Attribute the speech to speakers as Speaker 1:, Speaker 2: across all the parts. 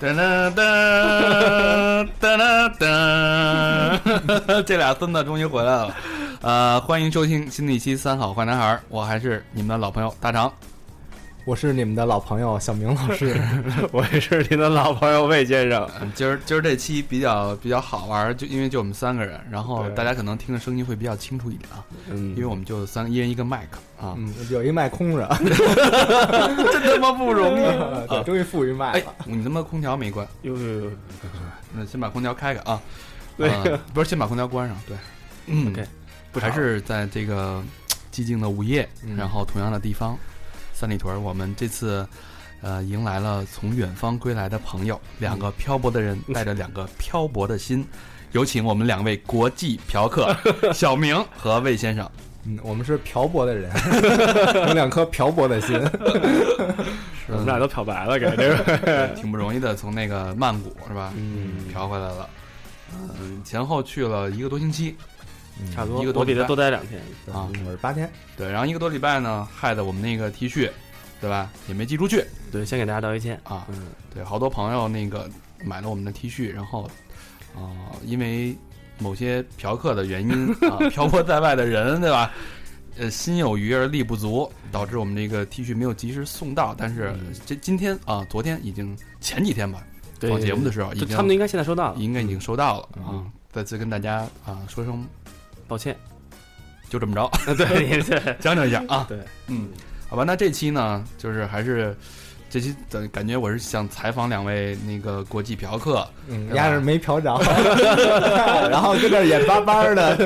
Speaker 1: 噔噔噔噔噔 噔，这俩孙子终于回来了。呃，欢迎收听新的一期《三好坏男孩》，我还是你们的老朋友大长。
Speaker 2: 我是你们的老朋友小明老师，
Speaker 3: 我也是您的老朋友魏先生。
Speaker 1: 嗯今儿今儿这期比较比较好玩，就因为就我们三个人，然后
Speaker 3: 对
Speaker 1: 大家可能听的声音会比较清楚一点啊，
Speaker 3: 嗯
Speaker 1: 因为我们就三个一人一个麦克 啊，
Speaker 2: 嗯，有一麦 空着，
Speaker 1: 真他妈不容易。
Speaker 2: 对，终于富裕麦
Speaker 1: 哎
Speaker 2: 了。，
Speaker 1: 你他妈空调没关，
Speaker 3: 呦呦呦，
Speaker 1: 那先把空调开开啊。
Speaker 3: 对
Speaker 1: 呃不啊是先把空调关上，对，嗯
Speaker 3: OK，不吵嗯
Speaker 1: 还是在这个寂静的午夜，然后同样的地方，三里屯儿，我们这次。呃，迎来了从远方归来的朋友，
Speaker 3: 嗯
Speaker 1: 两个漂泊的人带着两个漂泊的心，有请我们两位国际嫖 客小明和魏先生。
Speaker 2: 嗯，我们是漂泊的人， 有两颗漂泊的心。
Speaker 3: 我们俩都漂白了，给这个。
Speaker 1: 嗯挺不容易的，从那个曼谷是吧，
Speaker 3: 嗯，
Speaker 1: 嫖回来了。嗯，前后去了一个多星期
Speaker 3: 差不多，
Speaker 1: 一个多
Speaker 3: 我比
Speaker 1: 礼
Speaker 3: 他
Speaker 1: 拜
Speaker 3: 多待两天。
Speaker 1: 啊
Speaker 2: 嗯啊，，我是八天，
Speaker 1: 对，然后一个多礼拜呢，害得我们那个 T 恤，对吧，也没寄出去
Speaker 3: 对，先给大家道一歉。
Speaker 1: 啊。
Speaker 3: 嗯，
Speaker 1: 对，好多朋友那个买了我们的 T 恤，然后啊、因为某些嫖客的原因啊， 漂泊在外的人，对吧？呃，心有余而力不足，导致我们这个 T 恤没有及时送到。但是这今天啊，昨天已经前几天吧，
Speaker 3: 嗯对
Speaker 1: 放节目的时候已
Speaker 3: 就
Speaker 1: 经
Speaker 3: 他们应该现在收到了，
Speaker 1: 应该已经收到了啊
Speaker 2: 嗯。
Speaker 1: 再次跟大家啊说声
Speaker 3: 抱歉。
Speaker 1: 就这么着，
Speaker 3: 啊，对对
Speaker 1: 讲讲一下啊。
Speaker 3: 对，
Speaker 1: 嗯，好吧，那这期呢，就是还是这期的感觉，我是想采访两位那个国际嫖客，
Speaker 2: 嗯，
Speaker 1: 对吧
Speaker 2: 压是没 漂着， 然后跟那儿眼巴巴的。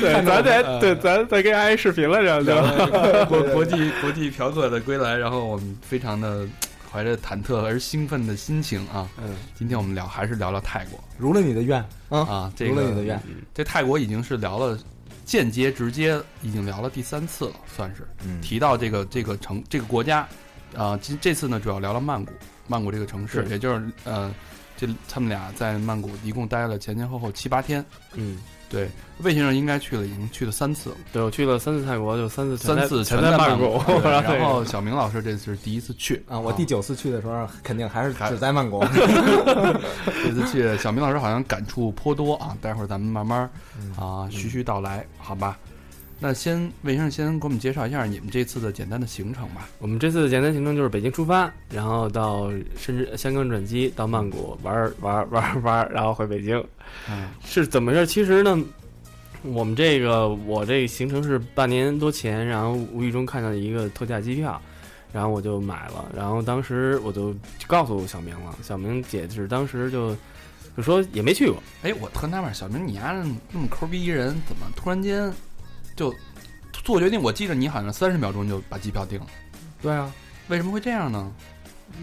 Speaker 3: 对，咱得对，咱咱给挨视频了，这样
Speaker 1: 两
Speaker 3: 就。
Speaker 1: 位国国际 国际嫖客的归来，然后我们非常的怀着忐忑而兴奋的心情啊，
Speaker 3: 嗯，
Speaker 1: 今天我们聊还是聊聊泰国
Speaker 2: 如了你的愿啊，
Speaker 1: 啊，这
Speaker 2: 如了你的
Speaker 1: 个
Speaker 2: 愿。
Speaker 1: 这泰国已经是聊了。间接、直接已经聊了第三次了，算是
Speaker 2: 嗯
Speaker 1: 提到这个这个城这个国家，啊、这这次呢主要聊了曼谷，曼谷这个城市，
Speaker 3: 对
Speaker 1: 也就是呃，这他们俩在曼谷一共待了前前后后七八天。
Speaker 3: 嗯，
Speaker 1: 对，魏先生应该去了，已经去了三次了，
Speaker 3: 对我去了三次泰国，就三次全在
Speaker 1: 三次
Speaker 3: 全
Speaker 1: 在
Speaker 3: 曼
Speaker 1: 谷。对
Speaker 3: 然 后
Speaker 1: 然后小明老师这次是第一次去
Speaker 2: 啊，我第九次去的时候，肯定还是
Speaker 1: 还
Speaker 2: 只在 曼谷。
Speaker 1: 这次去， 小明老师好像感触颇多啊。待会儿咱们慢慢啊，徐徐道来，好吧？那先魏先生先给我们介绍一下你们这次的简单的行程吧。
Speaker 3: 我们这次的简单行程就是北京出发，然后到甚至香港转机，到曼谷玩儿玩儿玩儿玩儿，然后回北京。
Speaker 1: 嗯
Speaker 3: 是怎么回事？其实呢，我们这个我这个行程是半年多前，然后无意中看到一个特价机票，然后我就买了。然后当时我就告诉小明了，小明姐是当时就就说也没去过，
Speaker 1: 哎，我特纳闷，小明，你丫那么抠逼一人，怎么突然间就做决定？我记得你好像三十秒钟就把机票定了，
Speaker 2: 对啊，
Speaker 1: 为什么会这样呢？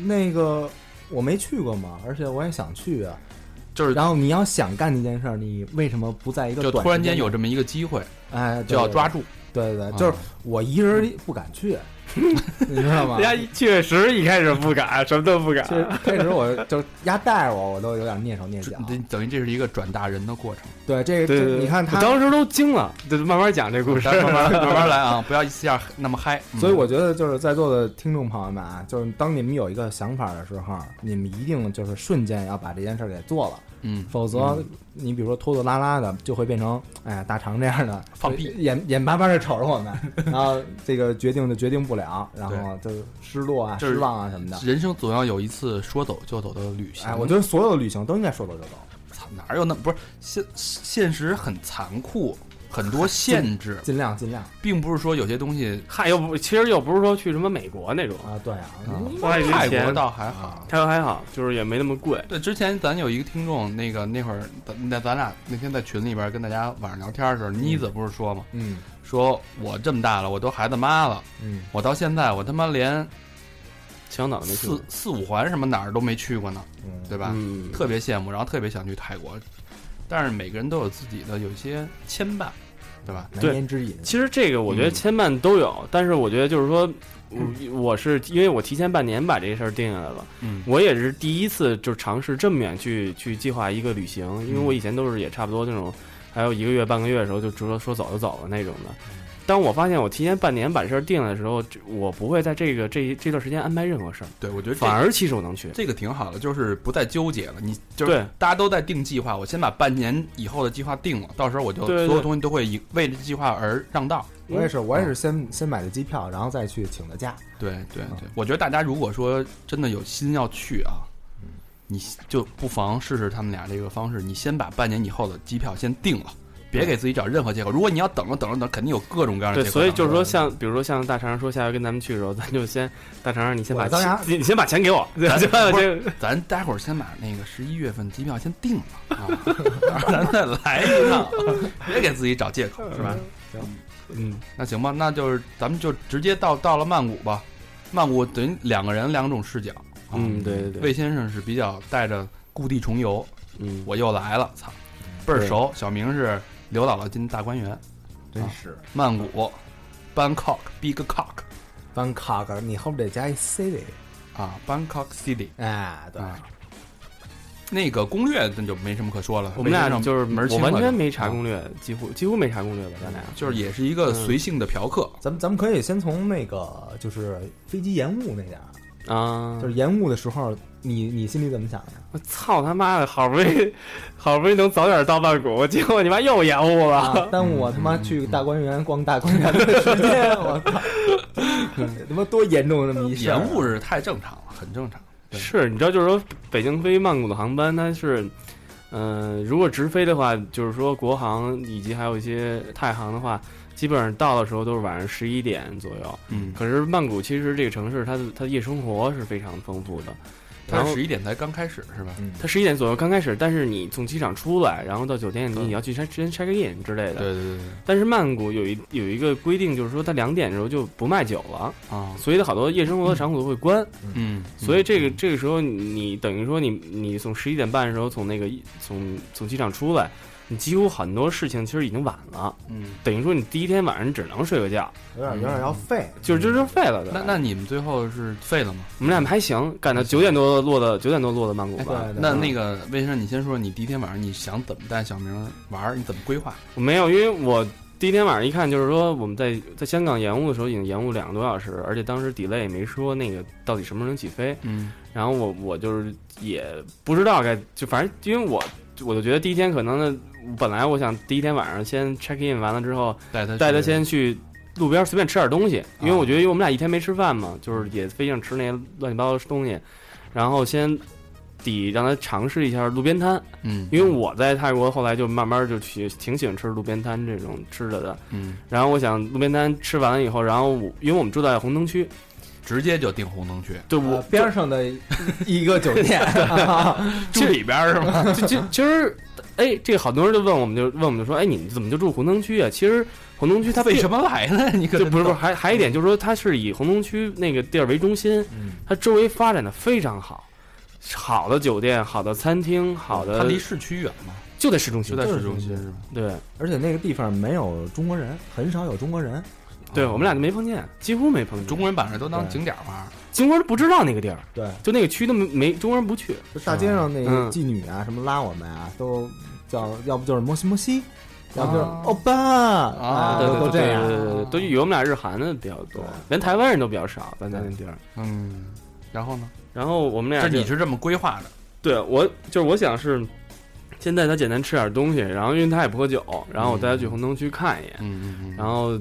Speaker 2: 那个我没去过嘛，而且我也想去啊。
Speaker 1: 就是
Speaker 2: 然后你要想干这件事儿，你为什么不在一个
Speaker 1: 就
Speaker 2: 短
Speaker 1: 突然
Speaker 2: 时间
Speaker 1: 间有
Speaker 2: 内
Speaker 1: 这么一个机会，
Speaker 2: 哎
Speaker 1: 就要抓？住。
Speaker 2: 对对对
Speaker 1: 啊
Speaker 2: 对，就是我一人儿不敢去，你知道吗？
Speaker 3: 哎确实一开始不敢，什么都不敢
Speaker 2: 其实开始我就丫带我，我都有点蹑手蹑脚。
Speaker 1: 这啊等于这是一个转大人的过程，
Speaker 2: 对，这个
Speaker 3: 对
Speaker 2: 这
Speaker 3: 对，
Speaker 2: 你看
Speaker 3: 我
Speaker 2: 他，
Speaker 3: 当时都惊了，对，慢慢讲这故事
Speaker 1: 咱。慢 慢慢慢来啊，不要一下那么嗨。嗯
Speaker 2: 所以我觉得就是在座的听众朋友们啊，就是当你们有一个想法的时候，你们一定就是瞬间要把这件事儿给做了，
Speaker 1: 嗯，
Speaker 2: 否则你比如说拖拖拉拉的，就会变成哎呀大肠这样的
Speaker 1: 放屁，
Speaker 2: 眼眼巴巴的瞅着我们， 然后这个决定就决定不了，然后就失落啊、
Speaker 1: 就是
Speaker 2: 失望啊什么的。
Speaker 1: 嗯人生总要有一次说走就走的旅行。
Speaker 2: 哎，我觉得所有的旅行都应该说走就走。
Speaker 1: 操，哪有那不是现现实很残酷，很多限 制，
Speaker 2: 尽量尽量
Speaker 1: 并不是说有些东西
Speaker 3: 嗨，又不，其实又不是说去什么美国那种，
Speaker 2: 啊，对啊，
Speaker 1: 啊
Speaker 2: 嗯
Speaker 3: 花一些
Speaker 1: 泰国
Speaker 3: 钱，
Speaker 1: 倒还
Speaker 2: 啊
Speaker 1: 好。
Speaker 3: 泰国还好，就是也没那么贵。
Speaker 1: 对，之前咱有一个听众，那个那会儿咱那咱俩那天在群里边跟大家晚上聊天的时候，妮子不是说嘛，
Speaker 2: 嗯
Speaker 1: 说我这么大了，我都孩子妈了，
Speaker 2: 嗯，
Speaker 1: 我到现在我他妈连
Speaker 3: 香港没去过
Speaker 1: 四，四五环什么哪儿都没去过呢，
Speaker 2: 嗯
Speaker 1: 对吧？
Speaker 3: 嗯，
Speaker 1: 特别羡慕，然后特别想去泰国，但是每个人都有自己的有一些牵绊，对吧？
Speaker 2: 难
Speaker 3: 对
Speaker 2: 言之隐。
Speaker 3: 其实这个我觉得
Speaker 1: 嗯
Speaker 3: 牵绊都有，但是我觉得就是说，我我是因为我提前半年把这事儿定下来了，
Speaker 1: 嗯
Speaker 3: 我也是第一次就是尝试这么远去去计划一个旅行，因为
Speaker 1: 嗯嗯
Speaker 3: 我以前都是也差不多那种，还有一个月半个月的时候就直说说走就走了那种的。当我发现我提前半年把这事儿定了的时候，这我不会在这个这一这段时间安排任何事儿，
Speaker 1: 对，我觉得这
Speaker 3: 反而其实我能去。
Speaker 1: 这个挺好的，就是不再纠结了。你就是
Speaker 3: 对
Speaker 1: 大家都在定计划，我先把半年以后的计划定了，到时候我就
Speaker 3: 对对对
Speaker 1: 所有东西都会以为这计划而让道。
Speaker 2: 我也是，我也是先先买的机票，然后再去请的假。
Speaker 1: 对对
Speaker 2: 嗯
Speaker 1: 对，我觉得大家如果说真的有心要去啊，你就不妨试试他们俩这个方式，你先把半年以后的机票先定了，别给自己找任何借口。如果你要等着等着等着，肯定有各种各样的
Speaker 3: 对，
Speaker 1: 借口。
Speaker 3: 所以就是说像，比如说像大肠说下回跟咱们去的时候，咱就先大肠，你先把
Speaker 2: 我当然
Speaker 3: 钱，你你先把钱给我，对吧就
Speaker 1: 啊不
Speaker 3: 这个
Speaker 1: 咱待会儿先把那个十一月份机票先定了啊， 然后咱再来一趟，别给自己找借口，是吧？
Speaker 3: 嗯，
Speaker 1: 那行吧，那就是咱们就直接到到了曼谷吧。曼谷等于两个人两种视角，啊
Speaker 3: 嗯对对对
Speaker 1: 魏先生是比较带着故地重游，
Speaker 3: 嗯，
Speaker 1: 我又来了，操，倍儿熟。小明是刘姥姥进大观园，
Speaker 2: 真是
Speaker 1: 曼谷，Bangkok Big Cock
Speaker 2: Bangkok，你后边得加一 city。
Speaker 1: 啊，Bangkok City
Speaker 2: 哎，对，
Speaker 1: 啊。那个攻略那就没什么可说了，
Speaker 3: 我们俩
Speaker 1: 魏先生
Speaker 3: 就是
Speaker 1: 门儿
Speaker 3: 我
Speaker 1: 清
Speaker 3: 完
Speaker 1: 了
Speaker 3: 全
Speaker 1: 就
Speaker 3: 没查
Speaker 1: 啊
Speaker 3: 攻略，几乎几乎没查攻略吧，咱俩
Speaker 1: 就是也是一个
Speaker 3: 嗯
Speaker 1: 随性的嫖客，
Speaker 2: 咱们咱们可以先从那个就是飞机延误那点儿，
Speaker 3: 啊，
Speaker 2: 就是延误的时候，你你心里怎么想的？
Speaker 3: 我操他妈的，好不容易， 好不容易能早点到曼谷，结果你妈又延误了。
Speaker 2: 啊！耽误我他妈去大观园逛大观园的时间，我操！他妈多严重这么一事
Speaker 3: 啊
Speaker 2: 儿
Speaker 1: 延误是太正常了，很正常。对
Speaker 3: 是，你知道，就是说北京飞曼谷的航班，它是，嗯、如果直飞的话，就是说国航以及还有一些泰航的话，基本上到的时候都是晚上十一点左右。
Speaker 1: 嗯，
Speaker 3: 可是曼谷其实这个城市，它的它的夜生活是非常丰富的。然
Speaker 1: 他
Speaker 3: 后
Speaker 1: 十一点才刚开始是吧？
Speaker 2: 嗯，
Speaker 3: 它十一点左右刚开始，但是你从机场出来，然后到酒店
Speaker 1: 对
Speaker 3: 你也要去 check in check in 之类
Speaker 1: 嗯对
Speaker 3: 的。
Speaker 1: 对对对
Speaker 3: 但是曼谷有一有一个规定，就是说它两点的时候就不卖酒了，
Speaker 1: 啊，
Speaker 3: 所以好多夜生活的场所会关。
Speaker 1: 嗯，
Speaker 3: 所以这个这个时候你，你等于说你你从十一点半的时候从那个从从机场出来，你几乎很多事情其实已经晚了，
Speaker 1: 嗯，
Speaker 3: 等于说你第一天晚上只能睡个觉，
Speaker 2: 有点有点要废，
Speaker 3: 就是就是废了的。
Speaker 1: 那那你们最后是废了吗？
Speaker 3: 我们俩还行，赶到九点多落的九点多落的曼谷
Speaker 1: 哎
Speaker 3: 吧。
Speaker 2: 对
Speaker 1: 那那个魏先生，你先说，你第一天晚上你想怎么带小明玩儿？你怎么规划？
Speaker 3: 我没有，因为我第一天晚上一看就是说我们在在香港延误的时候已经延误两个多小时，而且当时 delay 也没说那个到底什么时候能起飞。
Speaker 1: 嗯
Speaker 3: 然后我我就是也不知道该就反正因为我我就觉得第一天可能呢，本来我想第一天晚上先 check in 完了之后，
Speaker 1: 带他
Speaker 3: 带他
Speaker 1: 去
Speaker 3: 先去路边随便吃点东西，因为我觉得因为我们俩一天没吃饭嘛，就是也非常吃那些乱七八糟的东西，然后先得让他尝试一下路边摊，
Speaker 1: 嗯，
Speaker 3: 因为我在泰国后来就慢慢就去挺喜欢吃路边摊这种吃的的，
Speaker 1: 嗯
Speaker 3: 然后我想路边摊吃完了以后，然后我因为我们住在红灯区，
Speaker 1: 直接就订红灯 区，
Speaker 3: 对我
Speaker 2: 呃边上的一个酒店，啊
Speaker 1: 住里边儿是 吗？
Speaker 3: 就就其实，哎，这个好多人就问我们就问我们就说，哎，你们怎么就住红灯区啊？其实红灯区它
Speaker 1: 为
Speaker 3: 么
Speaker 1: 什么来 呢？你可
Speaker 3: 就不是不是还还一点就是说，它是以红灯区那个地儿为中心，它周围发展的非常好，好的酒店、好的餐厅、好
Speaker 1: 他
Speaker 3: 的
Speaker 1: 嗯离市区远吗？
Speaker 3: 就在市中
Speaker 1: 就
Speaker 3: 心，
Speaker 1: 在哦市中
Speaker 2: 中
Speaker 1: 心
Speaker 2: 心
Speaker 1: 是吧？
Speaker 3: 对
Speaker 2: 而且那个地方没有中国人，很少有中国人。
Speaker 3: 对，我们俩就没碰见，几乎没碰见。
Speaker 1: 中国人晚上都当景点玩儿，
Speaker 3: 中国人不知道那个地儿，
Speaker 2: 对，
Speaker 3: 就那个区都没没中国人不去，
Speaker 2: 就大街上那
Speaker 3: 嗯
Speaker 2: 个妓女啊，什么拉我们啊，都叫要不就是摩西摩西，要不就是
Speaker 1: 啊
Speaker 2: 欧巴
Speaker 1: 啊
Speaker 2: 都
Speaker 3: 对
Speaker 2: 都
Speaker 3: 对
Speaker 2: 这
Speaker 3: 对
Speaker 2: 样。
Speaker 3: 对对对，都以为我们俩日韩的比较多，连台湾人都比较少，咱在那地儿。
Speaker 1: 嗯，然后呢？
Speaker 3: 然后我们 俩
Speaker 1: 这
Speaker 3: 就
Speaker 1: 你是这么规划的？
Speaker 3: 对我就是我想是，先带他简单吃点东西，然后因为他也不喝酒，然后我带他去红灯区看一眼，
Speaker 1: 嗯嗯嗯，
Speaker 3: 然后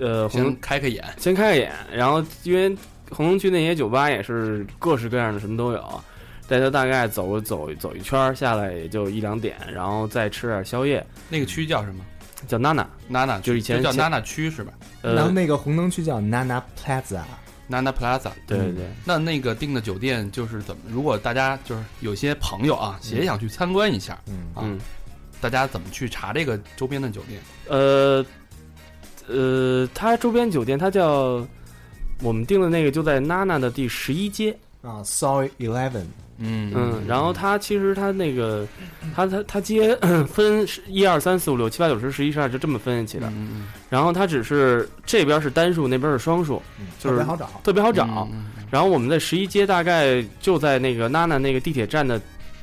Speaker 3: 呃红
Speaker 1: 先开开眼，
Speaker 3: 先开个眼，然后因为红灯区那些酒吧也是各式各样的什么都有，带他大概走走走一圈儿下来也就一两点，然后再吃点宵夜，
Speaker 1: 那个区叫什么？
Speaker 3: 叫娜娜，
Speaker 1: 娜娜
Speaker 3: 就是以前
Speaker 1: 叫娜娜区是吧？
Speaker 2: 然后
Speaker 3: 呃
Speaker 2: 那个红灯区叫 Nana Plaza，
Speaker 1: 娜娜 Plaza。
Speaker 3: 对对对，
Speaker 1: 那那个订的酒店就是怎么？如果大家就是有些朋友啊，也想去参观一下，
Speaker 2: 嗯
Speaker 1: 啊
Speaker 3: 嗯
Speaker 1: 大家怎么去查这个周边的酒店？
Speaker 3: 呃呃，它周边酒店它叫我们订的那个就在娜娜的第十一街。
Speaker 2: 啊，Sorry Eleven，
Speaker 1: 嗯
Speaker 3: 嗯，然后它其实它那个，它它它街分一二三四五六七八九十十一十二就这么分起来，
Speaker 1: 嗯
Speaker 3: 然后它只是这边是单数，那边是双数，就
Speaker 2: 特嗯
Speaker 3: 是
Speaker 2: 别好找。
Speaker 3: 特别好
Speaker 1: 好
Speaker 3: 找。
Speaker 1: 嗯
Speaker 3: 然后我们在十一街大概就在那个娜娜哦那个地铁站的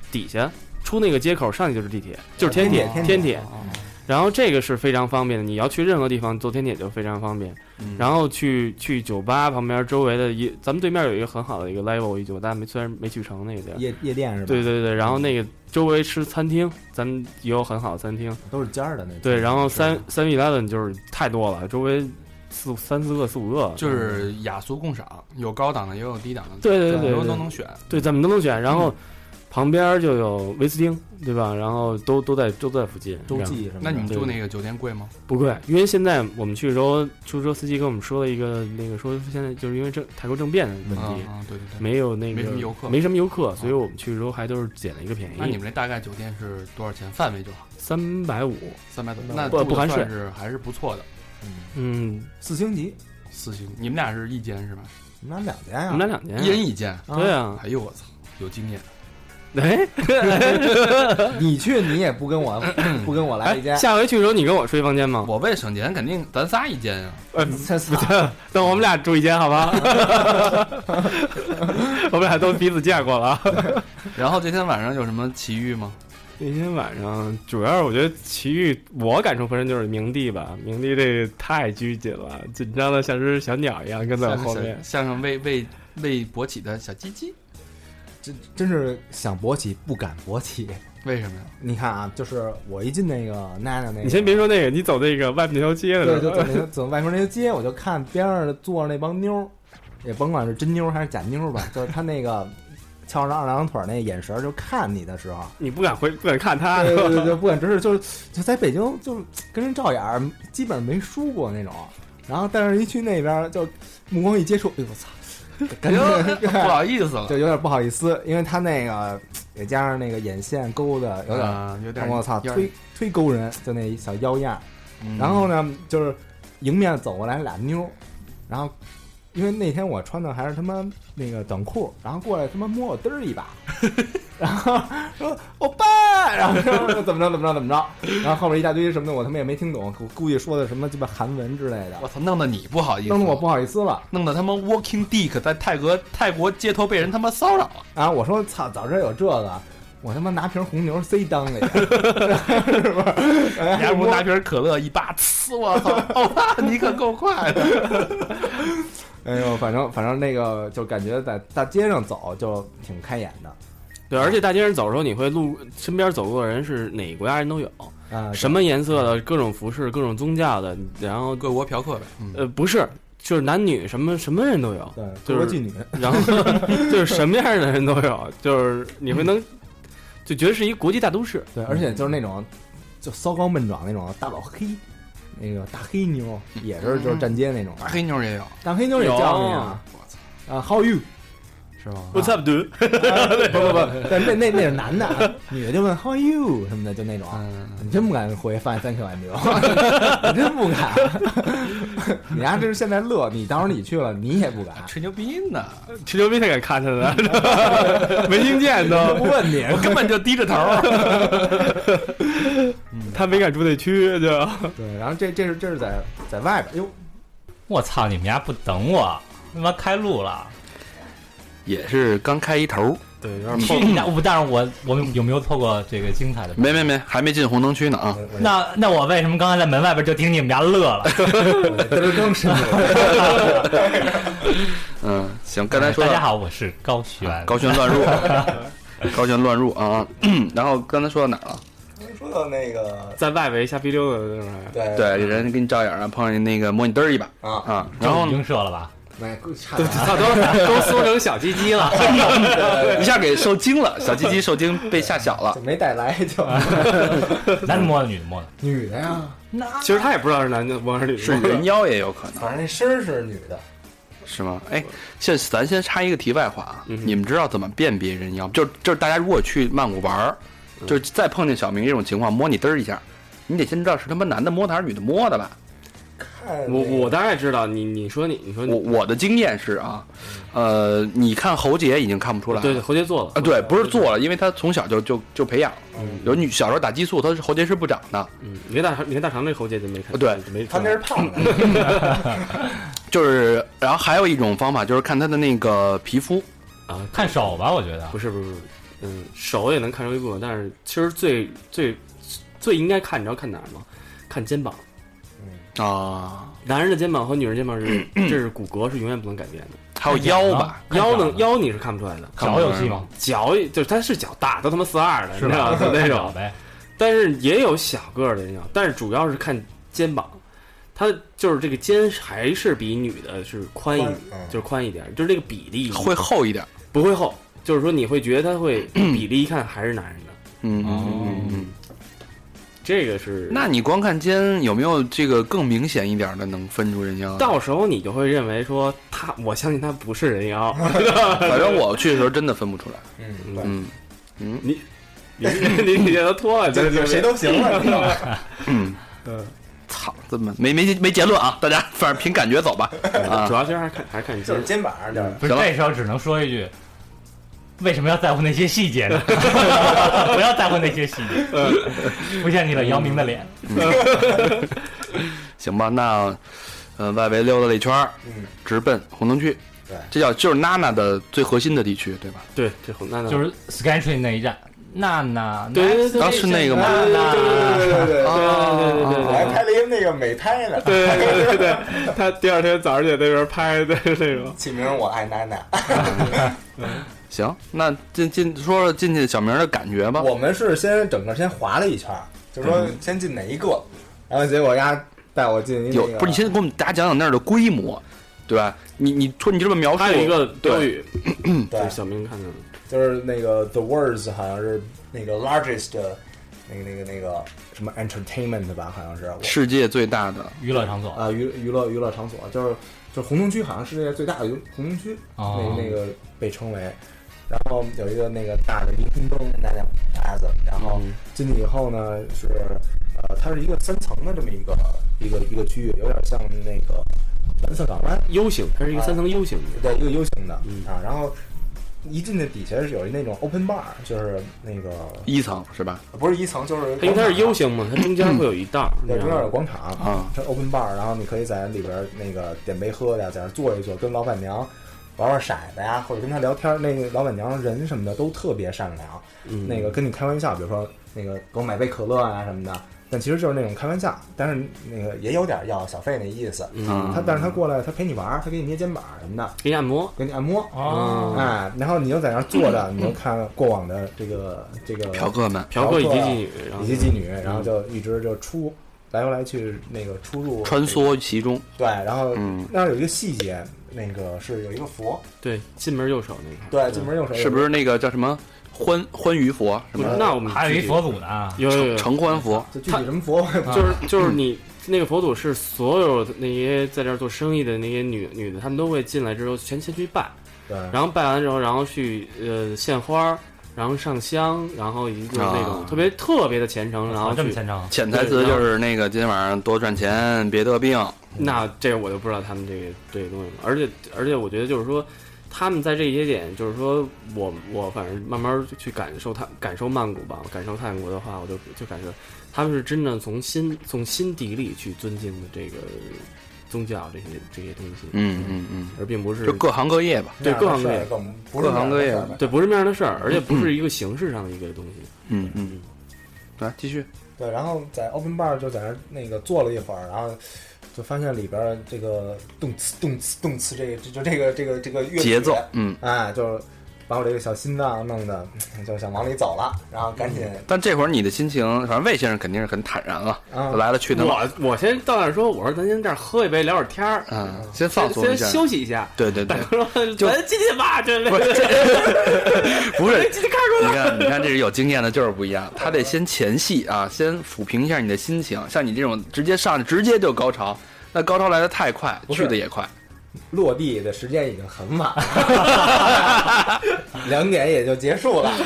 Speaker 3: 底下，出那个街口上去就是地铁，就是天铁嗯
Speaker 2: 天
Speaker 3: 天
Speaker 1: 哦
Speaker 2: 铁
Speaker 3: 铁。然后这个是非常方便的，你要去任何地方坐天铁就非常方便。
Speaker 1: 嗯
Speaker 3: 然后去去酒吧旁边周围的一，咱们对面有一个很好的一个 level 一酒吧，但没虽然没去成那个地儿。
Speaker 2: 夜夜店是吧？
Speaker 3: 对对对，然后那个周围吃餐厅，咱们也有很好的餐厅。
Speaker 2: 都是尖儿的那种。
Speaker 3: 对，然后
Speaker 2: 是吧
Speaker 3: 三三 eleven 就是太多了，周围四五三四个四五个。
Speaker 1: 就是雅俗共赏，有高档的，也有低档的，
Speaker 3: 对对对
Speaker 1: 很多
Speaker 3: 对
Speaker 1: 人都
Speaker 3: 对，
Speaker 1: 能选。
Speaker 3: 对咱们都能选。然后旁边就有威斯汀，对吧？然后都都在都在附近。
Speaker 2: 洲
Speaker 3: 这样
Speaker 2: 际什么的。
Speaker 1: 那你们住那个酒店贵吗？
Speaker 3: 不贵，因为现在我们去的时候，出租车司机跟我们说了一个那个说现在就是因为政泰国政变的问
Speaker 1: 啊
Speaker 3: 题，
Speaker 1: 啊，对对对。
Speaker 3: 没有那个
Speaker 1: 没什么游客
Speaker 3: 没什么游客，所以我们去的时候还都是捡了一个便
Speaker 1: 那你
Speaker 3: 宜，
Speaker 1: 们这大概酒店是多少钱？范围就好，
Speaker 3: 三百五，
Speaker 1: 三百多，
Speaker 2: 不
Speaker 1: 那住
Speaker 3: 不
Speaker 1: 的
Speaker 3: 含税
Speaker 1: 算是还是不错的。
Speaker 2: 嗯
Speaker 3: 嗯，
Speaker 2: 四星级，
Speaker 1: 四星，你们俩是一间是吧？
Speaker 2: 我们俩两哎间呀。啊
Speaker 3: 我们俩两
Speaker 1: 一人
Speaker 3: 年，
Speaker 1: 一间。
Speaker 3: 对啊，
Speaker 1: 哎呦我操，有经验。
Speaker 3: 哎，
Speaker 2: 你去你也不跟我 不跟我来一
Speaker 3: 哎，
Speaker 2: 间，
Speaker 3: 下回去的时候你跟我睡一房间吗？
Speaker 1: 我为省钱，肯定咱仨一间啊。
Speaker 3: 呃，
Speaker 2: 这是
Speaker 3: 那我们俩住一间 好吧？我们俩都彼此见过了啊。
Speaker 1: 然后这天晚上有什么奇遇吗？
Speaker 3: 那天晚上，主要是我觉得奇遇，我感受颇深就是明帝吧，明帝这个太拘谨了，紧张的像只小鸟一样跟在我
Speaker 1: 像
Speaker 3: 后
Speaker 1: 是
Speaker 3: 面。
Speaker 1: 像上为为为勃起的小鸡鸡，
Speaker 2: 真真是想勃起不敢勃起。
Speaker 1: 为什么呀？
Speaker 2: 你看啊，就是我一进那个娜娜那个，
Speaker 3: 你先别说那个，你走那个外面那条街的
Speaker 2: 对，
Speaker 3: 时
Speaker 2: 就
Speaker 3: 候
Speaker 2: 走那个走外面那条街，我就看边上坐着那帮妞儿，也甭管是真妞儿还是假妞儿吧，就是她那个 翘着二郎腿儿那眼神儿，就看你的时候，
Speaker 3: 你不敢回，不敢看他。
Speaker 2: 对对对对，不敢直视，就是就在北京就是跟人照眼儿，基本没输过那种。然后，但是一去那边儿就目光一接触，哎呦我操， 感
Speaker 3: 哎
Speaker 2: 觉
Speaker 1: 不好意思了，
Speaker 2: 就有点不好意思，因为他那个也加上那个眼线勾的有点儿，
Speaker 1: 啊有点
Speaker 2: 我操，
Speaker 1: 有点
Speaker 2: 忒忒勾人，就那小腰样儿。
Speaker 1: 嗯
Speaker 2: 然后呢，就是迎面走过来俩妞儿，然后因为那天我穿的还是他妈那个短裤，然后过来他妈摸我嘚儿 一把，然后说欧巴，然后说怎么着怎么着怎么着，然后后面一大堆什么的我他妈也没听懂，我估计说的什么鸡巴韩文之类的
Speaker 1: 我，操，弄得你不好意思，
Speaker 2: 弄得我不好意思了。
Speaker 1: 弄得他妈 Walking Dick 在泰国泰国街头被人他妈骚扰，
Speaker 2: 啊！我说操，早知道有这个，我他妈拿瓶红牛塞裆里，是不 是？哎
Speaker 1: 还不拿瓶可乐一扒，呲我操， 欧巴你可够快的，
Speaker 2: 哎呦，反正反正那个就感觉在大街上走就挺开眼的
Speaker 3: 对，而且大街上走的时候，你会路身边走过的人是哪个国家人都有，
Speaker 2: 啊，
Speaker 3: 什么颜色的，各种服饰，各种宗教的，然后
Speaker 1: 各国嫖客呗，嗯，
Speaker 3: 呃不是，就是男女什么什么人都有，
Speaker 2: 对，
Speaker 3: 就
Speaker 2: 中国
Speaker 3: 是
Speaker 2: 妓女，
Speaker 3: 然 后就是什么样的人都有，就是你会能就觉得是一国际大都
Speaker 1: 啊
Speaker 3: 市。
Speaker 2: 对，而且就是那种就骚高闷壮那种大老黑，那个大黑妞也是就是站街那种，
Speaker 1: 大黑妞也有，
Speaker 2: 大黑妞也叫你啊，
Speaker 1: 我操，
Speaker 2: 啊，How are you？
Speaker 1: 是吗？
Speaker 3: What's up, dude？
Speaker 2: 啊不不不，但那那那是男的啊，女的就问 How are you 什么的，就那种。
Speaker 1: 嗯，
Speaker 2: 你真不敢回发现三 Q 挽留，你真不敢。你丫这是现在乐，你到时候你去了，你也不敢。
Speaker 1: 吹牛逼呢，
Speaker 3: 吹牛逼才敢看他 的，没听见都，
Speaker 2: 不问你，
Speaker 1: 我根本就低着头，
Speaker 3: 他没敢住那区就。
Speaker 2: 对，然后这这是这是在在外边，哟，
Speaker 4: 我操，你们家不等我，他妈开路了。
Speaker 1: 也是刚开一头，
Speaker 3: 对，有
Speaker 4: 去你家！我但是我我们有没有错过这个精彩的？
Speaker 1: 没没没，还没进红灯区呢啊，
Speaker 2: 我
Speaker 4: 那那我为什么刚才在门外边就听你们家乐了？
Speaker 2: 嘚儿更深了。
Speaker 1: 嗯，行，
Speaker 4: 大家好，我是高璇。
Speaker 1: 啊高悬乱入， 高悬乱入啊。 然后刚才说到哪儿了？
Speaker 2: 说到那个，
Speaker 3: 在外围瞎逼溜达的那种。
Speaker 2: 对
Speaker 1: 对，这人给你照眼啊，碰上那个摸你嘚儿一把
Speaker 2: 啊，
Speaker 1: 啊。
Speaker 4: 这
Speaker 1: 然后
Speaker 4: 已 经射了吧？
Speaker 2: 那差
Speaker 3: 都
Speaker 2: 点儿
Speaker 3: 操， 都都缩成小鸡鸡了，
Speaker 1: 一下给受惊了，小鸡鸡受惊被吓小了
Speaker 2: 就。没带来，就
Speaker 4: 男的摸的，女的摸的。
Speaker 2: 女的呀，
Speaker 3: 其实他也不知道是男的，我是女的。
Speaker 1: 是人妖也有可能
Speaker 2: 反正那声儿是女的，
Speaker 1: 是吗？哎，现咱先插一个题外话啊，
Speaker 3: 嗯哼
Speaker 1: 你们知道怎么辨别人妖？就就是大家如果去曼谷玩儿，
Speaker 3: 嗯
Speaker 1: 就是再碰见小明这种情况摸你嘚儿一下，你得先知道是他妈男的摸的还是女的摸的吧？
Speaker 2: 看那个
Speaker 3: 我我大概知道，你你说你你说
Speaker 1: 我
Speaker 3: 你
Speaker 1: 我的经验是啊，呃，你看侯杰已经看不出来了，
Speaker 3: 嗯对侯杰做了
Speaker 1: 啊，对，不是做了，因为他从小就就就培养，有女小时候打激素，他是喉结是不长的，
Speaker 3: 嗯，你跟大肠你跟大肠那侯杰就没看，
Speaker 1: 对，
Speaker 3: 没
Speaker 2: 他那是胖的，
Speaker 1: 就是，然后还有一种方法就是看他的那个皮肤，
Speaker 3: 啊，
Speaker 4: 看手吧，我觉得
Speaker 3: 不是不是不是，嗯，手也能看出一部分，但是其实最最最应该看，你知道看哪儿吗？看肩膀，
Speaker 1: 啊，
Speaker 3: 男人的肩膀和女人肩膀是，这是骨骼是永远不能改变的。
Speaker 1: 还有腰
Speaker 3: 啊
Speaker 1: 吧，
Speaker 4: 看
Speaker 3: 腰
Speaker 4: 脚
Speaker 3: 能
Speaker 4: 呢
Speaker 3: 腰你是看不出来的，
Speaker 1: 看
Speaker 4: 脚
Speaker 1: 不出
Speaker 4: 有
Speaker 1: 来
Speaker 4: 戏
Speaker 1: 吗
Speaker 4: 吗？
Speaker 3: 脚也就是他是脚大，都他妈四二了，你
Speaker 4: 是
Speaker 3: 知道
Speaker 4: 吧？
Speaker 3: 吗？那
Speaker 4: 看
Speaker 3: 种
Speaker 4: 脚，呗，
Speaker 3: 但是也有小个儿的那种，但是主要是看肩膀，他就是这个肩还是比女的是宽一，
Speaker 2: 宽嗯
Speaker 3: 就是宽一点，就是这个比例
Speaker 1: 会厚一点，
Speaker 3: 不会厚，就是说你会觉得他会比例一看还是男人的，
Speaker 1: 嗯。
Speaker 4: 哦，
Speaker 3: 嗯，这个是
Speaker 1: 那你光看肩有没有这个更明显一点的能分出人妖？
Speaker 3: 到时候你就会认为说他，我相信他不是人妖，
Speaker 1: 反正我去的时候真的分不出来。
Speaker 2: 嗯，对，
Speaker 1: 嗯嗯
Speaker 3: 你你你给他脱 了，
Speaker 2: 就
Speaker 3: 就
Speaker 2: 就谁都行了，你知道吧？
Speaker 1: 嗯，
Speaker 3: 嗯，
Speaker 1: 操，这么没没没结论啊！大家 反正凭感觉走吧。啊
Speaker 3: 主，要其实还是看还是看你
Speaker 2: 就是
Speaker 3: 肩，
Speaker 2: 肩膀就是
Speaker 4: 不是
Speaker 1: 行了
Speaker 4: 这时候只能说一句，为什么要在乎那些细节呢？ 不要在乎那些细节，浮现你了姚明的脸，
Speaker 1: 行吧，那呃，外围溜达了一圈儿，
Speaker 2: 嗯，
Speaker 1: 直奔红灯区。
Speaker 2: 对
Speaker 1: 这叫就是娜娜的最核心的地区，对吧？
Speaker 3: 对，这红那那
Speaker 4: 就是 Skytrain 那一站，娜娜，
Speaker 3: 对嗯对对对
Speaker 1: 啊，是那个吗？
Speaker 4: 娜娜，
Speaker 2: 对对对对，
Speaker 3: 对
Speaker 1: 啊
Speaker 3: 对对
Speaker 2: 我还拍了一个那个美拍呢，
Speaker 3: 对对对对， 他第二天早上就在那边拍的那种。
Speaker 2: 起名我爱娜娜。
Speaker 1: 行，那进进说说进去小明的感觉吧。
Speaker 2: 我们是先整个先划了一圈儿，就是说先进哪一个，然后结果丫带我进一
Speaker 1: 有
Speaker 2: 那个
Speaker 1: 不是你先给我们大家讲讲那儿的规模，对吧？你你说你这么描述，
Speaker 3: 还有一个标
Speaker 1: 对
Speaker 3: 语，就
Speaker 2: 对
Speaker 3: 是，小明看到的，
Speaker 2: 就是那个 The Words 好像是那个 largest 那个那个那个什么 entertainment 吧，好像是我
Speaker 1: 世界最大的
Speaker 4: 娱乐场所，
Speaker 2: 啊娱娱乐娱乐场所，就是就是红灯区，好像世界最大的娱红灯区，
Speaker 4: 哦
Speaker 2: 那那个被称为。然后有一个那个大的一空中大家搭子，然后
Speaker 3: 嗯
Speaker 2: 进去以后呢是呃，它是一个三层的这么一个一个一个区域，有点像那个蓝色港湾
Speaker 3: U 型，它是一个
Speaker 2: 啊
Speaker 3: 三层 U 型的，
Speaker 2: 对一个 U 型的、
Speaker 3: 嗯
Speaker 2: 啊。然后一进去底下是有一那种 open bar，就是那个
Speaker 1: 一层是吧？
Speaker 2: 不是一层，就是
Speaker 3: 它因为它是 U
Speaker 2: 优，
Speaker 3: 型嘛，它中间会有一道，
Speaker 2: 对，中间有
Speaker 3: 有
Speaker 2: 广场，
Speaker 1: 啊，
Speaker 2: 它 open bar，然后你可以在里边儿那个点杯喝的，在那儿坐一坐，跟老板娘玩玩骰子呀，或者跟她聊天儿。那个老板娘人什么的都特别善良，
Speaker 1: 嗯
Speaker 3: 嗯
Speaker 2: 那个跟你开玩笑，比如说那个给我买杯可乐啊什么的，但其实就是那种开玩笑，但是那个也有点要小费那意思。
Speaker 1: 啊
Speaker 3: 嗯，
Speaker 2: 他但是他过来，他陪你玩儿，他给你捏肩膀什么的，
Speaker 3: 给你按摩，
Speaker 2: 给你按摩，
Speaker 4: 哦，
Speaker 2: 哎，然后你就在那儿坐着，你就看过往的这个这个
Speaker 1: 嫖客嗯们
Speaker 3: 嫖客以及妓女，然后
Speaker 2: 啊以及妓女，然后就一直就出来回来去那个出入
Speaker 1: 穿梭其中，
Speaker 2: 对，然后
Speaker 1: 嗯，
Speaker 2: 那儿有一个细节，那个是有一个佛，
Speaker 3: 对进门右手那个，
Speaker 2: 对，进门右手有一个
Speaker 1: 是不是那个叫什么欢欢愉佛什
Speaker 3: 不
Speaker 1: 么
Speaker 3: 是
Speaker 2: 嗯
Speaker 3: 那我们
Speaker 4: 还有
Speaker 3: 具
Speaker 4: 一
Speaker 3: 体
Speaker 4: 佛祖呢，
Speaker 3: 有有有，
Speaker 1: 承欢佛？
Speaker 2: 就具体什么佛我也不
Speaker 4: 啊
Speaker 3: 就是就是你那个佛祖是所有的那些在这儿做生意的那些女女的，她们都会进来之后先先去拜，
Speaker 2: 对，
Speaker 3: 然后拜完之后，然后去呃献花儿，然后上香，然后一个那种
Speaker 1: 啊
Speaker 3: 特别特别的虔诚，然后
Speaker 4: 啊这么
Speaker 3: 去
Speaker 4: 虔诚，
Speaker 1: 潜台词就是那个今天晚上多赚钱，别得病。
Speaker 3: 那这个我就不知道他们这个这个东西了。而且而且，我觉得就是说，他们在这些点，就是说我我反正慢慢去感受他感受曼谷吧，感受泰国的话，我就就感受他们是真的从心从心底里去尊敬的这个宗教这些这些东西，
Speaker 1: 嗯嗯嗯，
Speaker 3: 而并不是
Speaker 1: 就各行各业吧。
Speaker 3: 对各行各业
Speaker 2: 业，更不是
Speaker 1: 各行各业
Speaker 2: 那样的事儿吧
Speaker 3: 对不是那样的事儿，而且不是一个形式上的一个东西。
Speaker 1: 嗯嗯，来继续。
Speaker 2: 对，然后在 open bar 就在那儿那个坐了一会儿，然后就发现里边儿这个动次动次动次这个就就这个这个这个乐曲
Speaker 1: 节奏，嗯。
Speaker 2: 哎，就把我这个小心脏弄得 嗯就想往里走了，然后赶紧
Speaker 1: 但这会儿你的心情，反正魏先生肯定是很坦然了，
Speaker 2: 啊，
Speaker 1: 来了去他妈，
Speaker 3: 我我先到那儿说，我说咱先这儿喝一杯，聊会儿天儿，
Speaker 1: 嗯，先放松
Speaker 3: 先
Speaker 1: 一
Speaker 3: 先
Speaker 1: 下。
Speaker 3: 休息一下。
Speaker 1: 对对对
Speaker 3: 大，哥说：“
Speaker 1: 就
Speaker 3: 咱进去吧，这
Speaker 1: 不是不是，
Speaker 3: 进去看看。
Speaker 1: 你看，你看，这是有经验的，就是不一样。他得先前戏啊，先抚平一下你的心情。像你这种直接上去，直接就高潮，那高潮来的太快，
Speaker 2: 不是
Speaker 1: 去的也快。
Speaker 2: 落地的时间已经很晚了，两点也就结束了，啊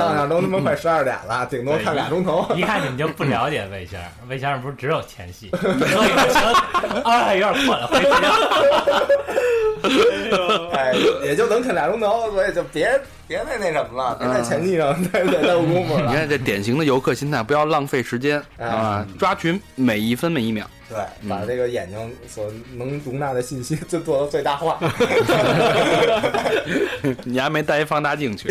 Speaker 2: 到那儿都他妈快十二点了，顶多看俩钟头。
Speaker 4: 一看你们就不了解魏先生，魏先生不是只有前戏，所以行，啊，有点困，回去
Speaker 2: 哎，也就能看俩钟头，所以就别别再那什么了，别在前戏上 再再耽误功夫
Speaker 1: 你
Speaker 2: 了。
Speaker 1: 看这典型的游客心态，不要浪费时间
Speaker 2: 哎
Speaker 1: 啊，抓取每一分每一秒。
Speaker 2: 对，把这个眼睛所能容纳的信息就做到最大化。
Speaker 1: 你还没带一放大镜去，”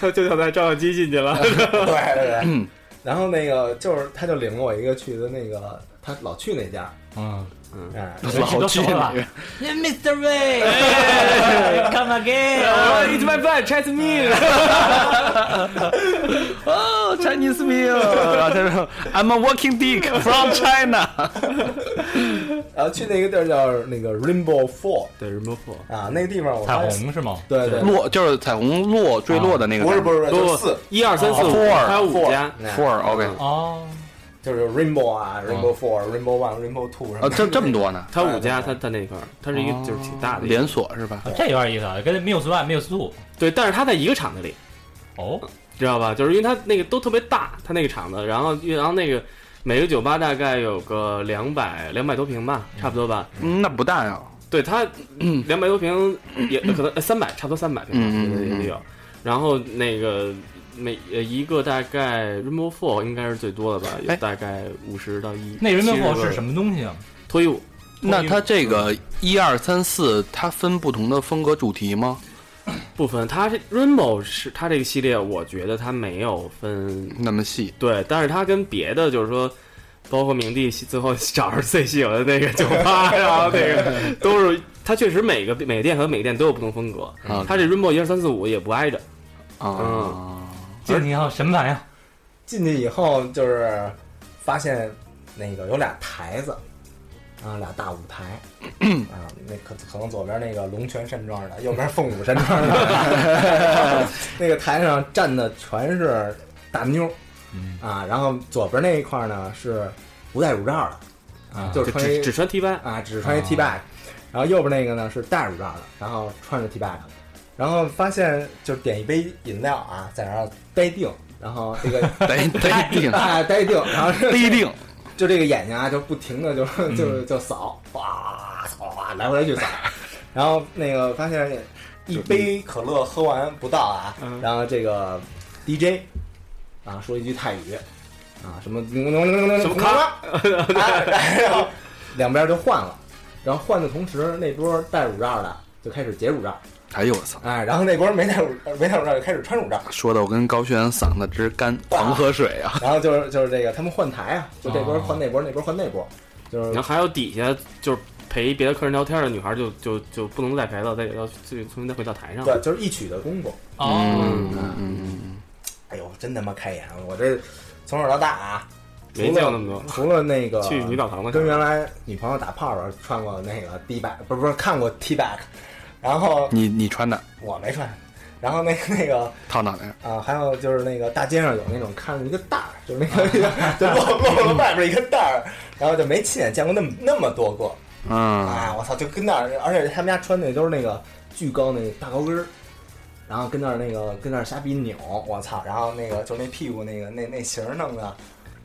Speaker 2: 哎
Speaker 3: 他就想带照相机进去了。
Speaker 2: 对对对，然后那个就是他就领我一个去的那个他老去那家，
Speaker 4: 嗯，
Speaker 2: 哎，
Speaker 4: 老去了
Speaker 5: ，Mr. Way，
Speaker 4: ，Come again，
Speaker 3: It's my bad Chinese meal。
Speaker 1: 哦，Chinese meal，然后他说 I'm a walking dick from China，
Speaker 2: 然后去那个地儿叫那个 Rainbow Fall
Speaker 3: 对 r e m o v e
Speaker 2: 啊，那个地方我
Speaker 4: 彩
Speaker 2: 发现，
Speaker 4: 虹是吗？
Speaker 2: 对对，
Speaker 1: 落就是彩虹落坠落的那个
Speaker 2: 不
Speaker 1: 感
Speaker 2: 是
Speaker 1: 觉，
Speaker 2: 不是哎就是
Speaker 3: 不
Speaker 2: 四，
Speaker 3: 一二三四五，
Speaker 1: 啊 Four，
Speaker 3: 还有五家。
Speaker 2: 哎
Speaker 1: four OK，
Speaker 4: 哦，
Speaker 2: 就是 Rainbow 啊，Rainbow Four、Rainbow One、Rainbow Two 什
Speaker 1: 啊
Speaker 2: 么，
Speaker 1: 这这么多呢，
Speaker 3: 它五家，
Speaker 1: 哎
Speaker 3: 它它那块儿，它是一个就是挺大的一个
Speaker 1: 哦连锁是吧？
Speaker 4: 这有点意思啊，跟 Muse One、Muse Two，
Speaker 3: 对，但是它在一个厂子里，
Speaker 4: 哦，
Speaker 3: 知道吧？就是因为它那个都特别大，它那个厂子，然后然后那个每个酒吧大概有个两百两百多平吧，差不多吧。
Speaker 1: 嗯，那不大呀，
Speaker 3: 对它两百多平也可能呃三百，差不多三百平吧，
Speaker 1: 嗯嗯
Speaker 3: 我觉得
Speaker 1: 嗯
Speaker 3: 也得有。然后那个每呃一个大概 Rainbow Four 应该是最多的吧，有
Speaker 1: 哎
Speaker 3: 大概五十到一。
Speaker 4: 那 Rainbow Fall
Speaker 3: 70
Speaker 4: 是什么东西啊？
Speaker 3: 脱衣舞？
Speaker 1: 那它这个一二三四，它分不同的风格主题吗？
Speaker 3: 不分，它这 Rainbow 是它这个系列，我觉得它没有分
Speaker 1: 那么细，
Speaker 3: 对，但是它跟别的就是说，包括明帝最后找着最喜欢的那个酒吧， 然后那个都是它确实每个每个店和每个店都有不同风格。
Speaker 1: 啊
Speaker 3: 它这 Rainbow 一二三四五也不挨着，
Speaker 1: 啊，
Speaker 4: 进去以后什么玩意儿？
Speaker 2: 进去以后就是发现那个有俩台子，啊，俩大舞台，啊，那可可能左边那个龙泉山庄的，右边凤舞山庄的，那个台上站的全是大妞，
Speaker 4: 嗯
Speaker 2: 啊，然后左边那一块呢是不戴乳罩的，啊
Speaker 4: 啊，
Speaker 2: 就是
Speaker 3: 就
Speaker 2: 穿一
Speaker 3: 只只穿 T 恤。
Speaker 2: 啊，只穿一 T
Speaker 4: 啊
Speaker 2: back，、然后右边那个呢是戴乳罩的，然后穿着 T back，然后发现就是点一杯饮料啊，在那儿呆定，然后这个
Speaker 1: 得得定
Speaker 2: 啊呆定，然后
Speaker 1: 得
Speaker 2: 这
Speaker 1: 定，
Speaker 2: 就这个眼睛啊就不停的就就就扫，哇扫哇来回来去扫，然后那个发现一杯可乐喝完不到啊，
Speaker 3: 嗯
Speaker 2: 然后这个 DJ 啊说一句泰语啊什么什
Speaker 3: 么
Speaker 2: 咖，哎然后两边就换了，然后换的同时那波戴乳罩的就开始解乳罩，
Speaker 1: 哎呦我操！
Speaker 2: 哎，然后那波没戴乳没戴乳罩就开始穿乳罩，
Speaker 1: 说的我跟高轩嗓子直干，狂喝水啊！
Speaker 2: 然后就是就是这个他们换台啊，就这波换那波，那波换那波，就是
Speaker 3: 然后还有底下就是陪别的客人聊天的女孩就，就就不能再陪了，再要就重新再回到台上。
Speaker 2: 对，就是一曲的功夫。
Speaker 4: 哦，
Speaker 1: 嗯嗯嗯
Speaker 2: 哎呦，真他妈开眼！我这从小到大啊，
Speaker 3: 没见过那么多
Speaker 2: 除了那个
Speaker 3: 去女澡堂了，
Speaker 2: 跟原来女朋友打炮的时候穿过那个 D back，不是不是看过 T back，然后
Speaker 1: 你你穿的
Speaker 2: 我没穿，然后那个那个
Speaker 1: 套脑袋上，
Speaker 2: 啊，还有就是那个大街上有那种看着一个袋儿，就是那 个就露露了外边一个袋儿，然后就没亲眼见过那么那么多个，
Speaker 1: 嗯，
Speaker 2: 啊，我操，就跟那儿，而且他们家穿的都是那个巨高那大高跟儿，然后跟那儿那个跟那儿瞎逼扭，我操，然后那个就那屁股那个那那型儿弄的，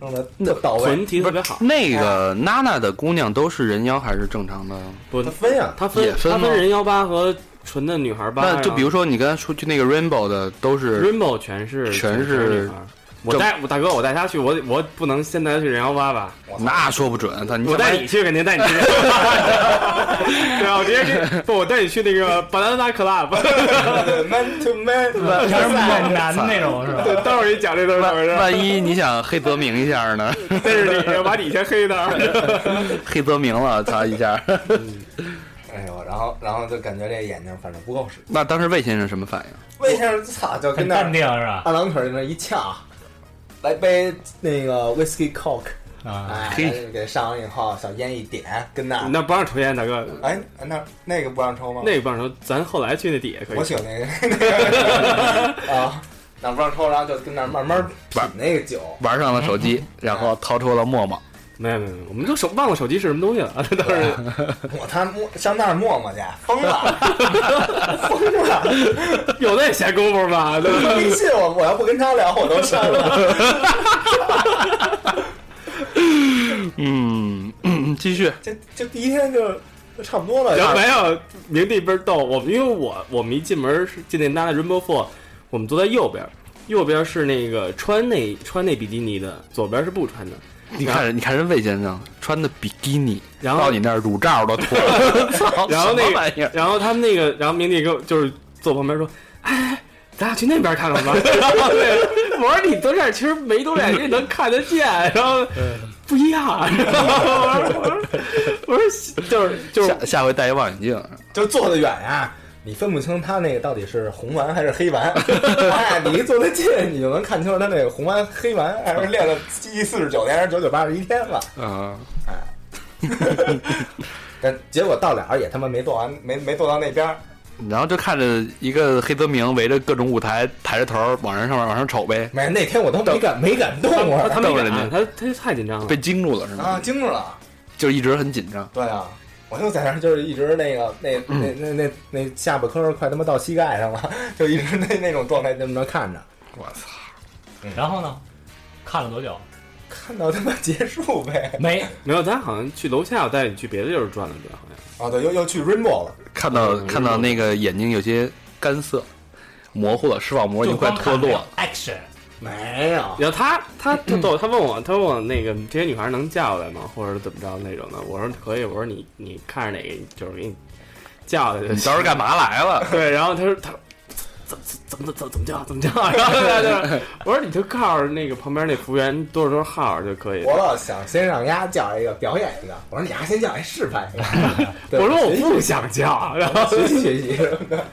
Speaker 2: 弄的特到位
Speaker 3: 臀，提特别好。
Speaker 1: 那个娜娜的姑娘都是人妖还是正常的？
Speaker 3: 不
Speaker 2: 它，分啊 呀，
Speaker 3: 它分
Speaker 1: 也分
Speaker 3: 它
Speaker 1: 吗
Speaker 3: 分人妖吧和纯的女孩吧。
Speaker 1: 那就比如
Speaker 3: 说
Speaker 1: 说你刚才说去那个 Rainbow 的都是
Speaker 3: Rainbow 全是
Speaker 1: 全是
Speaker 3: 女孩。我
Speaker 1: 正
Speaker 3: 带我大哥，我带他去，我我不能现在去人妖吧吧？
Speaker 2: 我操
Speaker 1: 那说不准，他你
Speaker 3: 我带你去，肯定带 你去。对啊，我直接去，不，我带你去那个 Banana Club。
Speaker 2: 对 man to man，
Speaker 4: 全是猛男那种是吧？
Speaker 3: 对，待会儿给你讲这段怎么
Speaker 1: 万
Speaker 3: 着？
Speaker 1: 万一你想黑泽明一下呢？
Speaker 3: 但是你把你先黑那儿。
Speaker 1: 黑泽明了，擦一下。
Speaker 2: 哎呦，然后然后就感觉这眼睛反正不够使，
Speaker 1: 那当时魏先生什么反应？
Speaker 2: 魏先生操就跟
Speaker 4: 很
Speaker 2: 那
Speaker 4: 淡
Speaker 2: 儿
Speaker 4: 定是吧？
Speaker 2: 二郎腿儿那一翘，来杯那个 whiskey coke，
Speaker 4: 啊，
Speaker 2: 哎
Speaker 1: 嘿，
Speaker 2: 给上完以后小烟一点，跟那儿，
Speaker 3: 那不让抽烟，大哥，
Speaker 2: 哎那那个不让抽吗？
Speaker 3: 那个不让抽。咱后来去那底下可
Speaker 2: 我
Speaker 3: 以。
Speaker 2: 喜欢那个啊，那不让抽，然后就跟那儿慢慢品那个酒，
Speaker 1: 玩上了手机，然后掏出了陌陌。
Speaker 3: 没有没有，没有我们都手忘了手机是什么东西了。这 都是
Speaker 2: 我他摸上那儿磨磨去，疯了，疯了！
Speaker 3: 有那闲工夫吗？对吧
Speaker 2: 微信我我要不跟他聊，我都删了。
Speaker 1: 嗯，嗯继续。
Speaker 2: 这这第一天就就差不多了，啊
Speaker 3: 然后没 有，明帝倍儿逗。我们因为我我们一进门是进那娜娜 Rainbow Four，我们坐在右边，右边是那个穿那穿那比基尼的，左边是不穿的。
Speaker 1: 你看人，你看人魏先生穿的比基尼，
Speaker 3: 然后
Speaker 1: 到你那儿乳罩都脱了，操，
Speaker 3: 然后
Speaker 1: 什
Speaker 3: 那
Speaker 1: 么玩意
Speaker 3: 个
Speaker 1: 儿，？
Speaker 3: 然后他们那 个，然后明帝跟我就是坐旁边说：“哎，咱俩去那边看看吧。”我说你左脸其实没左脸，这能看得见，然后不一样。然后 我说我说就是就是
Speaker 1: 下下回带一望远镜，
Speaker 2: 就坐得远呀，你分不清他那个到底是红丸还是黑丸。哎，你一坐得近，你就能看清他那个红丸、黑丸，还是练了七四十九天还是九九八十一天了。
Speaker 1: 嗯，
Speaker 2: 但结果到了儿也他妈没做完，没没做到那边儿。
Speaker 1: 然后就看着一个黑泽明围着各种舞台，抬着头儿往人上面往上瞅呗，
Speaker 2: 没，那天我都没敢没敢动啊我
Speaker 3: 他没
Speaker 1: 逗人
Speaker 3: 敢，他他太紧张了
Speaker 1: 被。惊住了是
Speaker 2: 啊，
Speaker 1: 吗？
Speaker 2: 惊着了。
Speaker 1: 就一直很紧张，
Speaker 2: 对啊，我就在那儿，就是一直那个那那那那那下巴颏儿快他妈到膝盖上了，就一直那那种状态这么着看着，
Speaker 4: 然后呢，看了多久？
Speaker 2: 看到他妈结束呗。
Speaker 4: 没，
Speaker 3: 没有，咱好像去楼下，我带你去别的地儿转了转，好像。
Speaker 2: 啊，对，又又去 Rainbow 了。
Speaker 1: 看到
Speaker 3: 嗯
Speaker 1: 看到那个眼睛有些干涩，模糊了，视网膜已
Speaker 4: 就
Speaker 1: 经快
Speaker 4: 光
Speaker 1: 脱
Speaker 4: 看没有
Speaker 1: 落。
Speaker 4: Action，
Speaker 2: 没有，
Speaker 3: 然后他他他
Speaker 4: 嗯
Speaker 3: 逗他问我，他问我那个这些女孩能叫来吗，或者怎么着那种的？我说可以，我说你你看着哪个就是给你叫来就
Speaker 1: 你
Speaker 3: 行。
Speaker 1: 到时候干嘛来了？
Speaker 3: 对，然后他说他怎怎怎怎怎么叫怎么叫？ 然后他就我说你就告诉那个旁边那服务员多少多少号就可以。
Speaker 2: 我老想先让丫叫一个表演一个，我说你丫先叫一示范一个。对
Speaker 3: 我说我不想叫，然后
Speaker 2: 学习学习什么的。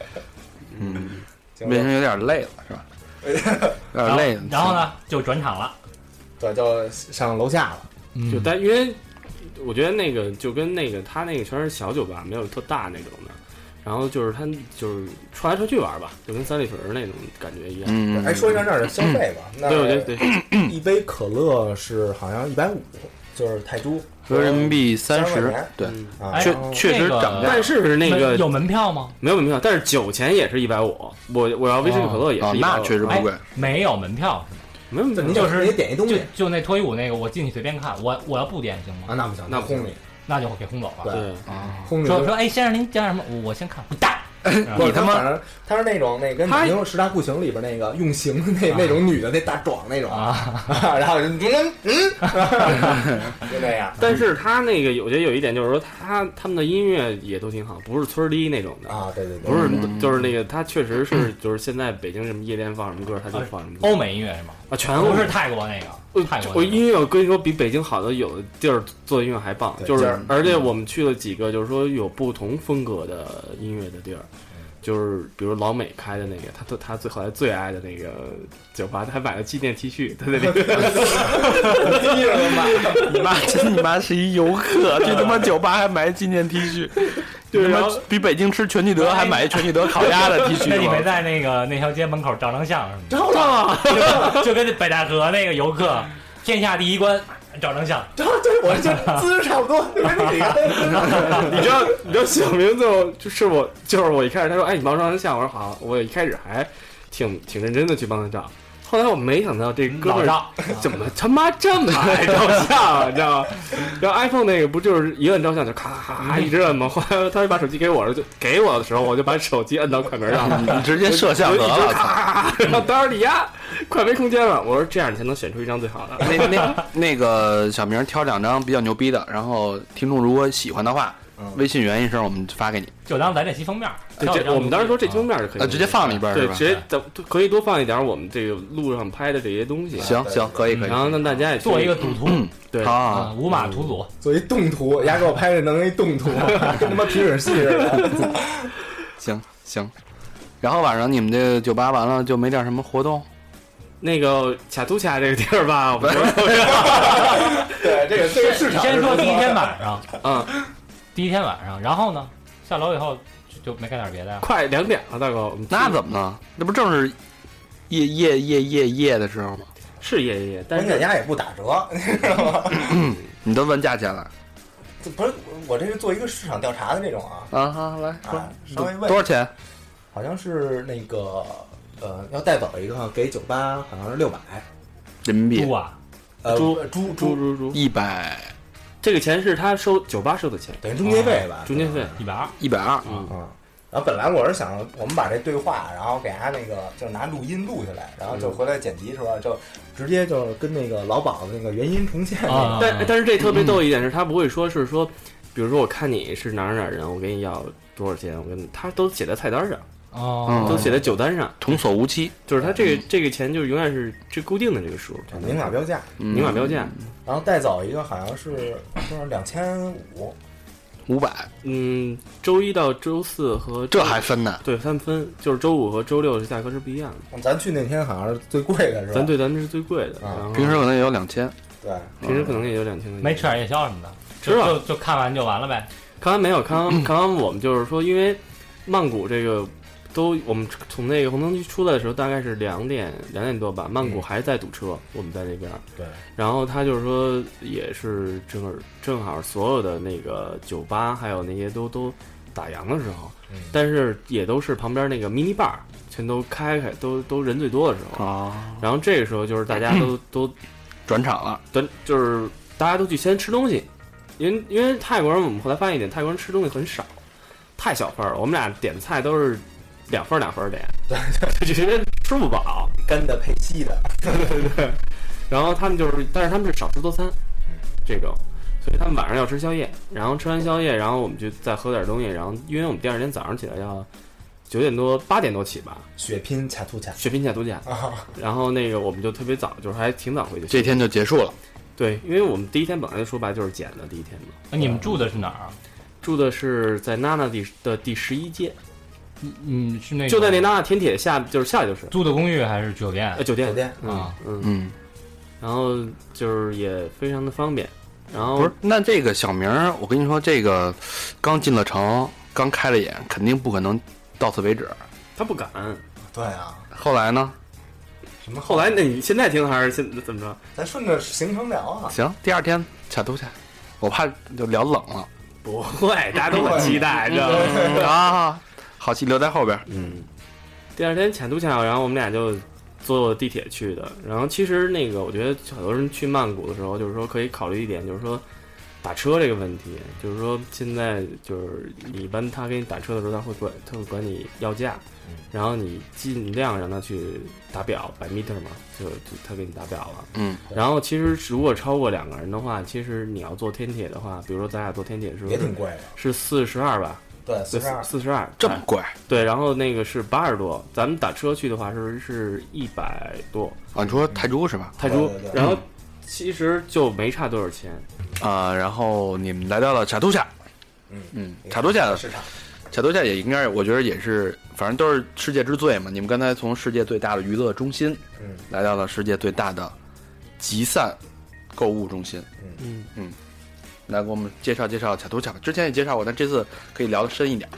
Speaker 1: 嗯，
Speaker 2: 行
Speaker 1: 变
Speaker 2: 吧
Speaker 1: 成有点累了是 吧？有点
Speaker 4: 然后
Speaker 1: 累。
Speaker 4: 然后？呢就转场了，
Speaker 2: 对，就上楼下了。
Speaker 1: 嗯
Speaker 3: 就但因为我觉得那个就跟那个他那个全是小酒吧，没有特大那种的。然后就是他就是串来串去玩吧，就跟三里屯儿那种感觉一样。
Speaker 1: 嗯，
Speaker 2: 哎，说一下那儿的消费 吧。那
Speaker 3: 对，我觉得对，
Speaker 2: 一杯可乐是好像一百五，就是泰铢，
Speaker 1: 合人民币三
Speaker 2: 三十
Speaker 1: 十
Speaker 2: 块钱，
Speaker 1: 对，
Speaker 3: 嗯
Speaker 2: 啊
Speaker 4: 哎，
Speaker 1: 确
Speaker 2: 然后
Speaker 1: 确实
Speaker 4: 那个
Speaker 1: 涨价
Speaker 3: 但是那个
Speaker 4: 有门票吗？
Speaker 3: 没有门票，但是酒钱也是一百五。我我要威士忌可乐也
Speaker 1: 啊
Speaker 3: 是，一百
Speaker 1: 那
Speaker 3: 五，
Speaker 1: 确实不贵。
Speaker 4: 没有门票，
Speaker 3: 没有
Speaker 2: 你
Speaker 3: 门
Speaker 2: 得
Speaker 3: 票。
Speaker 4: 就是
Speaker 2: 你得点一东
Speaker 4: 就
Speaker 2: 西
Speaker 4: 就那脱衣舞那个，我进去随便看，我我要不点行
Speaker 2: 啊，
Speaker 4: 吗？
Speaker 2: 那不行，
Speaker 3: 那不行
Speaker 2: 轰你，
Speaker 4: 那就给轰走了。
Speaker 3: 对，
Speaker 1: 啊
Speaker 2: 轰你就
Speaker 4: 说说，哎，先生您讲什么？我我先看，滚蛋！
Speaker 2: 不是
Speaker 1: 你他妈
Speaker 2: 反正他是那种那跟《
Speaker 3: 他
Speaker 2: 北京十大酷刑》里边那个用刑的那那种女的那大壮那种，
Speaker 4: 啊，
Speaker 2: 然后就嗯 嗯，就那样。
Speaker 3: 但是他那个我觉得有一点就是说他他们的音乐也都挺好，不是村儿里那种的，
Speaker 2: 啊，对对对，
Speaker 3: 不是
Speaker 1: 嗯
Speaker 3: 就是那个他确实是就是现在北京什么夜店放什么歌他就放什么歌
Speaker 4: 欧美音乐是吗？
Speaker 3: 啊，全
Speaker 4: 哦不
Speaker 3: 都
Speaker 4: 是泰国那个，泰国
Speaker 3: 我
Speaker 4: 那个
Speaker 3: 音乐，我跟你说，比北京好的有的地儿做音乐还棒，
Speaker 2: 对
Speaker 3: 就
Speaker 2: 劲
Speaker 3: 是
Speaker 2: 儿
Speaker 3: 而且我们去了几个，就是说有不同风格的音乐的地儿，
Speaker 2: 嗯
Speaker 3: 就是比如老美开的那个，他他他最后来最爱的那个酒吧，他还买了纪念 T 恤，他在 那个
Speaker 2: 低着了嘛。
Speaker 1: 你妈真你妈是一游客，去他妈酒吧还买纪念 T 恤，
Speaker 3: 对
Speaker 1: 他
Speaker 3: 然
Speaker 1: 妈
Speaker 3: 后
Speaker 1: 比北京吃全聚德还买一全聚德烤鸭的 T
Speaker 4: 那
Speaker 1: 恤
Speaker 4: 你没
Speaker 1: 吗？
Speaker 4: 在那个那条街门口照张相是吗？
Speaker 2: 着了，
Speaker 4: 就跟那北戴河那个游客，天下第一关照张相，
Speaker 2: 着了，就是我就姿势差不多，就跟那个。
Speaker 3: 你知道你知道小明最后就是我就是我一开始他说哎你帮我照张相，我说好，我一开始还挺挺认真的去帮他照，后来我没想到这哥们
Speaker 4: 老
Speaker 3: 儿
Speaker 4: 照。
Speaker 3: 怎么他妈这么爱照相，你知道吗？然后 iPhone 那个不就是一摁照相就咔咔咔一直摁吗？后来他就把手机给我了，就给我的时候，我就把手机摁到快门上，
Speaker 1: 你直接摄像
Speaker 3: 我就
Speaker 1: 得
Speaker 3: 一直
Speaker 1: 了，啊操！
Speaker 3: 咔，然后当时你呀，快没空间了，我说这样你才能选出一张最好的。
Speaker 1: 那那那个小明挑两张比较牛逼的，然后听众如果喜欢的话，
Speaker 2: 嗯
Speaker 1: 微信言一声我们发给你。
Speaker 4: 就当咱这期封面儿。
Speaker 3: 对，
Speaker 4: 挑一
Speaker 3: 这
Speaker 4: 张
Speaker 3: 我们当时说这
Speaker 4: 啊
Speaker 3: 封面是可以
Speaker 1: 啊直接放里边儿是
Speaker 3: 对，
Speaker 1: 吧
Speaker 3: 直接咱可以多放一点我们这个路上拍的这些东西。
Speaker 1: 行
Speaker 2: 对
Speaker 1: 行，可以可以
Speaker 4: 嗯
Speaker 3: 然。后让大家也去
Speaker 4: 做一个赌徒
Speaker 3: 对
Speaker 1: 好，好
Speaker 4: 啊，
Speaker 1: 好
Speaker 4: 五马图组，
Speaker 2: 做一动图，丫给我拍的能一动图，跟他妈皮影戏似的。
Speaker 1: 行行。然后晚上你们这个酒吧完了就没点什么活动？
Speaker 3: 那个卡图卡这个地儿吧，我们
Speaker 2: 对，这个这个市
Speaker 4: 你
Speaker 2: 场是啊
Speaker 4: 先
Speaker 2: 不错
Speaker 4: 说
Speaker 2: 的。
Speaker 4: 第一天晚上，
Speaker 3: 嗯，
Speaker 4: 第一天晚上，然后呢，下楼以后就就没干点别的呀。
Speaker 3: 快两点了，大哥，我们
Speaker 1: 那怎么了？那不正是夜夜夜夜夜的时候吗？
Speaker 3: 是爷爷，但
Speaker 2: 关
Speaker 3: 是
Speaker 2: 键丫也不打折， 你知道吗？
Speaker 1: 你都问价钱了
Speaker 2: 这不是我这是做一个市场调查的这种啊，
Speaker 1: 啊？好，来说
Speaker 2: 啊，稍微
Speaker 1: 多
Speaker 2: 问，
Speaker 1: 少钱？
Speaker 2: 好像是那个呃，要带走一个给酒吧，好像是六百。
Speaker 1: 人民币
Speaker 4: 猪啊，
Speaker 2: 呃，
Speaker 3: 猪
Speaker 2: 猪猪，
Speaker 3: 猪猪猪，
Speaker 1: 一百
Speaker 3: 这个钱是他收酒吧收的钱，
Speaker 2: 等于中介费吧？
Speaker 3: 啊中介费。
Speaker 4: 一百二，
Speaker 1: 一百二，
Speaker 3: 嗯，
Speaker 2: 嗯，然后本来我是想，我们把这对话，然后给他那个就是拿录音录下来，然后就
Speaker 3: 嗯
Speaker 2: 回来剪辑的时候就直接就是跟那个老鸨子那个原音重现那个
Speaker 4: 啊
Speaker 3: 但但是这特别逗一点是，他不会说是说，比如说我看你是哪儿哪儿人，我给你要多少钱，我跟你，他都写在菜单上，
Speaker 4: 哦，
Speaker 3: 嗯都写在酒单上，
Speaker 1: 童叟无欺。
Speaker 3: 就是他这个这个钱就是永远是这固定的这个数，
Speaker 2: 明码标价，
Speaker 1: 嗯
Speaker 3: 明码标价。
Speaker 2: 然后带走一个好像是多少两千五，
Speaker 1: 五百，
Speaker 3: 嗯，周一到周四和周
Speaker 1: 这还分呢？
Speaker 3: 对三分，就是周五和周六的价格是不一样的。
Speaker 2: 咱去那天好像是最贵的是吧？
Speaker 3: 咱对咱这是最贵的，
Speaker 2: 啊
Speaker 3: 然后
Speaker 1: 平时可能也有两千。
Speaker 2: 对，
Speaker 3: 平时可能也有两千多。
Speaker 4: 没吃点夜宵什么的，
Speaker 3: 吃了
Speaker 4: 就就就看完就完了呗。
Speaker 3: 看完没 有？看完看完，我们就是说，因为曼谷这个都，我们从那个红灯区出来的时候，大概是两点两点多吧，曼谷还在堵车，我们在那边。
Speaker 2: 嗯对。
Speaker 3: 然后他就是说，也是正好正好所有的那个酒吧还有那些都都打烊的时候，
Speaker 2: 嗯
Speaker 3: 但是也都是旁边那个 mini bar 全都开开，都都人最多的时候。
Speaker 1: 啊，
Speaker 3: 然后这个时候就是大家 都、都
Speaker 1: 转场了，
Speaker 3: 等就是大家都去先吃东西，因为因为泰国人我们后来发现一点，泰国人吃东西很少，太小份儿了。我们俩点的菜都是两份儿两份儿点， 就觉得吃不饱。
Speaker 2: 干的配稀的，
Speaker 3: 然后他们就是，但是他们是少吃多餐，
Speaker 1: 嗯
Speaker 3: 这种，所以他们晚上要吃宵夜，然后吃完宵夜，然后我们就再喝点东西，然后因为我们第二天早上起来要九点多八点多起吧，
Speaker 2: 血拼卡兔卡
Speaker 3: 血拼假度假，
Speaker 2: 啊，
Speaker 3: 然后那个我们就特别早，就是还挺早回去。
Speaker 1: 这天就结束了。
Speaker 3: 对，因为我们第一天本来就说白就是捡的第一天嘛。
Speaker 4: 那你们住的是哪儿啊？
Speaker 3: 住的是在娜娜第的第十一街，
Speaker 4: 嗯，是那种
Speaker 3: 就在那娜娜天铁下，就是下来就是
Speaker 4: 租的公寓还是酒店
Speaker 3: 呃？酒店
Speaker 2: 酒店
Speaker 3: 嗯
Speaker 4: 啊
Speaker 3: 嗯，
Speaker 1: 嗯，
Speaker 3: 然后就是也非常的方便，然
Speaker 1: 不
Speaker 3: 后
Speaker 1: 是，那这个小明儿，我跟你说，这个刚进了城，刚开了眼，肯定不可能到此为止。
Speaker 3: 他不敢。
Speaker 2: 对啊，
Speaker 1: 后来呢？
Speaker 2: 什么
Speaker 3: 后来那你现在听还是现怎么着？
Speaker 2: 咱顺着行程聊啊，
Speaker 1: 行，第二天卡都卡，我怕就聊冷了
Speaker 3: 不会，大家都很期待，知道 吗？
Speaker 1: 啊。好戏留在后边。
Speaker 3: 嗯。第二天卡都卡，然后我们俩就坐地铁去的。然后其实那个，我觉得很多人去曼谷的时候，就是说可以考虑一点，就是说打车这个问题，就是说现在就是你一般他给你打车的时候，他会管他会管你要价，然后你尽量让他去打表百 meter 嘛，就就他给你打表了。
Speaker 1: 嗯，
Speaker 3: 然后其实如果超过两个人的话，其实你要坐天铁的话，比如说咱俩坐天铁是不
Speaker 2: 也
Speaker 3: 是
Speaker 2: 挺贵的，
Speaker 3: 是四十二吧？
Speaker 2: 对，四
Speaker 3: 对
Speaker 2: 十二，
Speaker 3: 四十二
Speaker 1: 这么贵
Speaker 3: 对，然后那个是八十多，咱们打车去的话是是一百多
Speaker 1: 啊？你说泰铢是吧？
Speaker 3: 泰铢
Speaker 2: 对对，对
Speaker 3: 然后其实就没差多少钱。
Speaker 1: 啊、然后你们来到了卡都卡。
Speaker 2: 嗯
Speaker 1: 嗯，卡都卡
Speaker 2: 市场，
Speaker 1: 卡都卡也应该，我觉得也是，反正都是世界之最嘛。你们刚才从世界最大的娱乐中心
Speaker 2: 嗯
Speaker 1: 来到了世界最大的集散购物中心，
Speaker 3: 嗯，
Speaker 1: 来给我们介绍介绍卡都卡吧。之前也介绍过，但这次可以聊得深一点。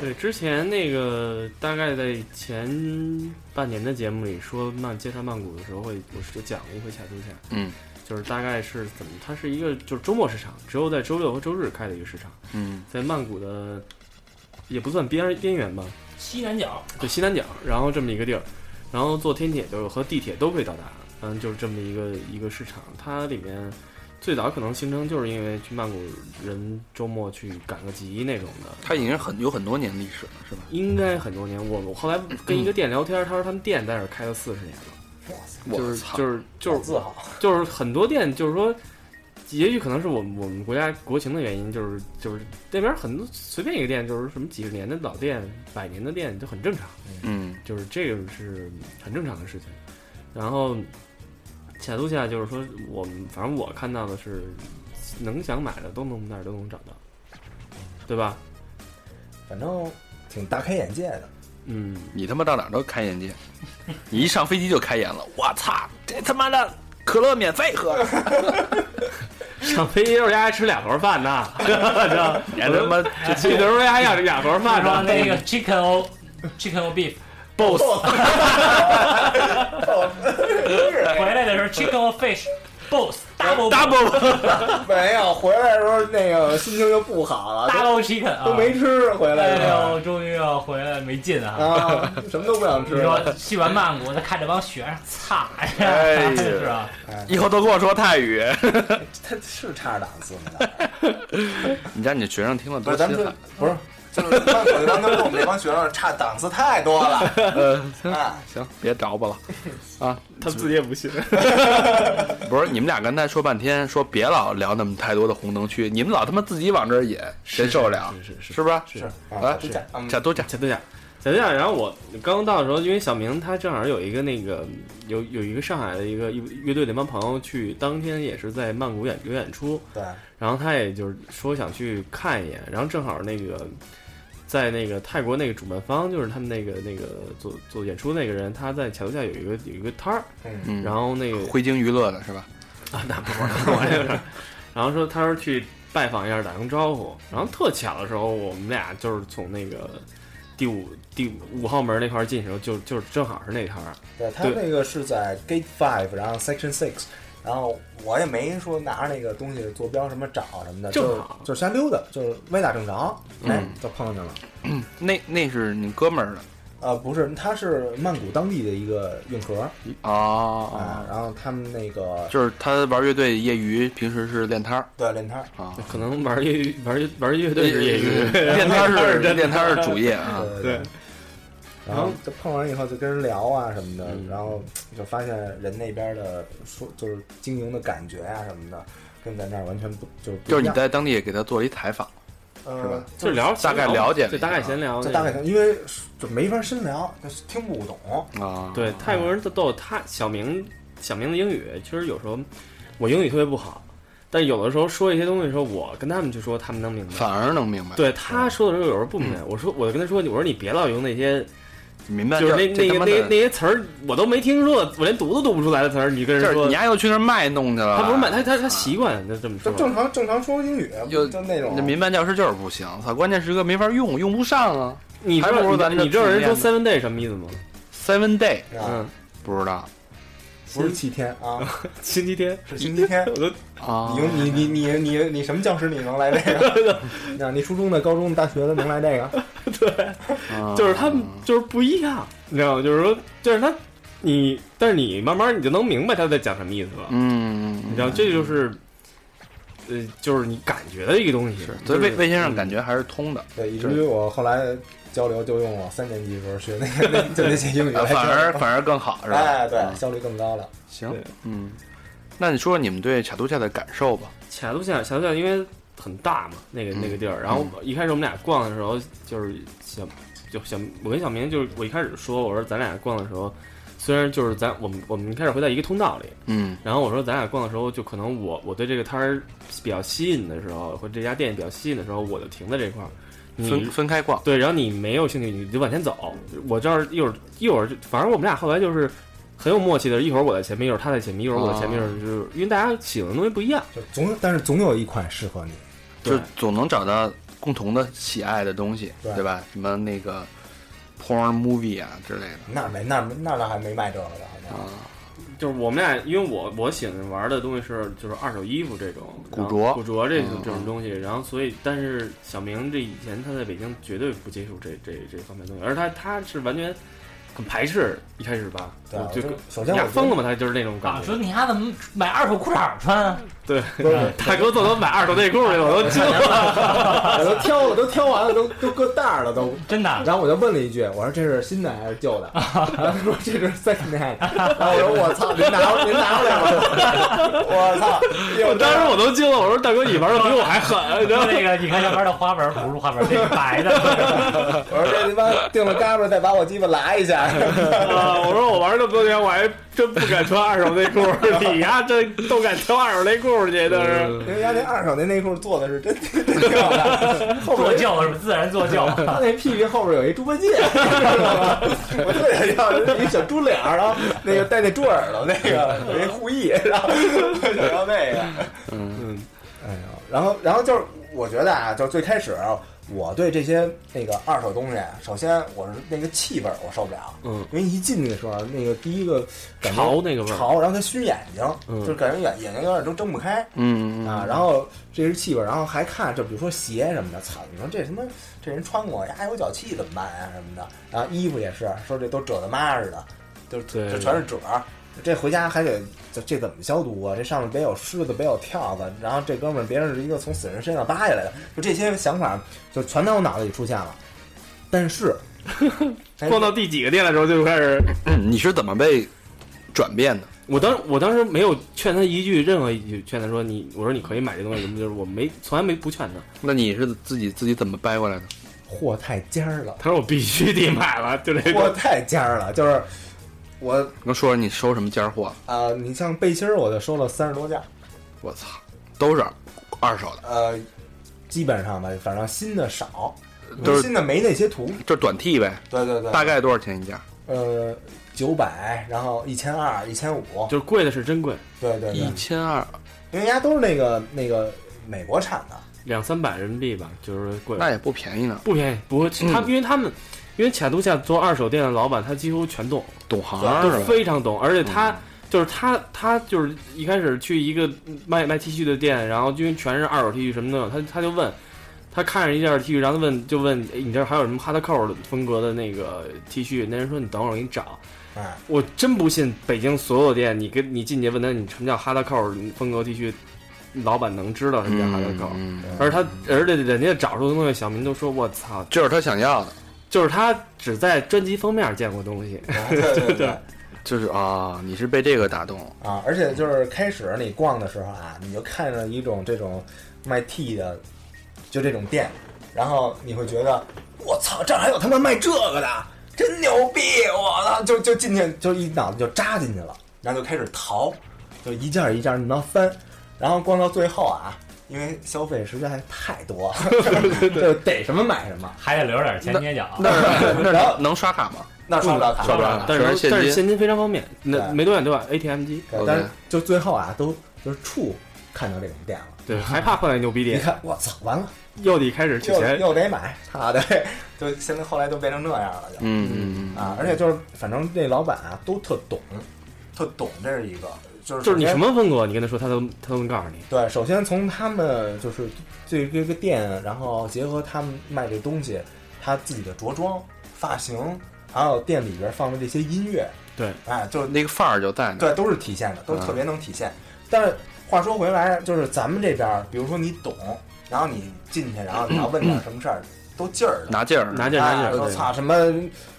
Speaker 3: 对，之前那个大概在前半年的节目里说曼介绍曼谷的时候会，我是讲了一回卡都卡，
Speaker 1: 嗯
Speaker 3: 就是大概是怎么，它是一个就是周末市场，只有在周六和周日开的一个市场，
Speaker 1: 嗯，
Speaker 3: 在曼谷的也不算边边缘吧，
Speaker 4: 西南角
Speaker 3: 对西南角，然后这么一个地儿，然后坐天铁就是和地铁都可以到达，嗯，就是这么一个一个市场。它里面最早可能形成就是因为去曼谷人周末去赶个集那种的，
Speaker 1: 它已经很有很多年历史了，是吧？
Speaker 3: 应该很多年。我我后来跟一个店聊天，他说他们店在这儿开了四十年了，
Speaker 2: 哇塞，
Speaker 3: 就是
Speaker 1: 我操
Speaker 3: 就是就是
Speaker 2: 好自豪，
Speaker 3: 就是很多店，就是说，也许可能是我们我们国家国情的原因，就是就是那边很多随便一个店，就是什么几十年的老店、百年的店就很正常，
Speaker 1: 嗯，
Speaker 3: 就是这个是很正常的事情。然后，卡度下就是说，我们反正我看到的是，能想买的都能那儿都能找到，对吧？
Speaker 2: 反正挺大开眼界的，
Speaker 3: 嗯，
Speaker 1: 你他妈到哪儿都开眼界，你一上飞机就开眼了。我操，这他妈的可乐免费喝，
Speaker 3: 上飞机时候家还吃俩盒饭呢，
Speaker 1: 你还他妈
Speaker 3: 这 去的时候家还要俩盒
Speaker 4: 他
Speaker 3: 饭
Speaker 4: 说
Speaker 3: 呢。
Speaker 4: 那
Speaker 1: 嗯
Speaker 4: 个 chicken o chicken o beef
Speaker 3: boss
Speaker 4: 回来的时候 chicken o fish both double
Speaker 1: double
Speaker 2: 没有回来的时候那个心情就不好了，都
Speaker 4: double chicken 啊
Speaker 2: 都没吃回来的
Speaker 4: 哎
Speaker 2: 时候
Speaker 4: 呦，终于要回来没劲啊！
Speaker 2: 啊，什么都不想
Speaker 4: 你
Speaker 2: 吃了，
Speaker 4: 说去完曼谷，再看这帮学生，擦呀，
Speaker 1: 哎呀
Speaker 4: 是啊，
Speaker 1: 以后都跟我说泰语。
Speaker 2: 他是差点档次的。
Speaker 1: 你让你学生听了
Speaker 2: 不
Speaker 1: 多
Speaker 2: 是，咱
Speaker 1: 心
Speaker 2: 们就
Speaker 1: 寒。
Speaker 2: 不是，就是曼谷那帮跟我们这帮学生差档次太多了。啊，
Speaker 1: 行，别着吧了。
Speaker 3: 他们自己也不信。
Speaker 1: 不是，你们俩刚才说半天，说别老聊那么太多的红灯区，你们老他妈自己往这儿引，谁受得了？
Speaker 3: 是是是
Speaker 1: 是不是？
Speaker 3: 是
Speaker 1: 来
Speaker 2: 是这样，嗯
Speaker 1: 假都假，
Speaker 3: 前对呀，小店儿，然后我刚到的时候，因为小明他正好有一个那个有有一个上海的一个一乐队那帮朋友去，当天也是在曼谷演有演出，
Speaker 2: 对，
Speaker 3: 然后他也就是说想去看一眼，然后正好那个在那个泰国那个主办方，就是他们那个那个做做演出那个人，他在桥下有一个有一个摊儿，
Speaker 2: 嗯，
Speaker 1: 嗯，
Speaker 3: 然后那个
Speaker 1: 汇金娱乐的是吧？
Speaker 3: 啊，那不玩儿，我这 个。 然后说他说去拜访一下，打声招呼。然后特巧的时候，我们俩就是从那个第五第五五号门那块儿进的时候，就就正好是那摊儿。
Speaker 2: 对他
Speaker 3: 对
Speaker 2: 那个是在 Gate Five，然后 Section Six，然后我也没说拿着那个东西坐标什么找什么的，
Speaker 3: 正
Speaker 2: 就
Speaker 3: 好
Speaker 2: 就瞎溜达，就是歪打正着，哎
Speaker 1: 嗯，
Speaker 2: 就碰见了。
Speaker 1: 那那是你哥们儿的
Speaker 2: 呃，不是，他是曼谷当地的一个运河啊，
Speaker 1: 哦，
Speaker 2: 然后他们那个
Speaker 1: 就是他玩乐队业余，平时是练摊儿
Speaker 2: 对练摊儿，
Speaker 1: 啊。
Speaker 3: 可能玩乐玩乐玩乐队是业余，
Speaker 1: 练摊儿是练摊儿是主业啊。
Speaker 2: 对
Speaker 3: 对。
Speaker 2: 然后就碰完以后就跟人聊啊什么的，
Speaker 3: 嗯
Speaker 2: 然后就发现人那边的说就是经营的感觉啊什么的，跟咱这儿完全不就是不
Speaker 1: 就是
Speaker 2: 一
Speaker 1: 你
Speaker 2: 样
Speaker 1: 在当地也给他做了一采访，是吧
Speaker 2: 呃，
Speaker 3: 就聊
Speaker 1: 大概了解了一下啊
Speaker 3: 对，大概闲聊，
Speaker 2: 这大概可能因为就没法深聊，就是听不懂。
Speaker 1: 啊，
Speaker 3: 对泰国人都逗他小明小明的英语，其实有时候我英语特别不好，但有的时候说一些东西的时候，我跟他们去说，他们能明白。
Speaker 1: 反而能明白，
Speaker 3: 对他说的时候，有时候不明
Speaker 1: 嗯
Speaker 3: 白。我说，我跟他说，我说你别老用那些，
Speaker 1: 明白
Speaker 3: 就是那
Speaker 1: 这他
Speaker 3: 那个
Speaker 1: 妈
Speaker 3: 那
Speaker 1: 的，
Speaker 3: 那些词儿，我都没听说，我连读都读不出来的词儿，你跟
Speaker 1: 这
Speaker 3: 人
Speaker 1: 是
Speaker 3: 说
Speaker 1: 你，啊丫又去那儿卖弄去了。
Speaker 3: 他不是慢，他他他习惯就这么
Speaker 2: 就
Speaker 3: 说。
Speaker 2: 正常正常说英语，
Speaker 1: 就
Speaker 2: 就那种
Speaker 1: 那民办教师就是不行，操！关键时刻没法用，用不上啊。
Speaker 3: 你知
Speaker 1: 还不
Speaker 3: 道
Speaker 1: 如咱
Speaker 3: 你
Speaker 1: 这
Speaker 3: 你知道
Speaker 1: 自己
Speaker 3: 人说
Speaker 1: 练
Speaker 3: seven day 什么意思吗？
Speaker 1: Seven day
Speaker 2: 啊，
Speaker 3: 嗯，
Speaker 1: 不知道
Speaker 2: 不是七天啊，
Speaker 3: 星期天，
Speaker 2: 是星期天。
Speaker 3: 我都
Speaker 1: 啊
Speaker 2: 你用你你你你你什么教师你能来这个？ 那你初中的、高中的、大学的能来这个？
Speaker 1: 啊
Speaker 3: 就是他们就是不一样，你知道吗？就是说，就是他你，但是你慢慢你就能明白他在讲什么意思了。
Speaker 1: 嗯，
Speaker 3: 你知道，这就是，呃，就是你感觉的一个东西。
Speaker 1: 所以
Speaker 3: 就是
Speaker 1: 魏魏先生感觉还是通的，
Speaker 2: 对，以至于我后来交流就用我三年级的时候学那个那就那些英语
Speaker 1: 呃
Speaker 2: 来交
Speaker 1: 反
Speaker 2: 流
Speaker 1: 而反而更好是吧？
Speaker 2: 哎
Speaker 1: 嗯
Speaker 2: 对，效率更高了。
Speaker 1: 行
Speaker 3: 对，
Speaker 1: 嗯，那你说说你们对卡杜夏的感受吧？
Speaker 3: 卡路夏，小路夏因为很大嘛，那个
Speaker 1: 嗯
Speaker 3: 那个地儿。然后一开始我们俩逛的时候，就是小就小我跟小明就是我一开始说，我说咱俩逛的时候，虽然就是咱我们我们一开始会在一个通道里，
Speaker 1: 嗯
Speaker 3: 然后我说咱俩逛的时候，就可能我我对这个摊儿比较吸引的时候，或者这家店比较吸引的时候，我就停在这块儿。你
Speaker 1: 分分开逛，
Speaker 3: 对，然后你没有兴趣，你就往前走。我这儿一会儿一会儿就，反正我们俩后来就是很有默契的，一会儿我在前面，一会儿他在前面，一会儿我在前面，
Speaker 1: 哦
Speaker 3: 就是因为大家喜欢的东西不一样。
Speaker 2: 就总有但是总有一款适合你。
Speaker 1: 就总能找到共同的喜爱的东西，
Speaker 2: 对
Speaker 1: 对吧？什么那个 porn movie 啊之类的
Speaker 2: 那没那那那还没卖这个的，好像
Speaker 1: 啊，
Speaker 3: 就是我们俩，因为我我喜欢玩的东西是就是二手衣服这种
Speaker 1: 古
Speaker 3: 然后
Speaker 1: 着
Speaker 3: 古着这种
Speaker 1: 嗯
Speaker 3: 这种东西，然后所以但是小明这以前他在北京绝对不接触这这这方面的东西，而他他是完全很排斥一开始吧，
Speaker 2: 对啊，
Speaker 3: 就
Speaker 2: 就首先
Speaker 3: 俩
Speaker 2: 我
Speaker 3: 疯了嘛，他就是那种感
Speaker 4: 啊，
Speaker 3: 觉
Speaker 4: 说。你丫怎么买二手裤衩穿 啊？
Speaker 1: 嗯
Speaker 2: 不是
Speaker 3: 大哥，都能买二手内裤去了，我都惊了。
Speaker 2: 我都挑，我都挑完了，都都搁袋儿了都。
Speaker 4: 真
Speaker 3: 啊
Speaker 4: 的，
Speaker 2: 然后我就问了一句，我说这是新的还是旧的？然后他说这是 second hand。然后我说我操，您拿您拿回来吧。我操！
Speaker 3: 我当时我都惊了，我说大哥，你玩的比我还狠， 你知道吗？
Speaker 4: 那个你看下边的花纹不是花纹，这是 白的，
Speaker 2: 我说这他妈定了嘎巴，再把我鸡巴拉一下。
Speaker 3: 啊我说我玩这么多年，我还真不敢穿二手内 裤，你呀、这都敢挑二手内裤去，都是。
Speaker 2: 因为家那二手那内裤做的是真真挺好的，后
Speaker 4: 做
Speaker 2: 边
Speaker 4: 旧是吧自然 做旧。
Speaker 2: 他那屁屁后边有一猪八 戒，我特想要一小猪脸儿，然后那个戴那猪耳朵那个有一护翼，然后我想要那个。
Speaker 3: 嗯，
Speaker 2: 哎呦，然后然后就是我觉得啊，就是最开始我对这些那个二手东西，啊首先我是那个气味儿我受不了，
Speaker 3: 嗯，
Speaker 2: 因为一进去的时候，那个第一个感觉
Speaker 3: 潮那个味儿，
Speaker 2: 潮，然后它熏眼睛，
Speaker 3: 嗯
Speaker 2: 就是感觉眼眼睛有点都睁不开
Speaker 1: 嗯嗯
Speaker 2: 啊。然后这是气味儿，然后还看就比如说鞋什么的，操，你说这什么这人穿过呀，有哎脚气怎么办呀什么的，然后衣服也是说这都褶得妈似的，就
Speaker 3: 对
Speaker 2: 这全是褶儿。这回家还得这这怎么消毒啊？这上面别有虱子，别有跳蚤，然后这哥们儿别人是一个从死人身上扒下来的，就这些想法就全在我脑子里出现了。但 是哎
Speaker 3: 逛到第几个店的时候就开始，
Speaker 1: 嗯，你是怎么被转变的？
Speaker 3: 我当我当时没有劝他一句，任何一句劝他说你，我说你可以买这东西，什么就是我没从来没不劝他，
Speaker 1: 那你是自己自己怎么掰过来的？
Speaker 2: 货太尖儿了，
Speaker 3: 他说我必须得买了，就这
Speaker 2: 货
Speaker 3: 个。
Speaker 2: 太尖儿了，就是我
Speaker 1: 跟我说说你收什么尖儿货？
Speaker 2: 啊、你像背心儿，我就收了三十多件儿，
Speaker 1: 我操，都是二手的，
Speaker 2: 呃，基本上吧，反正新的少，
Speaker 1: 都是
Speaker 2: 新的没那些图，
Speaker 1: 就是短 T 呗，
Speaker 2: 对对对，
Speaker 1: 大概多少钱一件？
Speaker 2: 呃九百，然后一千二、一千五，
Speaker 3: 就是贵的是真贵，
Speaker 2: 对对对，
Speaker 1: 一千二，
Speaker 2: 因为人家都是那个那个美国产的，
Speaker 3: 两三百人民币吧，就是贵。
Speaker 1: 那也不便宜呢。
Speaker 3: 不便宜，不会，他因为他们，因为卡度夏做二手店的老板，他几乎全懂，
Speaker 1: 懂行
Speaker 3: 都
Speaker 1: 是吧？嗯
Speaker 3: 非常懂，而且他、就是他，他就是一开始去一个卖卖 T 恤的店，然后因为全是二手 T 恤什么的，他他就问，他看着一件 T 恤，然后他问就问哎你这儿还有什么哈特扣的风格的那个 T 恤？那人说你等会儿我给你找。
Speaker 2: 哎，
Speaker 3: 我真不信北京所有店，你跟你进去问他你什么叫哈特扣风格 T 恤，老板能知道什么叫哈特扣。
Speaker 1: 嗯，嗯
Speaker 3: 而他，而且人家找出的东西，小明都说：“我操，
Speaker 1: 这是他想要的，
Speaker 3: 就是他只在专辑封面见过东西。
Speaker 2: 啊对对对
Speaker 1: 就是啊，你是被这个打动，
Speaker 2: 啊，而且就是开始你逛的时候啊，你就看着一种这种卖 T 的，就这种店，然后你会觉得我操，这儿还有他妈卖这个的，真牛逼！我操，就就进去就一脑子就扎进去了，然后就开始淘，就一件儿一件儿你能翻，然后逛到最后啊。因为消费实在太多， 就是逮什么买什么，
Speaker 4: 还得留着点钱捏脚。
Speaker 1: 那那
Speaker 2: 然后
Speaker 1: 能刷卡吗？
Speaker 2: 那刷不了卡，
Speaker 1: 刷不了卡
Speaker 3: 但
Speaker 1: 全是
Speaker 3: 是
Speaker 1: 现
Speaker 3: 但是
Speaker 1: 金
Speaker 3: 现金非常方便，那
Speaker 2: 对
Speaker 3: 没多远对吧？ATM 机，
Speaker 2: 对
Speaker 1: OK
Speaker 2: 但是就最后啊，都就是处看到这种店了，
Speaker 3: 对，还怕换来牛逼
Speaker 2: 你
Speaker 3: 点，
Speaker 2: 看，我操，完了，
Speaker 3: 又得开始取
Speaker 2: 又
Speaker 3: 钱。
Speaker 2: 又得买，操的，就现在后来都变成这样了，就、
Speaker 1: 嗯嗯嗯，
Speaker 2: 啊，而且就是反正这老板啊都特懂，特懂这是一个，就是
Speaker 3: 就是你
Speaker 2: 首先
Speaker 3: 什么风格，你跟他说，他都他都能告诉你。
Speaker 2: 对，首先从他们就是这这个店，然后结合他们卖这东西，他自己的着装、发型，还有店里边放的这些音乐，
Speaker 3: 对，
Speaker 2: 哎，就是
Speaker 1: 那个范儿就在那儿。
Speaker 2: 对，都是体现的，都
Speaker 1: 嗯
Speaker 2: 特别能体现。但是话说回来，就是咱们这边儿，比如说你懂，然后你进去，然后你要问点什么事儿，都劲儿的。
Speaker 1: 拿劲儿，
Speaker 3: 拿劲儿拿
Speaker 2: 哎，
Speaker 3: 劲
Speaker 2: 我
Speaker 3: 儿，
Speaker 2: 操什么？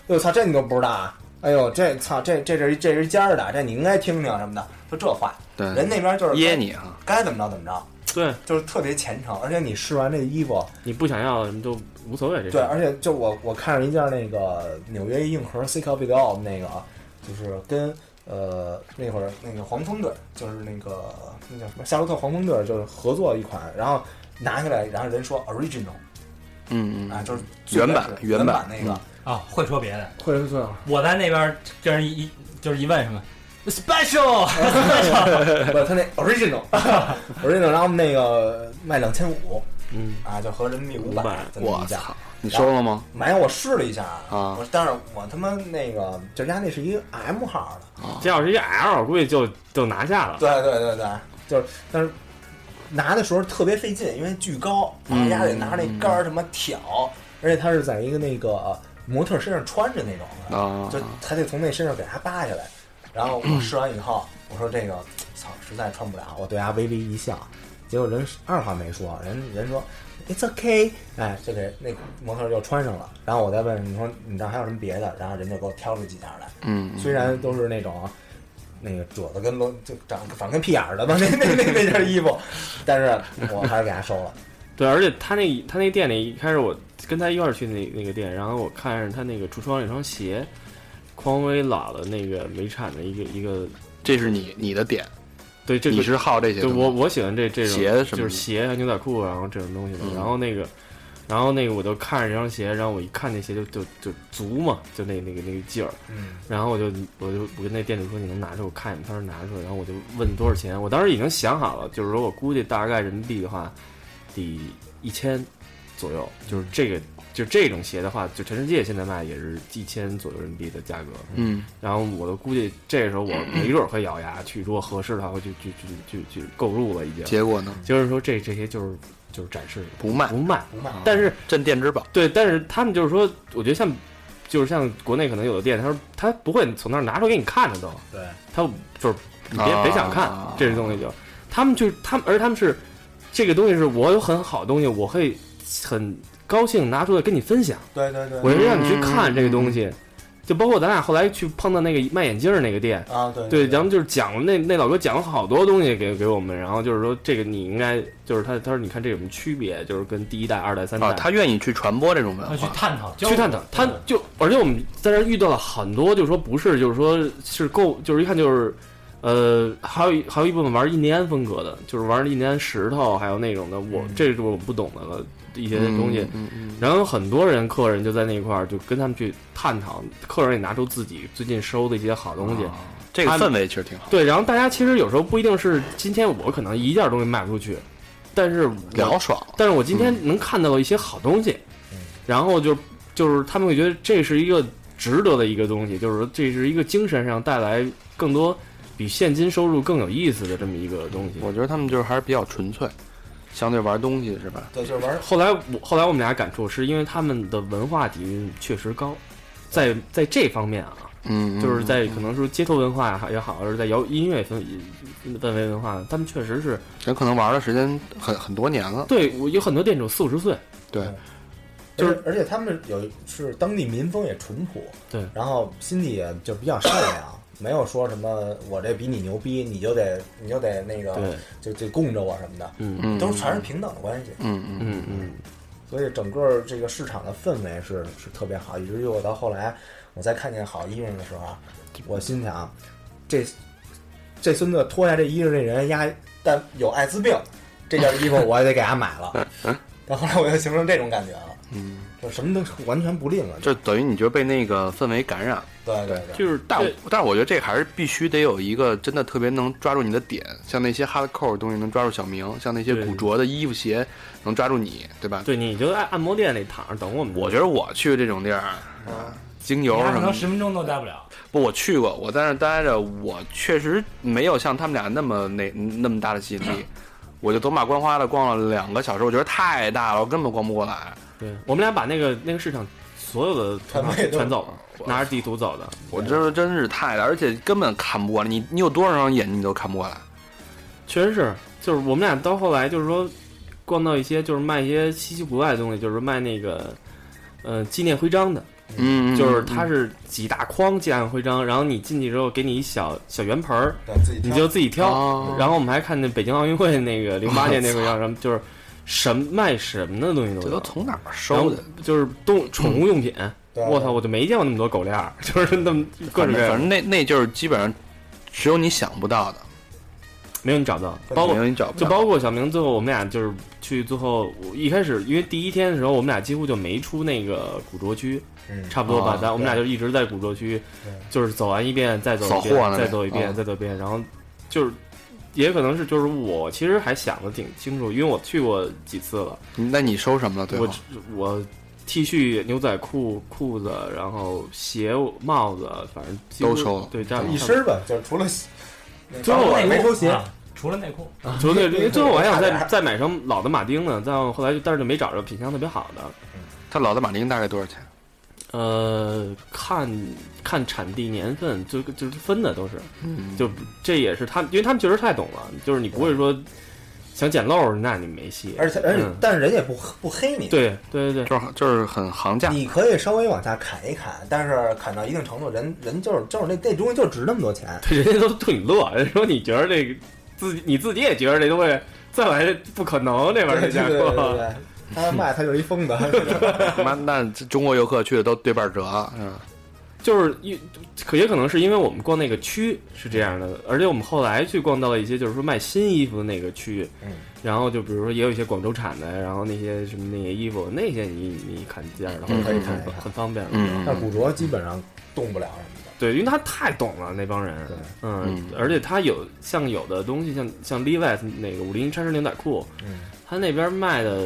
Speaker 2: 我操，这你都不知道啊！哎呦，这操这这是这是尖儿的，这你应该听听什么的，就这话。
Speaker 1: 对，
Speaker 2: 人那边就是
Speaker 1: 嗯噎你啊！
Speaker 2: 该，该怎么着怎么着，
Speaker 3: 对
Speaker 2: 就是特别虔诚。而且你试完这衣服，
Speaker 3: 你不想要的什么都无所谓。这事
Speaker 2: 对，
Speaker 3: 儿
Speaker 2: 而且就我我看上一件那个纽约硬核 C 靠 Big O 那个，啊就是跟呃那会儿那个黄蜂队，就是那个那叫什么夏洛特黄蜂队，就是合作一款，然后拿下来，然后人说 original
Speaker 1: 嗯
Speaker 2: 啊，
Speaker 1: 嗯，
Speaker 2: 就是最
Speaker 1: 原版
Speaker 2: 开始
Speaker 1: 原
Speaker 2: 原
Speaker 1: 版
Speaker 2: 那个，
Speaker 4: 啊，会说别的。
Speaker 2: 会是这样，
Speaker 4: 我在那边就是一就是一问什么 special，
Speaker 2: 不，他那 original original，然后那个卖两千五
Speaker 3: 嗯，
Speaker 2: 啊，就合人民币五
Speaker 3: 五百
Speaker 2: 百，这么
Speaker 1: 我
Speaker 2: 一价。
Speaker 1: 操，你收了吗？
Speaker 2: 没有，我试了一下
Speaker 1: 啊
Speaker 2: 我但是我他妈那个，就人家那是一个 M 号的。
Speaker 3: 这要是一 L，估计就就拿下了。
Speaker 2: 对对对对，就是，但是拿的时候特别费劲，因为巨高，然后丫得拿着那杆儿什么挑，而且他是在一个那个呃模特身上穿着那种的，
Speaker 1: 啊，
Speaker 2: 就还得从那身上给他扒下来。然后我试完以后，我说这个操，实在穿不了，我对他微微一笑。结果人二话没说，人人说 It's okay，哎，就给那模特就穿上了。然后我再问你说你这还有什么别的？然后人就给我挑了几件来。
Speaker 1: 嗯，嗯
Speaker 2: 虽然都是那种那个褶子跟龙就长反正跟屁眼儿的吧，那那那那件衣服，但是我还是给他收了。
Speaker 3: 对，而且他那他那店里一开始我跟他一块儿去那那个店，然后我看着他那个橱窗有双鞋，匡威老的那个美产的一个一个，
Speaker 1: 这是你你的点，
Speaker 3: 对这个
Speaker 1: 你是好这些
Speaker 3: 对
Speaker 1: 东西，
Speaker 3: 我我喜欢这这种
Speaker 1: 鞋什么的
Speaker 3: 就是鞋、啊牛仔裤，然后这种东西嘛。
Speaker 1: 嗯
Speaker 3: 然后那个，然后那个我就看着这双鞋，然后我一看那鞋就就就足嘛，就那那个那个劲儿。
Speaker 2: 嗯，
Speaker 3: 然后我就我就我跟那店主说你能拿出来我看一眼，他说拿出来，然后我就问多少钱。我当时已经想好了，就是说我估计大概人民币的话得一千左右，就是这个就这种鞋的话，就全世界现在卖也是一千左右人民币的价格。
Speaker 1: 嗯，
Speaker 3: 然后我就估计这个时 候我没准儿会咬牙去，如果合适的话会去去去去去购入了已经。
Speaker 1: 结果呢
Speaker 3: 就是说这这些就是就是展示
Speaker 1: 不卖
Speaker 3: 不，卖，
Speaker 2: 不卖。
Speaker 3: 但是
Speaker 1: 镇店之宝，
Speaker 3: 对，但是他们就是说，我觉得像就是像国内可能有的店，他说他不会从那儿拿出来给你看着都，
Speaker 2: 对，
Speaker 3: 他就是你别、
Speaker 1: 啊
Speaker 3: 别想看这些东西就，他们就是他们，而他们是这个东西是我有很好的东西，我会很高兴拿出来跟你分享，
Speaker 2: 对对对，
Speaker 3: 我是让你去看这个东西。就包括咱俩后来去碰到那个卖眼镜儿那个店，
Speaker 2: 啊，对
Speaker 3: 对，咱们就是讲了那那老哥讲了好多东西给给我们，然后就是说这个你应该就是他他说你看这有什么区别，就是跟第一代、二代、三代。
Speaker 1: 啊，他愿意去传播这种文
Speaker 4: 要去
Speaker 1: 化，
Speaker 4: 探讨，交
Speaker 3: 去
Speaker 4: 流
Speaker 3: 探讨，他就而且我们在这儿遇到了很多，就是说不是，就是说是够，就是一看就是，呃，还有一还有一部分玩印第安风格的，就是玩印第安石头，还有那种的，我这是我不懂的了一些东西。
Speaker 1: 嗯嗯
Speaker 3: 然后很多人客人就在那一块儿就跟他们去探讨，客人也拿出自己最近收的一些好东西，
Speaker 1: 嗯这个氛围其实挺好，
Speaker 3: 对，然后大家其实有时候不一定是今天我可能一件东西卖不出去，但是我
Speaker 1: 聊爽。
Speaker 3: 但是我今天能看到一些好东西，然后就就是他们会觉得这是一个值得的一个东西，就是说这是一个精神上带来更多比现金收入更有意思的这么一个东西。
Speaker 1: 我觉得他们就是还是比较纯粹，相对玩东西是吧？
Speaker 2: 对，就是玩
Speaker 3: 后来我后来我们俩感触是因为他们的文化底蕴确实高，在在这方面啊，
Speaker 1: 嗯，
Speaker 3: 就是在可能是街头文化也好，还是在摇音乐氛氛围文化，他们确实是
Speaker 1: 人可能玩的时间很很多年了，
Speaker 3: 对我有很多店主四五十岁，
Speaker 1: 对，
Speaker 3: 就是
Speaker 2: 而且他们有是当地民风也淳朴，
Speaker 3: 对
Speaker 2: 然后心地也就比较善良，没有说什么我这比你牛逼，你就得你就得那个
Speaker 3: 对，
Speaker 2: 就就供着我什么的，
Speaker 3: 嗯
Speaker 1: 嗯，
Speaker 2: 都全是平等的关系，
Speaker 1: 嗯嗯
Speaker 3: 嗯嗯，
Speaker 2: 所以整个这个市场的氛围是是特别好，以至于我到后来我再看见好衣裳的时候啊，我心想这这孙子脱下这衣裳这人丫但有艾滋病，这件衣服我也得给他买 了，但后来我就形成这种感觉了。
Speaker 1: 嗯，
Speaker 2: 就什么都完全不吝了，
Speaker 1: 就等于你就被那个氛围感染。
Speaker 2: 对对对，
Speaker 1: 就是，但
Speaker 3: 对
Speaker 1: 但是我觉得这还是必须得有一个真的特别能抓住你的点，像那些哈的扣的东西能抓住小明，像那些
Speaker 3: 对
Speaker 1: 古着的衣服鞋能抓住你，对吧？
Speaker 3: 对，你就在按摩店里躺着等我们。
Speaker 1: 我觉得我去这种地儿，啊精油
Speaker 4: 你还
Speaker 1: 什
Speaker 4: 可
Speaker 1: 么
Speaker 4: 能
Speaker 1: 的，
Speaker 4: 十分钟都待不了，
Speaker 1: 不，我去过，我在那儿待着，我确实没有像他们俩那么那那么大的吸引力，我就走马观花的逛了两个小时，我觉得太大了，我根本逛不过来。
Speaker 3: 对，我们俩把那个那个市场所有的啊
Speaker 2: 全部
Speaker 3: 全
Speaker 2: 都
Speaker 3: 全走了，拿着地图走的。
Speaker 1: 我这是真是太大，而且根本看不过来，你你有多少双眼睛你都看不过来。
Speaker 3: 确实是，就是我们俩到后来就是说，逛到一些就是卖一些稀奇古怪的东西，就是卖那个呃纪念徽章的，
Speaker 1: 嗯，
Speaker 3: 就是
Speaker 1: 嗯
Speaker 3: 它是几大筐纪念徽章，然后你进去之后给你一小小圆盆儿，
Speaker 2: 对自己
Speaker 3: 你
Speaker 2: 挑
Speaker 3: 就自己挑。
Speaker 1: 哦
Speaker 3: 然后我们还看见北京奥运会那个零八年那个叫什么，就是什么卖什么的东西都
Speaker 1: 这
Speaker 3: 有。
Speaker 1: 都从哪儿
Speaker 3: 然
Speaker 1: 收
Speaker 3: 后
Speaker 1: 的？
Speaker 3: 就是动宠物用品，
Speaker 1: 嗯
Speaker 2: 对
Speaker 3: 我操，我就没见过那么多狗链儿， 就是那么各
Speaker 1: 反
Speaker 3: 种
Speaker 1: 正
Speaker 3: 各
Speaker 1: 反
Speaker 3: 样
Speaker 1: 正
Speaker 3: 的，
Speaker 1: 那那就是基本上只有你想不到的，
Speaker 3: 没有你找到，包括
Speaker 1: 没有你找不
Speaker 3: 就
Speaker 1: 到。
Speaker 3: 包括小明，最后我们俩就是去最后，我一开始因为第一天的时候，我们俩几乎就没出那个古着区，
Speaker 2: 嗯，
Speaker 3: 差不多吧，
Speaker 1: 哦
Speaker 3: 咱我们俩就一直在古着区，
Speaker 2: 对
Speaker 3: 就是走完一遍再走一
Speaker 1: 扫货
Speaker 3: 遍，
Speaker 1: 呢
Speaker 3: 再走一遍，
Speaker 1: 嗯
Speaker 3: 再走一遍，然后就是也可能是就是我其实还想的挺清楚，因为我去过几次了，
Speaker 1: 那你收什么了？对
Speaker 3: 我
Speaker 1: 吧？
Speaker 3: 我 T 恤、牛仔裤、裤子，然后鞋、帽子，反正几乎
Speaker 1: 都收了
Speaker 3: 对，这样
Speaker 2: 一 身吧，就是除了
Speaker 3: 最后我
Speaker 2: 也没
Speaker 4: 内
Speaker 2: 收
Speaker 4: 裤
Speaker 2: 鞋，
Speaker 4: 啊除了内裤，
Speaker 3: 就对，因为最后我还想
Speaker 2: 差点
Speaker 3: 再
Speaker 2: 儿
Speaker 3: 再买双老的马丁呢，但后来就但是就没找着品相特别好的。
Speaker 1: 他老的马丁大概多少钱？
Speaker 3: 呃，看看产地年份，就就是分的都是，
Speaker 1: 嗯
Speaker 3: 就这也是他们，因为他们确实太懂了，就是你不会说想捡漏儿，那你没戏。
Speaker 2: 而且而且
Speaker 3: 嗯，
Speaker 2: 但是人也不不黑你，
Speaker 3: 对对对对，
Speaker 1: 就是就是很行价。
Speaker 2: 你可以稍微往下砍一砍，但是砍到一定程度，人人就是就是那那东西就值那么多钱，
Speaker 3: 对人家都对你乐，人家说你觉得这个自己你自己也觉得这东西再玩意儿不可能，这玩意儿
Speaker 2: 对对
Speaker 3: 价
Speaker 2: 对
Speaker 3: 格。
Speaker 2: 对，他卖他就是一疯子，
Speaker 1: 妈，那这中国游客去的都对半折，嗯，
Speaker 3: 就是一可也可能是因为我们逛那个区是这样的，而且我们后来去逛到了一些就是说卖新衣服的那个区，
Speaker 2: 嗯，
Speaker 3: 然后就比如说也有一些广州产的，然后那些什么那些衣服，那些你你砍价的话，
Speaker 1: 嗯
Speaker 3: 很
Speaker 1: 可以
Speaker 2: 看一
Speaker 3: 很
Speaker 2: 看
Speaker 3: 很方便了。
Speaker 1: 嗯
Speaker 2: 但古着基本上动不了什么的。
Speaker 3: 对，因为他太懂了那帮人
Speaker 2: 对，
Speaker 3: 嗯
Speaker 1: 嗯，
Speaker 3: 而且他有像有的东西，像像 Levi's 那个五零穿身牛仔裤，
Speaker 2: 嗯，
Speaker 3: 他那边卖的，呃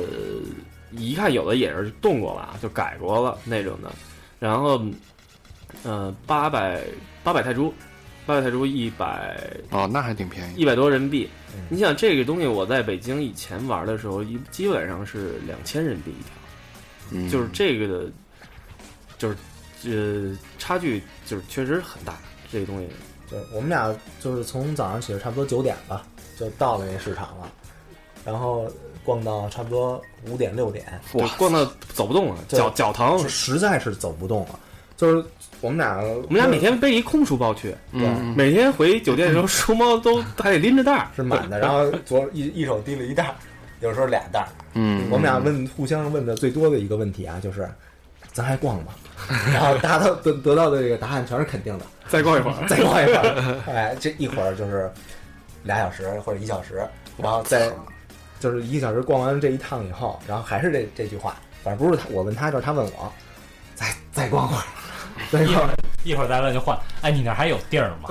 Speaker 3: 一看有的也是动过了，啊就改过了那种的。然后，呃，八百八百泰铢，八百泰铢一百
Speaker 1: 哦，那还挺便宜。
Speaker 3: 一百多人民币。
Speaker 2: 嗯
Speaker 3: 你想这个东西，我在北京以前玩的时候，一基本上是两千人民币一条。
Speaker 1: 嗯，
Speaker 3: 就是这个的，就是呃，差距就是确实很大。这个东西，
Speaker 2: 就是我们俩就是从早上起来差不多九点吧，就到了那市场了，然后逛到差不多五点六点，
Speaker 3: 就
Speaker 1: 哇，
Speaker 3: 逛到走不动了，
Speaker 2: 对
Speaker 3: 脚脚疼
Speaker 2: 就。实在是走不动了，就是我们俩，
Speaker 3: 我们俩每天背一空书包去，
Speaker 1: 嗯，
Speaker 3: 每天回酒店的时候，书包都还得拎着袋儿。
Speaker 2: 是满的，然后左一一手提了一袋儿，有时候俩袋儿。
Speaker 1: 嗯，
Speaker 2: 我们俩问互相问的最多的一个问题啊，就是咱还逛吗？然后达到得得到的这个答案全是肯定的，
Speaker 3: 再逛一会儿，
Speaker 2: 再逛一会儿，哎，这一会儿就是俩小时或者一小时，然后再就是一小时逛完这一趟以后，然后还是这这句话，反正不是他我问他，就是他问我，再再逛会儿，再 逛会儿，
Speaker 4: 一会儿再问就换。哎，你那儿还有地儿 吗？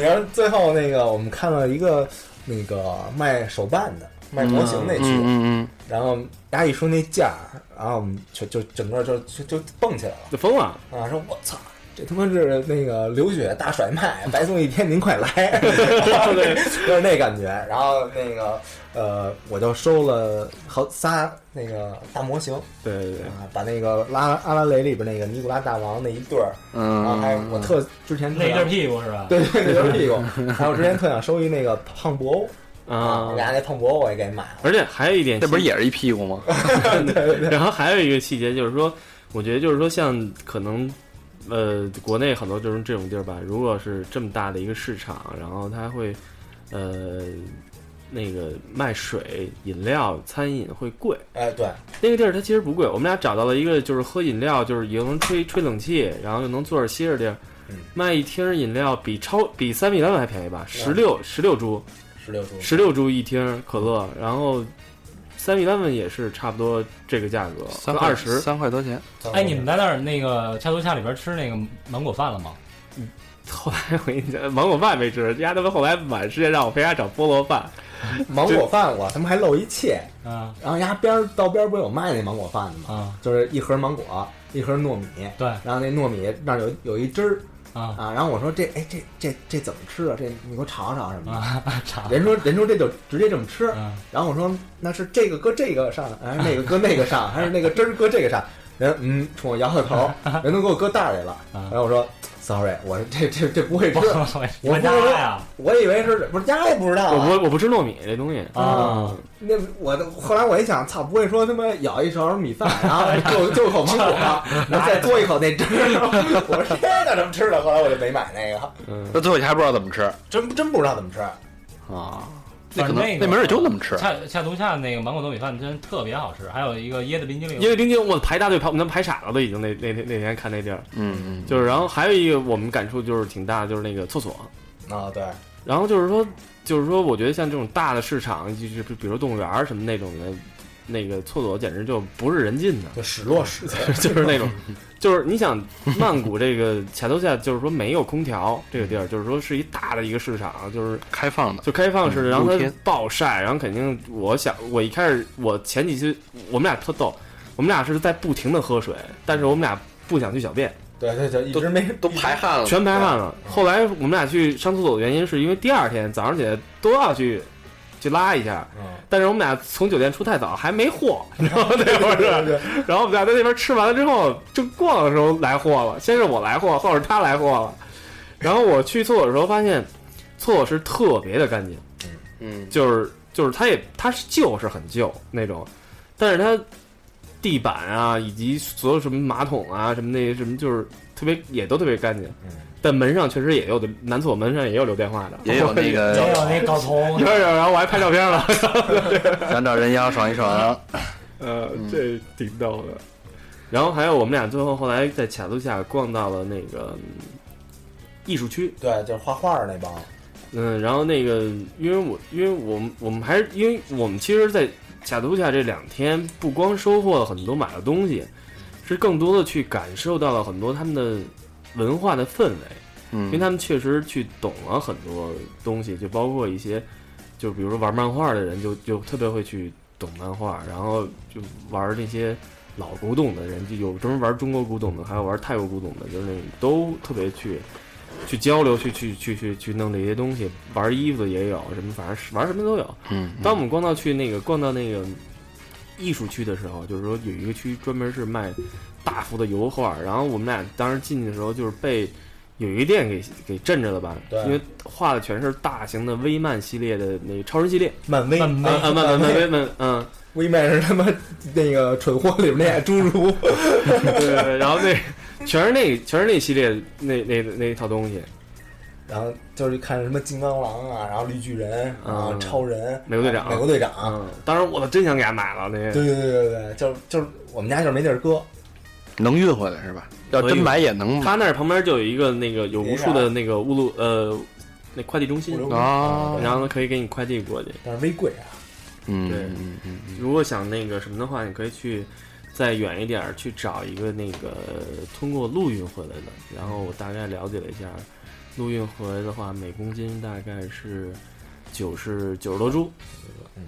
Speaker 2: 然后最后那个我们看到一个那个卖手办的。卖模型那区，
Speaker 1: 嗯嗯
Speaker 2: 然后大家一说那价儿，然后我们就就整个就就就蹦起来了。
Speaker 3: 就疯了。
Speaker 2: 啊，说我操，这他妈是那个流血大甩卖，白送一天，您快 来，就是那感觉。然后那个呃，我就收了好仨那个大模型
Speaker 3: 对对对，
Speaker 2: 啊，把那个拉阿拉蕾里边那个尼古拉大王那一对儿，然后
Speaker 1: 嗯，
Speaker 2: 还有我特之前特
Speaker 4: 那一
Speaker 2: 想
Speaker 4: 阵屁股是 吧？
Speaker 2: 对对对屁股，还有之前特想收一那个胖博欧
Speaker 3: 啊
Speaker 2: 我，家那胖博欧我也给买了，
Speaker 3: 而且还有一点，
Speaker 1: 嗯那不是也是一屁股吗？
Speaker 3: 然后还有一个细节就是说，我觉得就是说，像可能，呃，国内很多就是这种地儿吧，如果是这么大的一个市场，然后它会，呃，那个卖水、饮料、餐饮会贵。
Speaker 2: 哎对，
Speaker 3: 那个地儿它其实不贵，我们俩找到了一个就是喝饮料，就是也能吹吹冷气，然后又能坐着歇着地儿
Speaker 2: 嗯。
Speaker 3: 卖一听饮料比超比三米兰还便宜吧，十六十六铢，
Speaker 2: 十六出，
Speaker 3: 十六铢一听可乐，然后三米兰也是差不多这个价格，
Speaker 1: 三
Speaker 3: 二十
Speaker 1: 三块多钱，
Speaker 4: 哎，你们在那儿那个恰图恰里边吃那个芒果饭了吗？
Speaker 3: 后来我跟你讲，芒果饭没吃，丫他妈后来满世界让我陪丫找菠萝饭，
Speaker 2: 芒果饭我他妈还漏一切，
Speaker 4: 啊
Speaker 2: 然后人家边儿道边儿不是有卖那芒果饭的吗？
Speaker 4: 啊，
Speaker 2: 就是一盒芒果，一盒糯米，
Speaker 4: 对
Speaker 2: 然后那糯米那儿有有一汁儿
Speaker 4: 啊
Speaker 2: 啊，然后我说这哎这这这怎么吃啊？这你给我尝尝什么的。
Speaker 4: 啊， 查
Speaker 2: 人说人说这就直接这么吃，
Speaker 4: 啊
Speaker 2: 然后我说那是这个搁这个上，还是那个搁那个 上，还是那个汁儿搁这个上？人嗯冲我摇摇 头，人都给我搁袋儿里了。
Speaker 4: 啊
Speaker 2: 然后我说 sorry，我这这这不 会吃，
Speaker 4: 我家呀
Speaker 2: 我以为是不是家也不知道、啊。
Speaker 3: 我不我不吃糯米这东西，
Speaker 4: 啊，
Speaker 2: 那我的后来我一想，操，不会说他妈舀一勺米饭，然后就就口芒果，然后再嘬一口那汁儿。 我说这个怎么吃的？后来我就没买那个，
Speaker 3: 嗯，
Speaker 1: 那最后你还不知道怎么吃
Speaker 2: 真真不知道怎么吃。
Speaker 1: 啊？那
Speaker 4: 反
Speaker 1: 可
Speaker 4: 正
Speaker 1: 能
Speaker 4: 那
Speaker 1: 那没准就那么吃，
Speaker 4: 恰恰图恰那个芒果糯米饭真特别好吃，还有一个椰子冰激凌，
Speaker 3: 因为冰激凌我排大队排我们排傻了都已经那那天那天看那地儿，
Speaker 1: 嗯嗯，
Speaker 3: 就是然后还有一个我们感触就是挺大的，就是那个厕所，
Speaker 2: 啊，对，
Speaker 3: 然后就是说就是说我觉得像这种大的市场，就是比如动物园儿什么那种的，那个厕所简直就不是人进的，
Speaker 2: 就始落实在。
Speaker 3: 就是那种，就是你想曼谷这个卡头下，就是说没有空调这个地儿，就是说是一大的一个市场，就是
Speaker 1: 开放的，
Speaker 3: 就开放式的，然后
Speaker 1: 嗯露
Speaker 3: 它
Speaker 1: 天
Speaker 3: 暴晒，然后肯定我想我一开始我前几期我们俩特逗，我们俩是在不停的喝水，但是我们俩不想去小便，
Speaker 2: 对对对，一直没
Speaker 1: 都排汗了，
Speaker 3: 全排汗了。后来我们俩去上厕所的原因是因为第二天早上起来都要去去拉一下，
Speaker 2: 嗯，
Speaker 3: 但是我们俩从酒店出太早，还没货，你知道吗？ 那会
Speaker 2: 对
Speaker 3: 儿是
Speaker 2: 啊对。对，
Speaker 3: 然后我们俩在那边吃完了之后，就逛的时候来货了，先是我来货，后是他来货了。然后我去厕所的时候发现，厕所是特别的干净，
Speaker 1: 嗯，
Speaker 3: 就是就是它也它是旧是很旧那种，但是它地板啊以及所有什么马桶啊什么那些什么就是特别也都特别干净
Speaker 2: 嗯，
Speaker 3: 但门上确实也有的男厕所门上也有留电话的，
Speaker 1: 也有那
Speaker 4: 也
Speaker 1: 个
Speaker 4: 有那搞
Speaker 3: 有
Speaker 4: 头
Speaker 3: 有，有， 然后我还拍照片了，
Speaker 1: 咱找人妖爽一爽，
Speaker 3: 呃
Speaker 1: 嗯
Speaker 3: 这挺逗的。然后还有我们俩最后后来在卡路下逛到了那个嗯艺术区，
Speaker 2: 对，就是画画那帮，
Speaker 3: 嗯，然后那个，因为我因为我们我们还是因为我们其实，在卡图恰这两天，不光收获了很多买的东西，是更多的去感受到了很多他们的文化的氛围，因为
Speaker 1: 嗯，
Speaker 3: 他们确实去懂了很多东西，就包括一些，就比如说玩漫画的人就，就特别会去懂漫画，然后就玩那些老古董的人，就有专门玩中国古董的，还有玩泰国古董的，就是那种都特别去去交流，去去去去去弄这些东西，玩衣服的也有，什么反正是玩什么都有。
Speaker 1: 嗯，
Speaker 3: 当我们逛到去那个逛到那个艺术区的时候，就是说有一个区专门是卖大幅的油画，然后我们俩当时进去的时候就是被有一个店给给震着了吧，
Speaker 2: 对
Speaker 3: 因为画的全是大型的微漫系列的那个超人系列，
Speaker 2: 漫威，
Speaker 4: 漫 威
Speaker 3: 啊啊漫漫漫威漫嗯，
Speaker 2: 我一妹是他妈那个蠢货里面那 个侏儒，
Speaker 3: 对，然后那全是那全是那系列那那那一套东西，
Speaker 2: 然后就是看什么金刚狼啊，然后绿巨人啊
Speaker 3: 嗯，
Speaker 2: 超人，
Speaker 3: 美国队长
Speaker 2: 美国队长，啊
Speaker 3: 嗯，当时我真想给他买了那个，
Speaker 2: 对对对对对，就是就是我们家就是没地儿搁，
Speaker 1: 能运回来是吧？要
Speaker 3: 可
Speaker 1: 真
Speaker 3: 以
Speaker 1: 买也能买
Speaker 3: 他那儿旁边就有一个那个有无数的那个物路呃那快递中心
Speaker 2: 物，流
Speaker 1: 啊
Speaker 2: 对
Speaker 3: 然后可以给你快递过去。
Speaker 2: 但是微贵啊，
Speaker 1: 嗯
Speaker 3: 对
Speaker 1: 嗯嗯嗯，
Speaker 3: 如果想那个什么的话，你可以去再远一点儿去找一个那个通过陆运回来的。然后我大概了解了一下，陆运回来的话，每公斤大概是九十九十多株，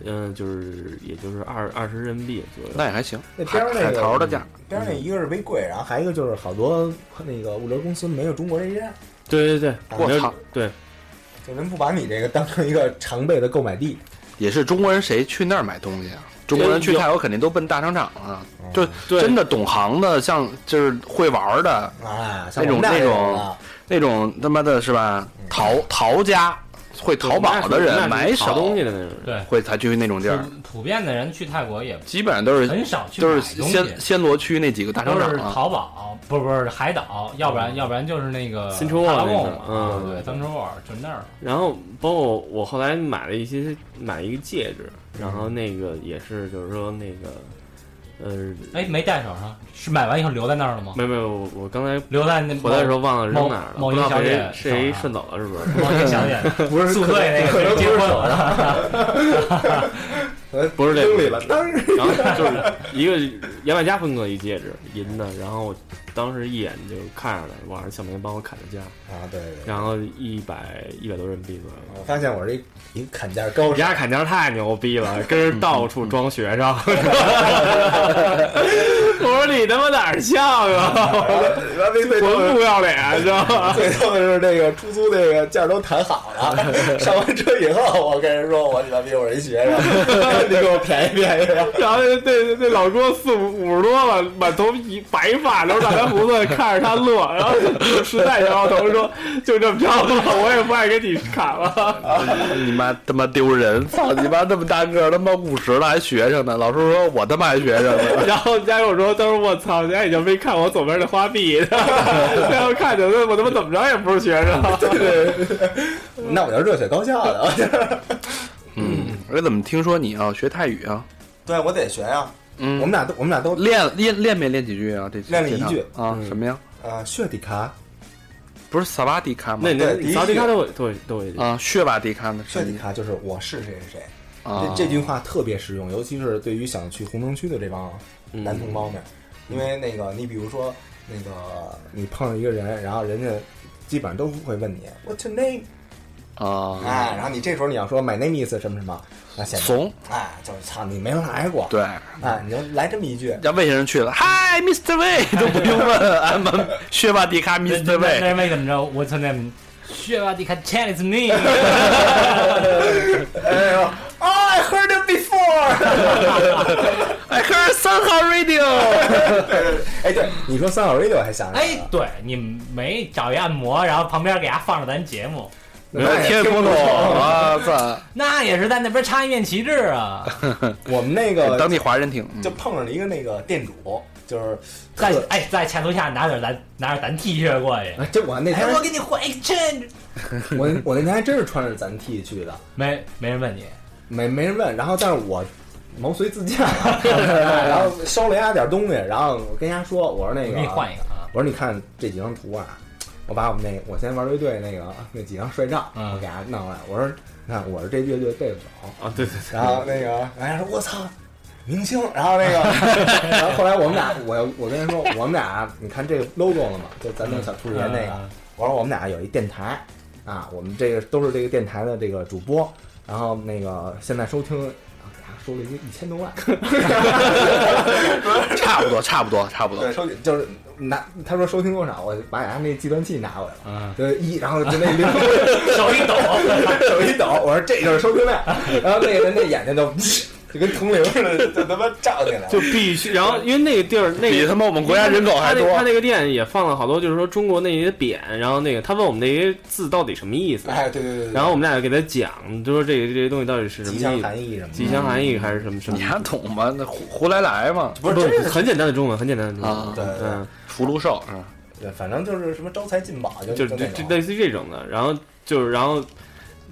Speaker 3: 嗯、就是也就是二二十人民币左右。
Speaker 1: 那也还行。
Speaker 2: 那
Speaker 1: 海
Speaker 2: 边儿那个
Speaker 1: 海淘的价，
Speaker 2: 边上那一个是微贵，然后还有一个就是好多那个物流公司没有中国这一家，
Speaker 3: 对对对，
Speaker 1: 我
Speaker 3: 没有
Speaker 1: 操，
Speaker 3: 对，
Speaker 2: 就人不把你这个当成一个常备的购买地。
Speaker 1: 也是中国人谁去那儿买东西啊？中国人去泰国肯定都奔大商场了，就
Speaker 3: 对
Speaker 1: 真的懂行的，像就是会玩的
Speaker 2: 啊，像我们啊
Speaker 1: 那种
Speaker 2: 这
Speaker 1: 那种那
Speaker 2: 的
Speaker 1: 种他妈的是吧？淘淘家会淘宝的人
Speaker 3: 那
Speaker 1: 买
Speaker 3: 是淘
Speaker 1: 手
Speaker 3: 东西的那种人，
Speaker 4: 对，
Speaker 1: 会才去那种地儿，
Speaker 4: 普普遍的人去泰国也
Speaker 1: 基本上都是
Speaker 4: 很少去
Speaker 1: 都
Speaker 4: 买
Speaker 1: 是
Speaker 4: 东西，
Speaker 1: 暹暹罗区那几个大商
Speaker 4: 都
Speaker 1: 场
Speaker 4: 是
Speaker 1: 啊。
Speaker 4: 淘宝，不是不是海岛，要不然要不然就是那个
Speaker 3: 新出货
Speaker 4: 大
Speaker 3: 嗯那
Speaker 4: 贡
Speaker 3: 个
Speaker 4: 嘛，
Speaker 3: 嗯
Speaker 4: 对，三出尔就那儿了。
Speaker 3: 然后包括我后来买了一些买一个戒指，然后那个也是就是说那个呃，
Speaker 4: 哎，没戴手上，是买完以后留在那儿了吗？
Speaker 3: 没有没有，我我刚才
Speaker 4: 留在那
Speaker 3: 回来的时候忘了扔哪儿了，
Speaker 4: 某
Speaker 3: 不知道
Speaker 4: 某一
Speaker 3: 被
Speaker 4: 小姐
Speaker 3: 谁
Speaker 4: 手上
Speaker 3: 顺走了是不 是？
Speaker 4: 某个小姐
Speaker 2: 不是
Speaker 4: 宿醉那个谁结婚了，
Speaker 2: 呃
Speaker 3: 不是这
Speaker 2: 经
Speaker 3: 个
Speaker 2: 理了，当然
Speaker 3: 然后就是一个牙买加风格一戒指，银的，然后我当时一眼就看上了，网上小明帮我砍的价，
Speaker 2: 啊，对对对，
Speaker 3: 然后一百一百多人民币左右。
Speaker 2: 我发现我是一一个砍价高
Speaker 3: 我
Speaker 2: 手，
Speaker 3: 家砍价太牛逼了，跟人到处装学 生。我说你他妈哪儿像 啊？
Speaker 2: 然后最
Speaker 3: 魂不要脸，知道吗？
Speaker 2: 最逗的是那个出租那个价儿都谈好了，上完车以后我跟人说我你妈逼我是一学生， 你给我便宜便宜吧。
Speaker 3: 然后那那那老哥四五五十多了，满头一白发，留大长胡子，看着他乐，然后实在摇摇头说：“就这么着吧，我也不爱给你砍了。
Speaker 1: 你妈他妈丢人！操你妈那么大个儿，他妈五十了还学生呢。老师说我他妈还学生呢。”
Speaker 3: 然后家有说：“他说我操，人家已经没看我左边那花臂，然后看见我我他妈怎么着也不是学生。”
Speaker 2: 那我就是热血高校的，我就是
Speaker 1: 嗯，我怎么听说你要学泰语啊？
Speaker 2: 对我得学呀。我
Speaker 1: 嗯
Speaker 2: 们，俩都我们俩都
Speaker 1: 练练练没练几句啊？这
Speaker 2: 练了一
Speaker 1: 这趟
Speaker 2: 句
Speaker 1: 啊？
Speaker 3: 嗯
Speaker 1: 什么呀？
Speaker 2: 呃血底卡
Speaker 1: 不是萨瓦迪卡吗
Speaker 3: 那？
Speaker 2: 对
Speaker 3: 那
Speaker 2: 第一
Speaker 3: 扫地
Speaker 2: 句
Speaker 3: 他都会都会都会
Speaker 1: 啊，血瓦迪卡呢？
Speaker 2: 血
Speaker 1: 是
Speaker 2: 底
Speaker 1: 你
Speaker 2: 卡就是我是谁谁谁。
Speaker 1: 啊？
Speaker 2: 这这句话特别实用，尤其是对于想去红灯区的这帮男同胞们，
Speaker 1: 嗯
Speaker 2: 因为那个你比如说那个你碰上一个人，然后人家基本上都会问你 What's your name？
Speaker 1: 啊，
Speaker 2: 哎，然后你这时候你要说 My name is 什么什么，那显得
Speaker 1: 怂
Speaker 2: 哎就是操你没来过，
Speaker 1: 对。
Speaker 2: 哎，你就来这么一句，
Speaker 1: 让外星人去了，Hi Mr. Wei 都不用问，I'm a 血瓦迪卡
Speaker 4: 那
Speaker 1: Mr.
Speaker 4: 那
Speaker 1: Wei。
Speaker 4: 那没怎么着，我操那。血吧，你看 Chinese me，
Speaker 2: 哎呦，I heard it before 。
Speaker 1: I heard 三号 radio。
Speaker 2: 哎，对，你说三好 radio 还想起来
Speaker 4: 哎
Speaker 2: 了，，
Speaker 4: 对你没找一按摩，然后旁边给他放着咱节目，
Speaker 2: 那也
Speaker 1: 哎天
Speaker 2: 听
Speaker 1: 不
Speaker 2: 不
Speaker 1: 懂，我操！
Speaker 4: 那也是在那边插一面旗 帜啊，
Speaker 2: 我们那个
Speaker 1: 哎当地华人嗯挺，
Speaker 2: 就碰上了一个那个店主，就是特
Speaker 4: 嗯在哎在菜头下拿点咱拿着咱 T 恤过去，
Speaker 2: 哎这我那天
Speaker 4: 哎我给你换 exchange，
Speaker 2: 我我那天还真是穿着咱 T 去的，
Speaker 4: 没没人问你，
Speaker 2: 没没人问。然后，但是我毛遂自荐 了，然后 收了丫点东西，然后我跟丫说，我说那
Speaker 4: 我
Speaker 2: 个，
Speaker 4: 给你换一个啊，
Speaker 2: 我说你看这几张图啊，我把我们那我先玩乐队那个那几张帅照，
Speaker 4: 嗯
Speaker 2: 我给丫弄过来，我说你看我是这乐队贝斯手，
Speaker 3: 啊，对对对，
Speaker 2: 然后那个，然后他说我操，明星。然后那 个，然后后来我们俩，我我跟人说，我们俩，你看这个 logo 了吗？就咱那个小兔年那个
Speaker 4: 嗯嗯嗯，
Speaker 2: 我说我们俩有一电台啊，我们这个都是这个电台的这个主播，然后那个现在收听。啊给他收了一一千多万，
Speaker 1: 差不多，差不多，差不多
Speaker 2: 对，。 收就是拿他说收听多少，我把俺那计算器拿过来了，
Speaker 4: 嗯，
Speaker 2: 就一，然后就那零，
Speaker 4: 呃手一抖，
Speaker 2: 手一抖，我说这就是收听量，然后那个人那眼睛就， 就跟铜铃似的，就他妈照进来了。
Speaker 3: 就必须。然后因为那个地儿，那
Speaker 1: 比
Speaker 3: 个
Speaker 1: 他妈我们国家人口还多
Speaker 3: 他那。他那个店也放了好多，就是说中国那些匾，然后那个他问我们那些字到底什么意思，
Speaker 2: 哎，对对对对，
Speaker 3: 然后我们俩就给他讲，就说这这些东西到底是什
Speaker 2: 吉
Speaker 3: 么
Speaker 2: 祥
Speaker 3: 意思，
Speaker 2: 含义什么的，
Speaker 3: 吉祥含义还是什么什么
Speaker 1: 你？还懂吗？那胡胡来来嘛，
Speaker 2: 不是
Speaker 3: 不
Speaker 2: 这
Speaker 3: 是
Speaker 2: 个
Speaker 3: 很简单的中文，很简单的中
Speaker 1: 啊
Speaker 3: 文。
Speaker 2: 对对
Speaker 3: 嗯，
Speaker 1: 福禄寿嗯
Speaker 2: 对，反正就是什么招财进宝，就
Speaker 3: 就
Speaker 2: 就
Speaker 3: 就
Speaker 2: 那
Speaker 3: 就
Speaker 2: 种
Speaker 3: 类似于这种的。然后就是然后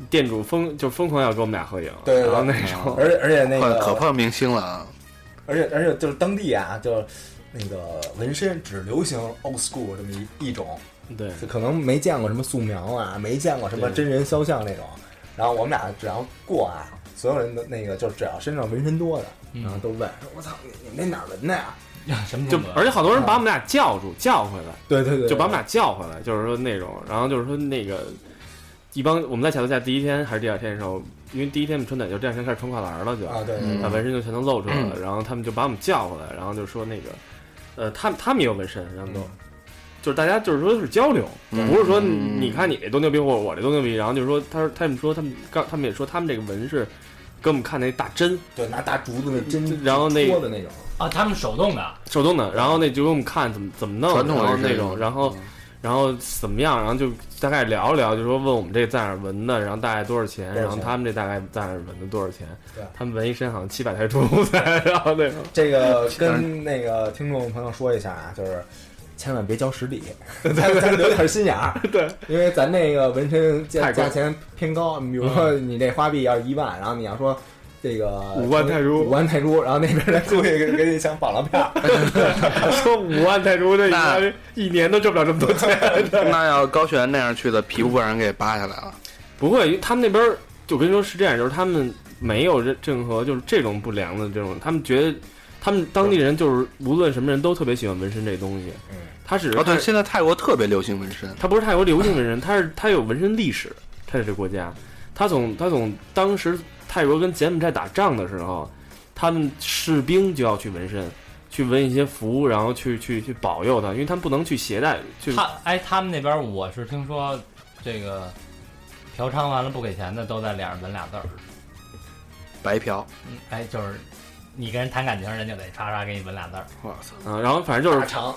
Speaker 3: 店主疯就疯狂要跟我们俩合影，
Speaker 2: 对对对
Speaker 3: 然后那种
Speaker 2: 而且而且那
Speaker 1: 碰
Speaker 2: 个
Speaker 1: 可碰明星了 啊！
Speaker 2: 而且而且就是当地啊，就那个纹身只流行 old school 这么一一种，
Speaker 3: 对
Speaker 2: 就可能没见过什么素描啊，没见过什么
Speaker 3: 对
Speaker 2: 真人肖像那种。然后我们俩只要过啊，所有人的那个就只要身上纹身多的，
Speaker 4: 嗯
Speaker 2: 然后都问说：“我操，你你们那哪儿纹的呀
Speaker 4: 什么
Speaker 3: 就
Speaker 4: 风格
Speaker 3: 而且好多人把我们俩叫住，叫回来，？”
Speaker 2: 对对对，
Speaker 3: 就把我们俩叫回来，就是说那种，然后就是说那个一帮我们在小度假第一天还是第二天的时候，因为第一天我们穿短袖，第二天开始穿跨栏了就，
Speaker 2: 啊，对对
Speaker 1: 嗯
Speaker 3: 把
Speaker 2: 对
Speaker 3: 纹身就全都露出来了，然后他们就把我们叫回来，然后就说那个，呃，他们他们也有纹身，然后
Speaker 2: 嗯
Speaker 3: 都。就是大家就是说是交流，
Speaker 1: 嗯
Speaker 3: 不是说你看你这多牛逼或者我这多牛逼，然后就是说他说他们说他们刚他们也说他们这个纹是跟我们看那大针
Speaker 2: 对，拿大竹子那针，
Speaker 3: 然后那
Speaker 2: 戳的那种，
Speaker 4: 啊，他们手动的，
Speaker 3: 手动的，然后那就给我们看怎么怎么弄，
Speaker 1: 传统嗯
Speaker 3: 然后
Speaker 1: 纹身
Speaker 3: 那种，然后然后怎么样，然后就大概聊一聊，就说问我们这在哪儿纹的，然后大概多少钱，
Speaker 2: 多少钱
Speaker 3: 然后他们这大概在哪儿纹的多少钱
Speaker 2: 对，
Speaker 3: 他们纹一身好像七百台铢，然后那种，
Speaker 2: 这个跟那个听众朋友说一下啊，就是千万别交实 底，咱咱留点心眼儿。
Speaker 3: 对，
Speaker 2: 因为咱那个纹身价
Speaker 3: 太贵
Speaker 2: 价钱偏高，比如说你这花币要是一万，然后你要说这个
Speaker 3: 嗯五万泰铢
Speaker 2: 五万泰铢，然后那边人估计给给你想绑了票，
Speaker 3: 说五万泰铢，这一
Speaker 1: 那
Speaker 3: 年一年都挣不了这么多钱。
Speaker 1: 那要高璇那样去的，皮肤被人给扒下来了。
Speaker 3: 不会，因为他们那边儿，就我跟你说是这样，就是他们没有任任何就是这种不良的这种，他们觉得他们当地人就是无论什么人都特别喜欢纹身这东西。
Speaker 2: 嗯，
Speaker 3: 他只是
Speaker 1: 哦，对，
Speaker 3: 他
Speaker 1: 现在泰国特别流行纹身，
Speaker 3: 他不是泰国流行纹身，他是他有纹身历史，他在这国家，他从他从当时泰国跟柬埔寨打仗的时候，他们士兵就要去纹身。去纹一些符，然后去去去保佑他，因为他们不能去携带，去
Speaker 4: 他哎，他们那边我是听说这个嫖娼完了不给钱的都在脸上纹俩字儿，
Speaker 1: 白嫖。
Speaker 4: 嗯哎，就是你跟人谈感情，人家得叉叉给你纹俩字儿，
Speaker 1: 我操，
Speaker 3: 啊，然后反正就
Speaker 2: 大
Speaker 3: 是，
Speaker 2: 长，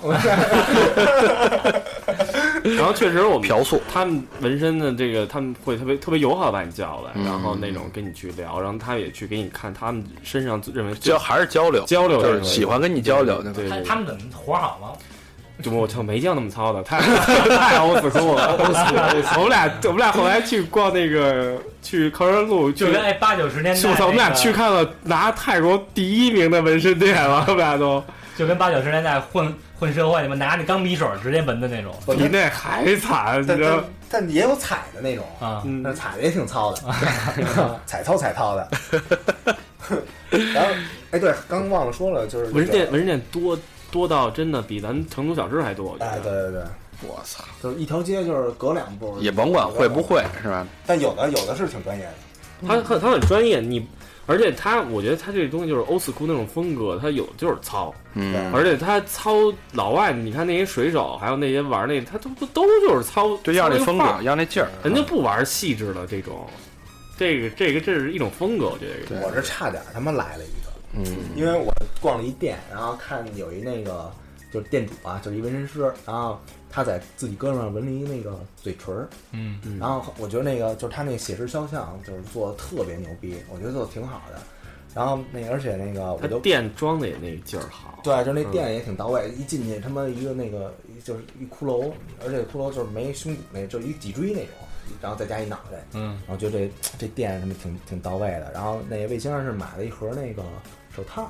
Speaker 3: 然后确实我
Speaker 1: 嗯
Speaker 3: 们
Speaker 1: 嫖宿。
Speaker 3: 他们纹身的这个，他们会特别特别友好地把你叫来，
Speaker 1: 嗯
Speaker 3: 然后那种跟你去聊，然后他也去给你看他们身上认为
Speaker 1: 交还是交流，
Speaker 3: 交流
Speaker 1: 就
Speaker 3: 的
Speaker 1: 是喜欢跟你交流，
Speaker 3: 对
Speaker 1: 对吧？
Speaker 3: 对
Speaker 4: 他
Speaker 3: 对，
Speaker 4: 他们怎么活好吗？
Speaker 3: 就我操没见那么糙的，太 太 old school 了，old school。我们俩我们俩后来去逛那个去靠山路，去
Speaker 4: 就跟哎八九十年代那
Speaker 3: 去
Speaker 4: 个，
Speaker 3: 我操，我们俩去看了拿泰国第一名的纹身店了，我们俩都
Speaker 4: 就跟八九十年代混混社会，你们拿那钢笔手直接纹的那种
Speaker 2: 我
Speaker 3: 比
Speaker 2: 觉得
Speaker 3: 那还惨， 你
Speaker 2: 但
Speaker 3: 知道吗
Speaker 2: 但？但也有踩的那种，
Speaker 4: 啊，
Speaker 2: 那
Speaker 3: 嗯，
Speaker 2: 踩的也挺糙的， 踩糙踩糙的。 然后，哎，对，刚忘了说了，就是
Speaker 3: 嗯纹身
Speaker 2: 这个
Speaker 3: 店纹身店多多到真的比咱们成都小吃还多，我觉
Speaker 2: 哎，对
Speaker 3: 得。
Speaker 2: 对对，
Speaker 1: 我操，
Speaker 2: 就是一条街就是隔两步，
Speaker 1: 也甭管会不会是吧？
Speaker 2: 但有的有的是挺专业的，
Speaker 3: 他很他很专业，你而且他我觉得他这个东西就是欧斯库那种风格，他有就是糙，
Speaker 1: 嗯，
Speaker 3: 而且他糙老外，你看那些水手，还有那些玩那，他都都都就是糙，
Speaker 1: 对，要
Speaker 3: 糙
Speaker 1: 那
Speaker 3: 这
Speaker 1: 风
Speaker 3: 范
Speaker 1: 格
Speaker 3: 儿，，
Speaker 1: 要那劲儿。
Speaker 3: 人家不玩细致的这种，这个这个这是一种风格，我觉得。
Speaker 1: 对
Speaker 2: 我这差点他妈来了一个。
Speaker 1: 嗯，
Speaker 2: 因为我逛了一店，然后看有一那个就是店主啊，就是一纹身师，然后他在自己胳膊上纹了一那个嘴唇儿，
Speaker 4: 嗯，
Speaker 3: 嗯
Speaker 2: 然后我觉得那个就是他那个写实肖像就是做的特别牛逼，我觉得做的挺好的。然后那个而且那个我
Speaker 3: 他
Speaker 2: 就
Speaker 3: 店装的也那劲儿好，
Speaker 2: 对，就是那店也挺到位，一进去他妈一个那个就是一骷髅，而且骷髅就是没胸骨那，就是一脊椎那种，然后再加一脑袋，
Speaker 4: 嗯，
Speaker 2: 然后觉得这这店什么挺挺到位的。然后那个魏先生是买了一盒那个手套，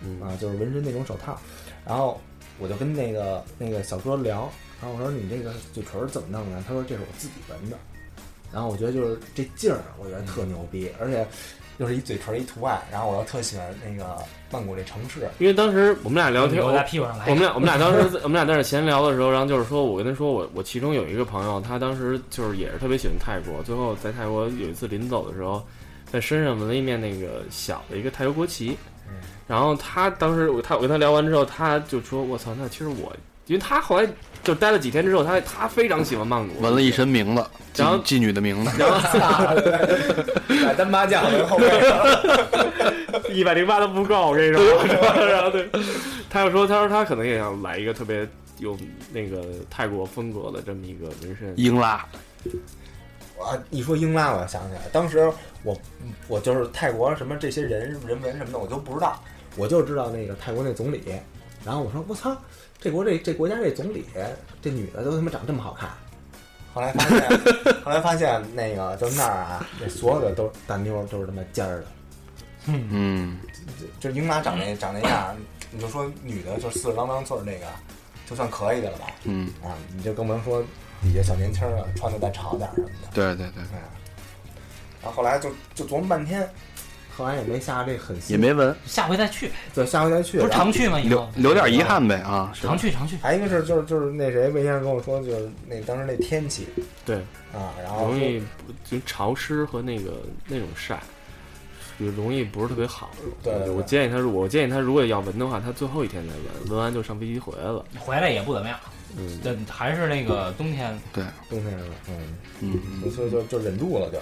Speaker 3: 嗯
Speaker 2: 啊，就是纹身那种手套。然后我就跟那个那个小哥聊，然后我说你这个嘴唇儿怎么弄的？他说这是我自己纹的。然后我觉得就是这劲儿，我觉得特牛逼，而且又是一嘴唇儿一图案。然后我又特喜欢那个曼谷这城市，
Speaker 3: 因为当时我们俩聊
Speaker 4: 你
Speaker 3: 天，
Speaker 4: 给我在屁股上来
Speaker 3: 我们俩我们俩当时我们俩在那闲聊的时候，然后就是说我跟他说我我其中有一个朋友，他当时就是也是特别喜欢泰国，最后在泰国有一次临走的时候，在身上纹了一面那个小的一个泰国国旗
Speaker 2: 嗯，
Speaker 3: 然后他当时我他我跟他聊完之后，他就说我操，那其实我因为他后来就待了几天之后，他他非常喜欢曼谷，
Speaker 1: 纹了一身名字，
Speaker 3: 然后
Speaker 1: 妓妓女的名字，
Speaker 2: 打单麻将的后背，
Speaker 3: 一百零八都不够这种，然后对，他又说，他说他可能也想来一个特别有那个泰国风格的这么一个纹身，
Speaker 1: 英拉，
Speaker 2: 我一说英拉，我想起来，当时我我就是泰国什么这些人人文什么的，我都不知道，我就知道那个泰国那总理。然后我说我操，这国这这国家这总理这女的都他妈长这么好看。后来发现，后来发现那个就那儿啊，那所有的都大妞儿都是他妈尖儿的，
Speaker 1: 嗯，
Speaker 2: 就就英拉长那长那样儿，你就说女的就四十郎当岁儿那个，就算可以的了吧？
Speaker 1: 嗯，
Speaker 2: 啊，你就更甭说底下小年轻儿了，穿的再潮点儿什么的。
Speaker 1: 对对对，
Speaker 2: 哎呀然后后来就就琢磨半天，后来也没下这狠心，
Speaker 1: 也没纹，
Speaker 6: 下回再去，
Speaker 2: 对下回再去。
Speaker 6: 不是
Speaker 2: 然后
Speaker 6: 常去吗？以
Speaker 1: 留
Speaker 6: 后
Speaker 1: 留点遗憾呗啊，哎是
Speaker 6: 常去常去，
Speaker 2: 还一个是就是就是那谁魏先生跟我说，就是那当时那天气
Speaker 3: 对，
Speaker 2: 啊，然后
Speaker 3: 容易不就潮湿和那个那种晒，就容易不是特别好。
Speaker 2: 对对对
Speaker 3: 我建议他，如我建议他如果要纹的话，他最后一天再纹，纹完就上飞机回来了。
Speaker 6: 回来也不怎么样。
Speaker 3: 嗯，
Speaker 6: 这还是那个冬天，
Speaker 2: 冬天了，嗯，
Speaker 1: 嗯，
Speaker 2: 就
Speaker 1: 嗯
Speaker 2: 就就就忍住了就。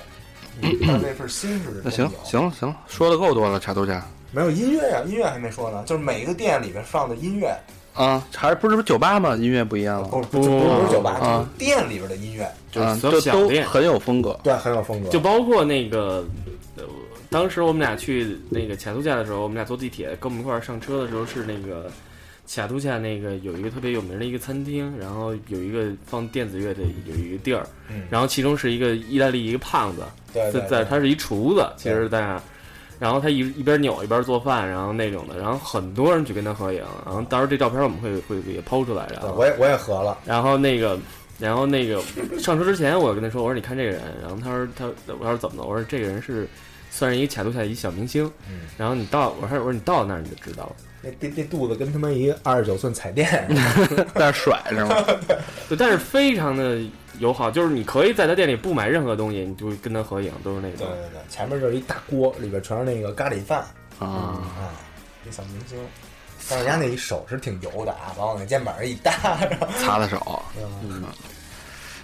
Speaker 2: 但是那份心是真
Speaker 1: 那行
Speaker 2: 有
Speaker 1: 行了行了，说的够多了，查头家
Speaker 2: 没有音乐啊？音乐还没说呢，就是每个店里面放的音乐，
Speaker 1: 啊，还是不是不是酒吧吗？音乐不一样了，
Speaker 2: 不是不是不是酒吧，
Speaker 1: 啊
Speaker 2: 就是店里边的音乐，
Speaker 3: 哦就是
Speaker 1: 啊，
Speaker 3: 所有
Speaker 1: 这
Speaker 3: 小
Speaker 1: 都
Speaker 3: 店，
Speaker 1: 很有风格，
Speaker 2: 对，很有风格。
Speaker 3: 就包括那个，呃，当时我们俩去那个卡图恰的时候，我们俩坐地铁跟我们一块儿上车的时候是那个卡图恰那个有一个特别有名的一个餐厅，然后有一个放电子乐的有一个地儿，
Speaker 2: 嗯
Speaker 3: 然后其中是一个意大利一个胖子，
Speaker 2: 对
Speaker 3: 在
Speaker 2: 对
Speaker 3: 在
Speaker 2: 对，
Speaker 3: 他是一厨子，其实在那儿。然后他一一边扭一边做饭，然后那种的，然后很多人去跟他合影，然后到时候这照片我们会会也抛出来，然
Speaker 2: 对
Speaker 3: 后
Speaker 2: 我也我也合了，
Speaker 3: 然后那个，然后那个上车之前，我跟他说，我说你看这个人，然后他说他，我说怎么了？我说这个人是算是一卡度下一小明星，
Speaker 2: 嗯
Speaker 3: 然后你到，我说我说你到那儿你就知道了。
Speaker 2: 那那那肚子跟他妈一二十九寸彩电似的，
Speaker 1: 但是甩是 吗？
Speaker 3: 对，但是非常的友好，就是你可以在他店里不买任何东西，你就跟他合影，都是那
Speaker 2: 对
Speaker 3: 种。
Speaker 2: 对对，前面就是一大锅，里边全是那个咖喱饭
Speaker 1: 啊，
Speaker 2: 啊，一小明星。但是人家那一手是挺油的啊，往我那肩膀上一搭，
Speaker 1: 擦擦手，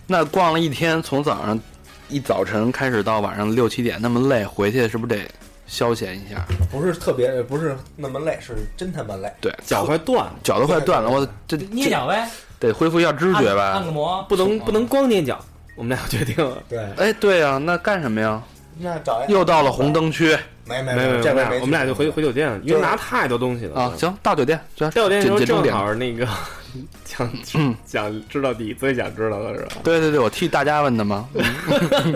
Speaker 1: 那逛了一天，从早上一早晨开始到晚上六七点，那么累，回去是不是得消遣一下？
Speaker 2: 不是特别，不是那么累，是真他妈累。
Speaker 1: 对，
Speaker 3: 脚快断了，
Speaker 1: 脚都快断了，我这
Speaker 6: 捏脚呗，
Speaker 1: 这得恢复一下知觉
Speaker 6: 按按
Speaker 1: 吧
Speaker 6: 个？摩，
Speaker 3: 不能不能光踮脚。我们俩决定了，
Speaker 2: 对，
Speaker 1: 哎，对呀、那干什么呀？
Speaker 2: 那找一
Speaker 1: 又到了红，灯区
Speaker 2: 没没
Speaker 3: 没没没，
Speaker 2: 这
Speaker 3: 我
Speaker 2: 回
Speaker 3: 们俩
Speaker 2: 没去
Speaker 3: 我们俩 就回回酒店了，因
Speaker 2: 就
Speaker 3: 为
Speaker 2: 是
Speaker 3: 拿太多东西了
Speaker 1: 啊！。行，到酒店，这
Speaker 3: 嗯到酒店的时
Speaker 1: 紧
Speaker 3: 候
Speaker 1: 紧盯
Speaker 3: 正
Speaker 1: 点。
Speaker 3: 好那个 想想知道你最想知道的是吧？
Speaker 1: 对对对，我替大家问的吗？
Speaker 2: 你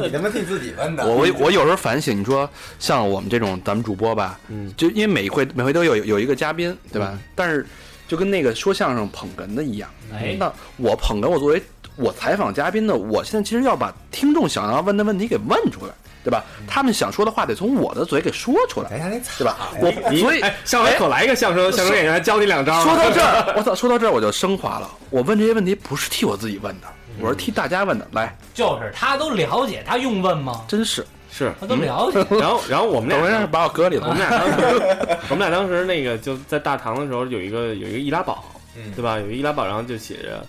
Speaker 2: 他妈替自己问的。嗯
Speaker 1: 我我我有时候反省，你说像我们这种咱们主播吧，
Speaker 3: 嗯，
Speaker 1: 就因为每回每回都有有一个嘉宾，对吧？但是就跟那个说相声捧哏的一样，
Speaker 6: 哎，
Speaker 1: 那我捧哏，我作为我采访嘉宾呢，我现在其实要把听众想要问的问题给问出来，对吧？他们想说的话得从我的嘴给说出来，
Speaker 2: 哎呀，那操
Speaker 1: 对吧？我哦所以
Speaker 3: 哎，上回可来一个相声相声演员教你两招。啊
Speaker 1: 说到这儿，我操，说到这儿我就升华了。我问这些问题不是替我自己问的，我是替大家问的。来，
Speaker 6: 就是他都了解，他用问吗？
Speaker 1: 真是，嗯
Speaker 3: 是，
Speaker 6: 他都了解，
Speaker 3: 然后然后我们
Speaker 1: 等会
Speaker 3: 俩
Speaker 1: 儿，把我搁里
Speaker 3: 我
Speaker 1: 头
Speaker 3: 们。俩当时， 我们俩当时那个就在大堂的时候有一个有一个易拉宝，
Speaker 2: 嗯
Speaker 3: 对吧？有一个易拉宝，然后就写着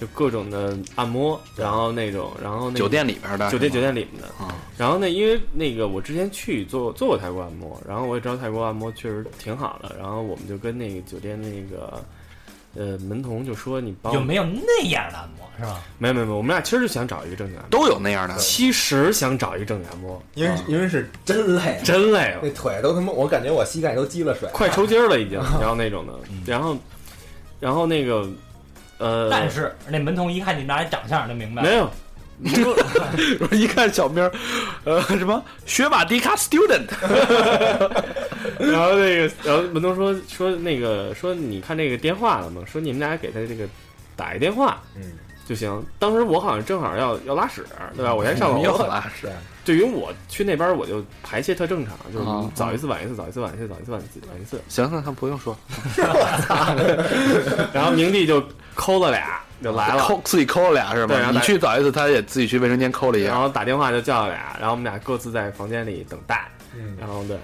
Speaker 3: 就各种的按摩，然后那种，然后那个
Speaker 1: 酒店里边的
Speaker 3: 酒店酒
Speaker 1: 店
Speaker 3: 店里面的
Speaker 1: 啊。
Speaker 3: 然后呢，因为那个我之前去做做过泰国按摩，然后我也知道泰国按摩确实挺好的，然后我们就跟那个酒店那个。呃，门童就说你
Speaker 1: 嗯
Speaker 3: 帮
Speaker 6: 有没有那样的按摩是吧？
Speaker 3: 没有没有没有，我们俩其实就想找一个正经按摩，
Speaker 1: 都有那样的，
Speaker 3: 其实想找一正经按摩，
Speaker 2: 因为因为是真累，
Speaker 3: 真累了
Speaker 2: 那，腿都他妈，我感觉我膝盖都积了 水。
Speaker 3: 快抽筋儿了已经，然后那种的，然后，然后那个，
Speaker 1: 嗯
Speaker 3: 呃，
Speaker 6: 但是那门童一看你们俩长相就明白了
Speaker 3: 没，有，
Speaker 1: 我一看小名儿，呃，什么学马迪卡 student，
Speaker 3: 然后那个，然后门东说说那个说你看这个电话了吗？说你们俩给他这个打一电话
Speaker 2: 嗯，
Speaker 3: 就行。当时我好像正好要要拉屎，对哦吧？我先上
Speaker 1: 又
Speaker 3: 楼了。
Speaker 1: 拉
Speaker 2: 是啊
Speaker 1: 屎，
Speaker 3: 对于我去那边，我就排泄特正常，就是
Speaker 1: 啊
Speaker 3: 早一次晚一次，早一次晚一次，早一次晚一次晚一次。
Speaker 1: 行行行，不用说，
Speaker 3: 然后明帝就抠了俩就来了，
Speaker 1: 抠自己抠了俩是
Speaker 3: 对
Speaker 1: 吗？
Speaker 3: 然后
Speaker 1: 你
Speaker 3: 大
Speaker 1: 去早一次，他也自己去卫生间抠了一
Speaker 3: 然
Speaker 1: 下。
Speaker 3: 后打电话就叫了俩，然后我们俩各自在房间里等待。
Speaker 2: 嗯，
Speaker 3: 然后对，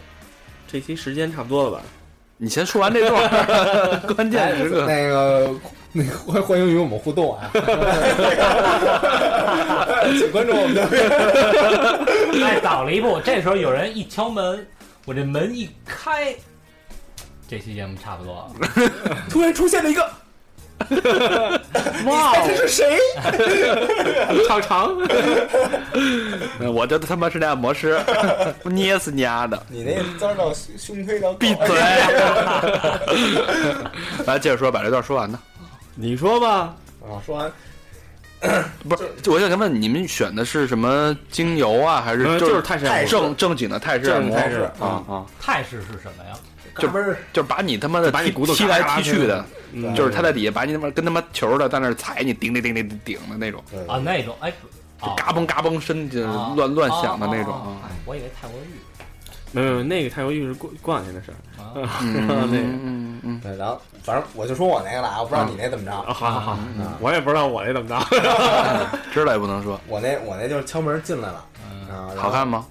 Speaker 3: 这期时间差不多了吧？
Speaker 1: 你先说完这段儿， 关键时刻
Speaker 2: 那个那个 欢欢迎与我们互动啊，请关注我们的。
Speaker 6: 哎，早了一步。这时候有人一敲门，我这门一开，这期节目差不多了。
Speaker 2: 突然出现了一个，
Speaker 3: 哇
Speaker 2: 他哎是谁？
Speaker 3: 好长，
Speaker 1: 我就他妈是那按摩师，捏死你丫的！
Speaker 2: 你那字儿到胸胸推到
Speaker 1: 闭
Speaker 2: 狗
Speaker 1: 嘴！ 来，接着说，把这段说完呢。
Speaker 3: 你说吧，
Speaker 2: 啊！说完
Speaker 1: 不是，我想问你们选的是什么精油啊，还是
Speaker 3: 嗯，
Speaker 1: 就
Speaker 3: 就是是泰式按摩
Speaker 1: 正正经的泰式
Speaker 2: 正
Speaker 1: 按
Speaker 2: 经
Speaker 1: 摩
Speaker 2: 泰式
Speaker 1: 啊啊，
Speaker 6: 态势是什么呀？
Speaker 1: 就
Speaker 2: 嘎嘣儿
Speaker 1: 就是把你他妈的
Speaker 3: 把你
Speaker 1: 踢
Speaker 3: 骨头
Speaker 1: 踢
Speaker 3: 嘎
Speaker 1: 来
Speaker 3: 嘎
Speaker 1: 踢去的，
Speaker 3: 嗯
Speaker 1: 就是他在底下把你他妈跟他妈球儿的在那儿踩你，顶顶顶顶顶顶的那种，
Speaker 2: 对
Speaker 6: 啊，那种哎，
Speaker 1: 就
Speaker 6: 哦
Speaker 1: 嘎嘣嘎嘣身体
Speaker 4: 哦
Speaker 6: 啊
Speaker 1: 乱乱响的那种
Speaker 6: 哦哦哦
Speaker 1: 啊。
Speaker 6: 我以为泰国浴
Speaker 3: 没有没有，那个泰国浴是过过两天的事儿。
Speaker 6: 啊，
Speaker 1: 嗯
Speaker 3: 啊那个
Speaker 1: 嗯嗯嗯，
Speaker 2: 对，然后反正我就说我那个了啊，我不知道你那怎么着。
Speaker 3: 啊，好好好，
Speaker 1: 嗯
Speaker 3: 我也不知道我这怎么着。
Speaker 1: 知道也不能说，
Speaker 2: 我那我那就是敲门进来了
Speaker 6: 嗯
Speaker 2: 啊，然后
Speaker 1: 好看？吗？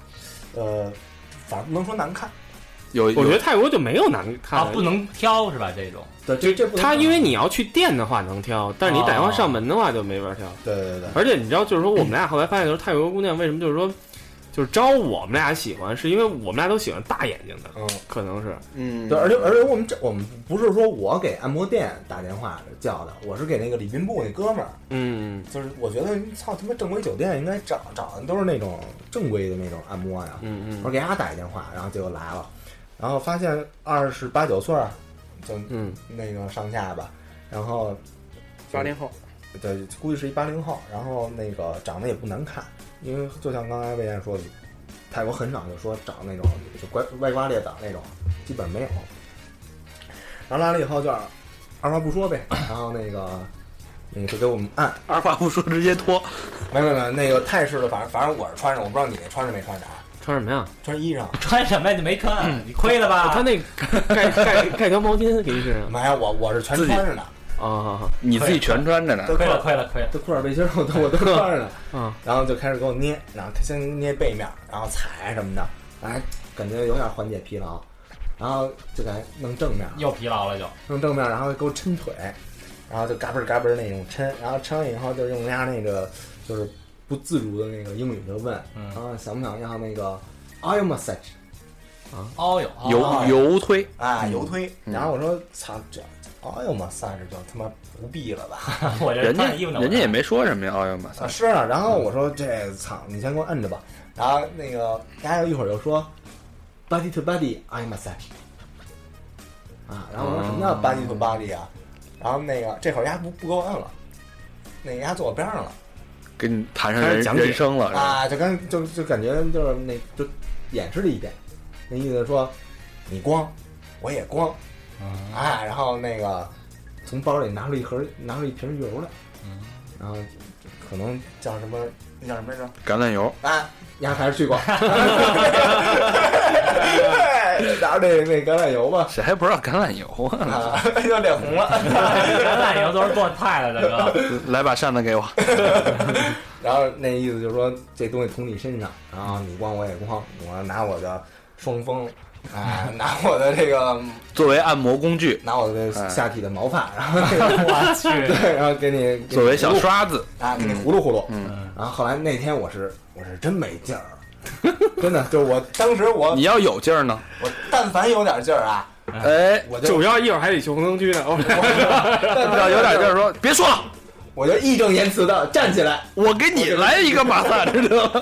Speaker 2: 呃，反正不能说难看。
Speaker 1: 有，
Speaker 3: 我觉
Speaker 1: 有
Speaker 3: 得泰国就没有难看
Speaker 6: 啊
Speaker 3: 的，，
Speaker 6: 不能挑是吧？这种
Speaker 2: 对，这这不能啊
Speaker 3: 他因为
Speaker 2: 说
Speaker 3: 你要去店的话能挑，但是你打电话上门的话就没法挑。
Speaker 2: 对对对
Speaker 3: 而且你知道，就是说我们俩后来发现，就是泰国姑娘为什么就是说，就是招我们俩喜欢，是因为我们俩都喜欢大眼睛的，
Speaker 2: 嗯。
Speaker 3: 可能是
Speaker 1: 嗯，
Speaker 2: 对，而且而且我们这我们不是说我给按摩店打电话叫的，我是给那个礼宾部那哥们儿，
Speaker 3: 嗯
Speaker 2: 就是我觉得操他妈正规酒店应该找找的都是那种正规的那种按摩呀，
Speaker 3: 嗯
Speaker 2: 我
Speaker 3: 嗯
Speaker 2: 给他打一电话，然后结果来了，然后发现二十八九岁儿，就
Speaker 3: 嗯，
Speaker 2: 那个上下吧，然后
Speaker 1: 八零后，
Speaker 2: 对，估计是一八零后，然后那个长得也不难看，因为就像刚才魏燕说的，泰国很少就说找那种就歪歪瓜裂枣那种，基本没有。然后来了以后就是二话不说呗，然后那个那个就给我们按，
Speaker 1: 二话不说直接脱，
Speaker 2: 没有没有那个泰式的，反正反正我是穿上，我不知道你那穿着没穿着啊，
Speaker 3: 穿什么呀？哦
Speaker 2: 穿衣裳。
Speaker 6: 穿什么呀？就没穿，嗯你亏了吧？
Speaker 3: 他那盖盖盖条毛巾给你身上
Speaker 2: 没有，我我是全
Speaker 1: 自己
Speaker 2: 穿着呢，
Speaker 3: 啊
Speaker 1: 你自己全穿
Speaker 4: 哎
Speaker 1: 着呢。
Speaker 2: 都
Speaker 6: 亏
Speaker 2: 裤
Speaker 6: 了，亏了，亏了。
Speaker 2: 都裤衩背心儿我都我都穿着呢。
Speaker 3: 啊
Speaker 2: 然后就开始给我捏，然后先捏背面，然后踩什么的，哎，感觉有点缓解疲劳，然后就给弄正面，
Speaker 6: 又疲劳了就，
Speaker 2: 弄正面，然后给我抻腿，然后就嘎嘣儿嘎嘣儿那种抻，然后抻完以后就用人家那个就是不自如的那个英语就问，
Speaker 6: 嗯
Speaker 2: 啊想不想要那个 oil massage
Speaker 6: 哦哟，
Speaker 1: 油
Speaker 2: 哦
Speaker 1: 油推，
Speaker 2: 啊油推？
Speaker 1: 嗯
Speaker 2: 然后我说操这 oil massage 就他妈不必了吧。
Speaker 6: 我这
Speaker 1: 人家
Speaker 6: 穿衣服呢，
Speaker 1: 人家也没说什么呀，奥运马
Speaker 2: 啊，
Speaker 1: 赛，
Speaker 2: 是啊，然后我说这操，你先给我摁着吧。然后那个大家一会儿又说，body to body I massage，啊，然后我说什么
Speaker 1: 嗯
Speaker 2: 叫 body to body 啊？然后那个这会儿丫不不给我摁了，那丫坐我边上了
Speaker 1: 给你谈上
Speaker 3: 开始
Speaker 1: 人
Speaker 3: 讲解
Speaker 1: 人生了，是吧
Speaker 6: 哎
Speaker 2: 啊，就跟就就感觉就是那就掩饰了一遍，那意思说你光我也光，
Speaker 6: 嗯
Speaker 2: 啊，然后那个从包里拿出一盒拿出一瓶油来，
Speaker 6: 嗯
Speaker 2: 然后可能叫什么那叫什么来着？
Speaker 1: 橄榄油，
Speaker 2: 啊，丫还是 去过。拿着那那橄榄油吧，
Speaker 1: 谁还不知道橄榄油啊？
Speaker 2: 啊，又脸红了。
Speaker 6: 橄榄油都是做菜的，大 哥。
Speaker 1: 来把扇子给我，
Speaker 2: 然后那意思就是说，这东西从你身上，然后你光我也光，我拿我的双峰，啊， 拿我的这个，
Speaker 1: 作为按摩工具，
Speaker 2: 拿我的下体的毛发，然后
Speaker 6: 我去，
Speaker 2: 对，然后给你给你
Speaker 1: 哎作为小
Speaker 2: 葫芦
Speaker 1: 刷子，
Speaker 2: 啊，给你
Speaker 1: 嗯
Speaker 2: 葫芦葫芦。
Speaker 1: 嗯，
Speaker 2: 然后后来那天我是我是真没劲儿，啊 真的就是我当时我
Speaker 1: 你要有劲儿呢，
Speaker 2: 我但凡有点劲儿啊，
Speaker 1: 哎，
Speaker 2: 我就
Speaker 3: 主要一会儿还得去红灯区呢。 哦
Speaker 2: 但
Speaker 1: 要有点劲儿，说别说了，
Speaker 2: 我就义正言辞的站起来，
Speaker 1: 我给你来一个马赛，知道吗？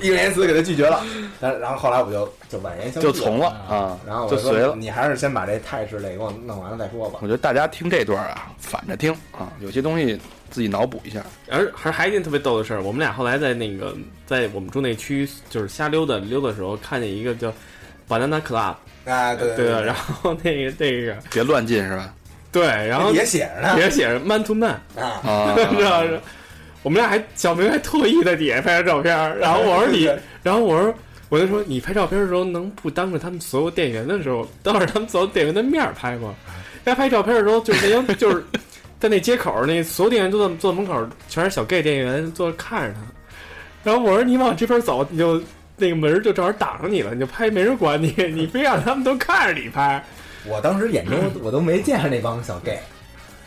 Speaker 2: 义正言辞地给他拒绝了。但然后后来我就就婉言相拒
Speaker 1: 就
Speaker 2: 了
Speaker 1: 从了啊，
Speaker 2: 然后我
Speaker 1: 就
Speaker 2: 说
Speaker 1: 随了。
Speaker 2: 你还是先把这泰式的给我弄完了再说吧
Speaker 1: 我。觉得大家听这段啊，反着听啊，有些东西自己脑补一下，
Speaker 3: 而还还一件特别逗的事儿，我们俩后来在那个在我们住那区就是瞎溜达溜达的时候，看见一个叫 banana club，
Speaker 2: 啊，对
Speaker 3: 对
Speaker 2: 对
Speaker 3: 吧？然后那个那个
Speaker 1: 别乱进是吧？
Speaker 3: 对，然后
Speaker 2: 也写着呢
Speaker 3: 也写着 man to man，
Speaker 2: 啊，
Speaker 1: 啊，
Speaker 3: 你知道是？我们俩还小明还特意在底下拍张照片 儿，然后我说你，然后我说我就说你拍照片的时候能不当着他们所有店员的时候，当着他们所有店员的面儿拍吗？他拍照片的时候就是 那种就是在那街口儿那所有店员都在坐门口儿，全是小 gay 店员坐着看着他。然后我说你往这边走，你就那个门儿就正好挡着你了，你就拍没人管你，你非让他们都看着你拍。
Speaker 2: 我当时眼中我都没见着那帮小 gay，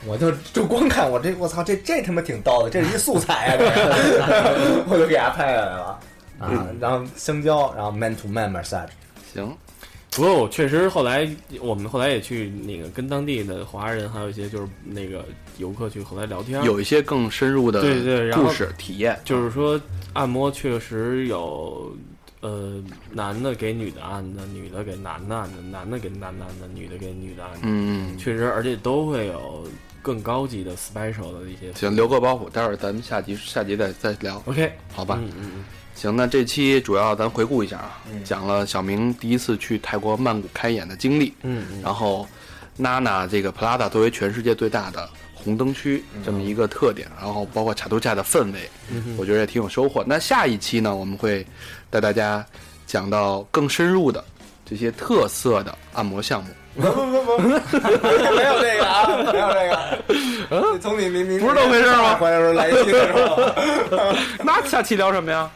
Speaker 2: 我就就光看我这我操这这他妈挺逗的，这是一素材啊，这个 我就给他拍下来了啊，然后香蕉，然后 man to man massage，
Speaker 1: 行，
Speaker 3: 不过我确实后来，我们后来也去那个跟当地的华人，还有一些就是那个游客去后来聊天，
Speaker 1: 有一些更深入的
Speaker 3: 对对然后
Speaker 1: 故事体验，
Speaker 3: 就是说按摩确实有，呃，男的给女的按的，女的给男的按的，男的给男的按的，女的给女的按的，
Speaker 1: 嗯，
Speaker 3: 确实，而且都会有更高级的 special 的一些。
Speaker 1: 行，留个包袱，待会儿咱们下集下集再再聊，
Speaker 3: OK，
Speaker 1: 好吧？
Speaker 3: 嗯嗯嗯，
Speaker 1: 行，那这期主要咱回顾一下啊，
Speaker 2: 嗯
Speaker 1: 讲了小明第一次去泰国曼谷开演的经历，
Speaker 3: 嗯嗯
Speaker 1: 然后娜娜这个 Prada 作为全世界最大的红灯区
Speaker 3: 嗯
Speaker 1: 这么一个特点，然后包括卡度恰的氛围，我觉得也挺有收获。那下一期呢，我们会带大家讲到更深入的这些特色的按摩项目，
Speaker 2: 不不不不， 没有这个啊，没有这个，从你你你
Speaker 1: 不是这么回事吗
Speaker 2: 回来时候来一期的时候，
Speaker 1: 那下期聊什么呀？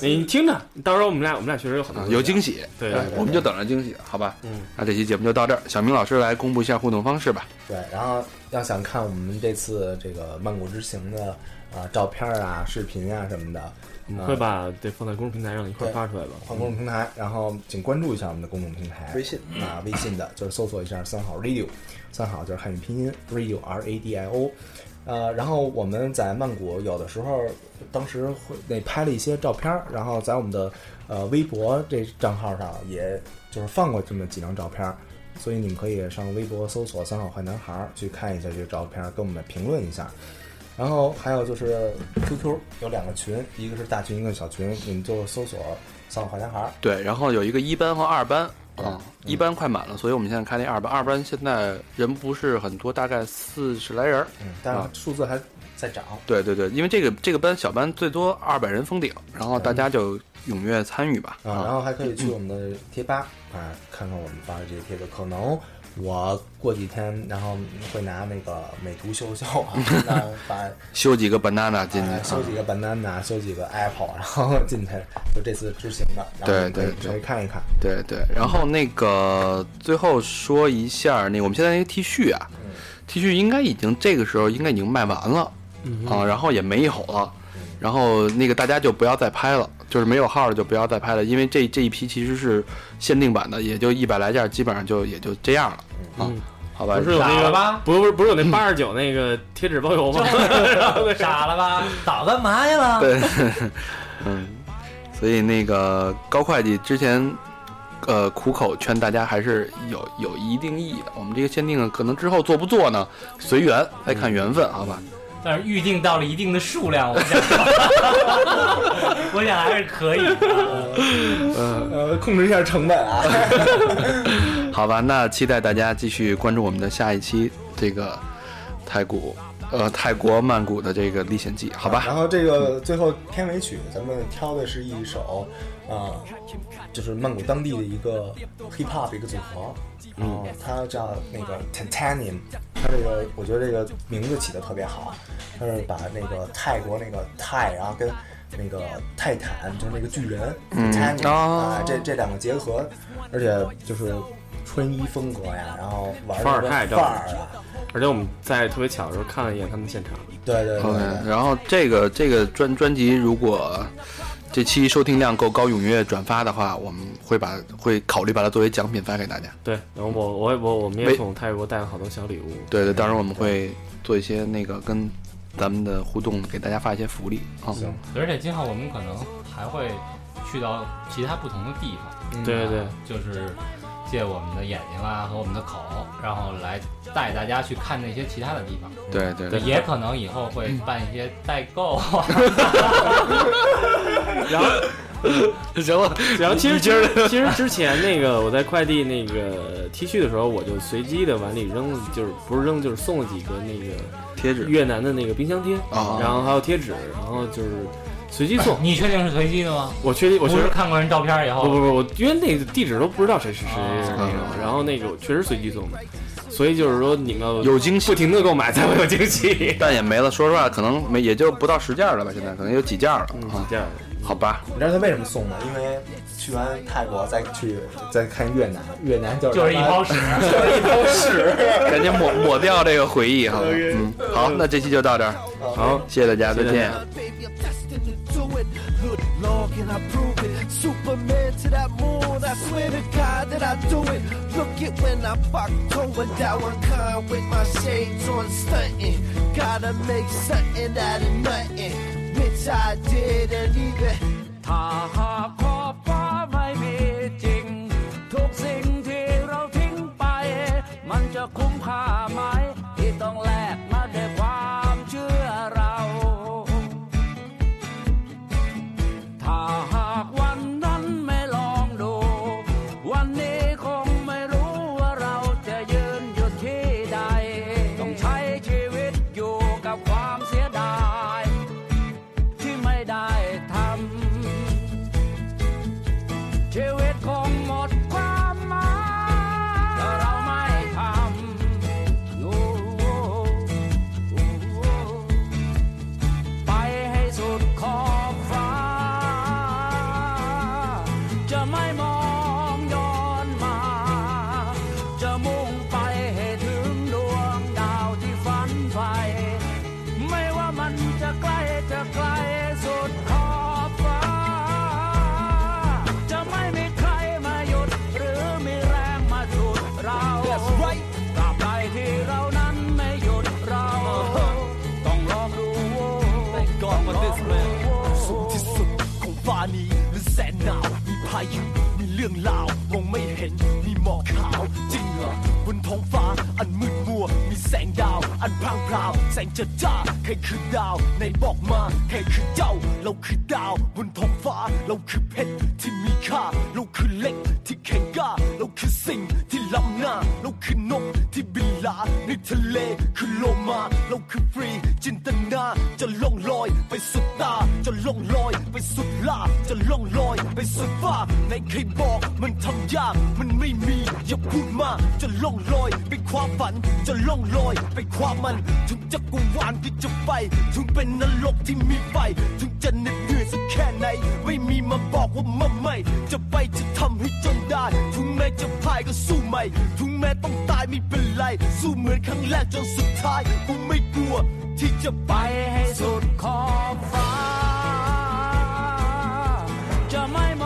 Speaker 3: 你听着，到时候我们俩我们俩确实有很多
Speaker 1: 啊，有惊喜，
Speaker 3: 嗯对
Speaker 2: 对
Speaker 1: 我们就等着惊喜，好吧？
Speaker 3: 嗯，
Speaker 1: 那这期节目就到这儿，小明老师来公布一下互动方式吧。
Speaker 2: 对，然后要想看我们这次这个曼谷之行的啊、照片啊、视频啊什么的，
Speaker 3: 我们
Speaker 2: 嗯
Speaker 3: 会把这放在公众平台上一块儿发出来吧。
Speaker 2: 换公众平台，然后请关注一下我们的公众平台，
Speaker 1: 微信
Speaker 2: 啊，微信的就是搜索一下三好 radio，三好就是汉语拼音 radio r a d i o，呃，然后我们在曼谷有的时候，当时会那拍了一些照片儿，然后在我们的呃微博这账号上，也就是放过这么几张照片儿，所以你们可以上微博搜索“三好坏男孩儿”去看一下这个照片儿，跟我们评论一下。然后还有就是 QQ 有两个群，一个是大群，一个是小群，你们就搜索“三好坏男孩儿”，
Speaker 1: 对，然后有一个一班和二班
Speaker 2: 哦嗯
Speaker 1: 啊，一班快满了，所以我们现在开那二班，二班现在人不是很多，大概四十来人儿。
Speaker 2: 嗯，但是数字还在涨。啊
Speaker 1: 对对对，因为这个这个班小班最多二百人封顶，然后大家就踊跃参与吧。
Speaker 2: 嗯啊，
Speaker 1: 啊，
Speaker 2: 然后还可以去我们的贴吧啊，看看我们发的这些帖子。可能我过几天，然后会拿那个美图秀秀 啊，那把
Speaker 1: 修几个 banana 进去
Speaker 2: 哎，修几
Speaker 1: 啊
Speaker 2: 个 banana，修几个 apple，然后进去，就这次之行的，然后
Speaker 1: 对
Speaker 2: 你可以
Speaker 1: 对对
Speaker 2: 可以看一看。
Speaker 1: 对对，然后那个最后说一下，那个我们现在那个 T 恤啊
Speaker 2: 嗯
Speaker 1: ，T 恤应该已经这个时候应该已经卖完了
Speaker 3: 嗯
Speaker 1: 啊，然后也没有了，然后那个大家就不要再拍了，就是没有号的就不要再拍了，因为这这一批其实是限定版的，也就一百来件，基本上就也就这样了啊
Speaker 3: 嗯，
Speaker 1: 好吧
Speaker 3: 不，是有那
Speaker 6: 傻了
Speaker 3: 个
Speaker 6: 吧
Speaker 3: 不是不是有那八十九那个贴纸包邮吗？
Speaker 6: 傻了吧？早干嘛去了？
Speaker 1: 对，嗯，所以那个高会计之前。呃，苦口劝大家还是有有一定意义的。我们这个限定可能之后做不做呢，随缘，再看缘
Speaker 3: 嗯
Speaker 1: 分，好吧？
Speaker 6: 但是预定到了一定的数量，我想， 我想还是可以的。
Speaker 2: 呃，控制一下成本啊。
Speaker 1: 好吧，那期待大家继续关注我们的下一期这个泰国呃泰国曼谷的这个历险记，好吧？
Speaker 2: 然后这个最后片尾曲，咱们挑的是一首，啊、就是曼谷当地的一个 hip hop 一个组合，然
Speaker 3: 嗯
Speaker 2: 后它叫那个 Titanium，它这个我觉得这个名字起的特别好，它是把那个泰国那个泰，然后跟那个泰坦就是那个巨人
Speaker 3: 嗯
Speaker 2: Titanium、
Speaker 1: 哦
Speaker 2: 啊，这这两个结合，而且就是穿衣风格呀，然后玩
Speaker 3: 范儿
Speaker 2: 这个
Speaker 3: 太
Speaker 2: 范
Speaker 3: 正了
Speaker 2: 儿啊，
Speaker 3: 而且我们在特别巧的时候看了一眼他们现场，
Speaker 2: 对对对对。
Speaker 1: 嗯，然后这个这个专专辑如果这期收听量够高，踊跃转发的话，我们会把会考虑把它作为奖品发给大家。
Speaker 3: 对，然后我我我我们也
Speaker 1: 没
Speaker 3: 从泰国带了好多小礼物，
Speaker 1: 对对，当然我们会做一些那个跟咱们的互动，给大家发一些福利啊。
Speaker 2: 行，
Speaker 6: 而且今后我们可能还会去到其他不同的地方，啊
Speaker 2: 嗯
Speaker 3: 对对对，
Speaker 6: 就是借我们的眼睛啊和我们的口，然后来带大家去看那些其他的地方。
Speaker 1: 对对对，
Speaker 6: 也可能以后会办一些代购啊，。
Speaker 1: 行了，
Speaker 3: 然后其实其实其实之前那个我在快递那个 T 恤的时候，我就随机的往里扔了，就是不是扔就是送了几个那个
Speaker 1: 贴纸
Speaker 3: 越南的那个冰箱贴，
Speaker 1: 啊
Speaker 3: 然后还有贴纸，然后就是随机送
Speaker 6: 你确定是随机的吗？
Speaker 3: 我确我确
Speaker 6: 不是
Speaker 3: 实
Speaker 6: 看过人照片以
Speaker 3: 不不
Speaker 6: 后，
Speaker 3: 不，我因为那个地址都不知道谁是谁是那
Speaker 1: 啊
Speaker 3: 个，然后那个我确实随机送的，所以就是说你们要
Speaker 1: 有惊喜
Speaker 3: 不。停的购买才会有惊喜。
Speaker 1: 但也没了。说实话，可能没也就不到十件儿了吧，现在可能有几件儿了
Speaker 3: 嗯，
Speaker 1: 啊。
Speaker 3: 这样的。
Speaker 1: 好吧，
Speaker 2: 你知道他为什么送吗？因为去完泰国再去再看越南，越南就是
Speaker 4: 就是一泡屎，
Speaker 2: 就是一泡屎。
Speaker 1: 赶紧抹抹掉这个回忆哈。
Speaker 7: OK
Speaker 1: 嗯，好，那这期就到这儿，
Speaker 7: 好，
Speaker 1: 谢谢大家，再
Speaker 7: 谢谢
Speaker 1: 见
Speaker 7: 大。
Speaker 8: Baby, I'm destined to do it. Good Lord, can I prove it? Superman to that moon. I swear to God that I do it. Look at when I fuck going down one con with my shades on stunting. Gotta make something out of nothing, which I didn't even.
Speaker 3: ถ้าหากขอบฟ้าไม่มีจริง ทุกสิ่งที่เราทิ้งไป มันจะคุ้มค่าไหม ที่ต้องแลกมาด้วยความเชื่อเรา ถ้าหากวันนั้นไม่ลองดู วันนี้คงไม่รู้ว่าเราจะยืนอยู่ที่ใด ต้องใช้ชีวิตอยู่กับความเสียดาย ที่ไม่ได้ทำชีวิตคงหมดความหมายถ้าเราไม่ทำโอ้โหโอ้โหไปให้สุดขอบฟ้า จะไม่มองย้อนมา จะมุ่งไปให้ถึงดวงดาวที่ฝันใฝ่ไม่ว่ามันจะใกล้จะไกลสุดขอบฟ้า จะไม่มีใครมาหยุด หรือมีแรงมาฉุดเรา
Speaker 8: That's right. oh,
Speaker 3: ตราบใดที่เรานั้นไม่หยุดเรา ต้องลองดู
Speaker 8: Thank God for this man สุดที่สุดของฟ้านี้หรือแสนหนาว มีพายุมีเรื่องราวมองไม่เห็นมีหมอกขาวจริงเหรอบนท้องฟ้าอันมืดมัว มีแสงดาว อันพรางพราว แสงจัดจ้าใครคือดาวไหนบอกมาใครคือเจ้า เราคือดาวบนท้องฟ้า เราคือเพชรที่มีค่า เราคือเหล็กที่แข็งกล้า เราคือสิ่งที่ล้ำหน้า เราคือนกที่บินหลาในทะเล คือโลมา เราคือฟรี จินตนาจะล่องลอยไปสุดตา จะล่องลอยไปสุดล่า จะล่องลอยไปสุดฟ้าไหนใครบอกมันทำยาก มันไม่มี อย่าพูดมากจะล่องลอยไปคว้าฝัน จะล่องลอยไปคว้ามัน ถึงจะกุวานที่จะไป ถึงเป็นนรกที่มีไฟ ถึงจะเหน็ดเหนื่อยสักแค่ไหน ไม่มีมาบอกว่ามาไม่ จะไปจะทำให้จนได้ ถึงแม้จะพ่ายก็สู้ใหม่ ถึงแม้ต้องตายไม่เป็นไร สู้เหมือนครั้งแรกจนสุดท้ายกูไม่กลัว ที่จะไป
Speaker 3: ไปให้สุดขอบฟ้า จะไม่ม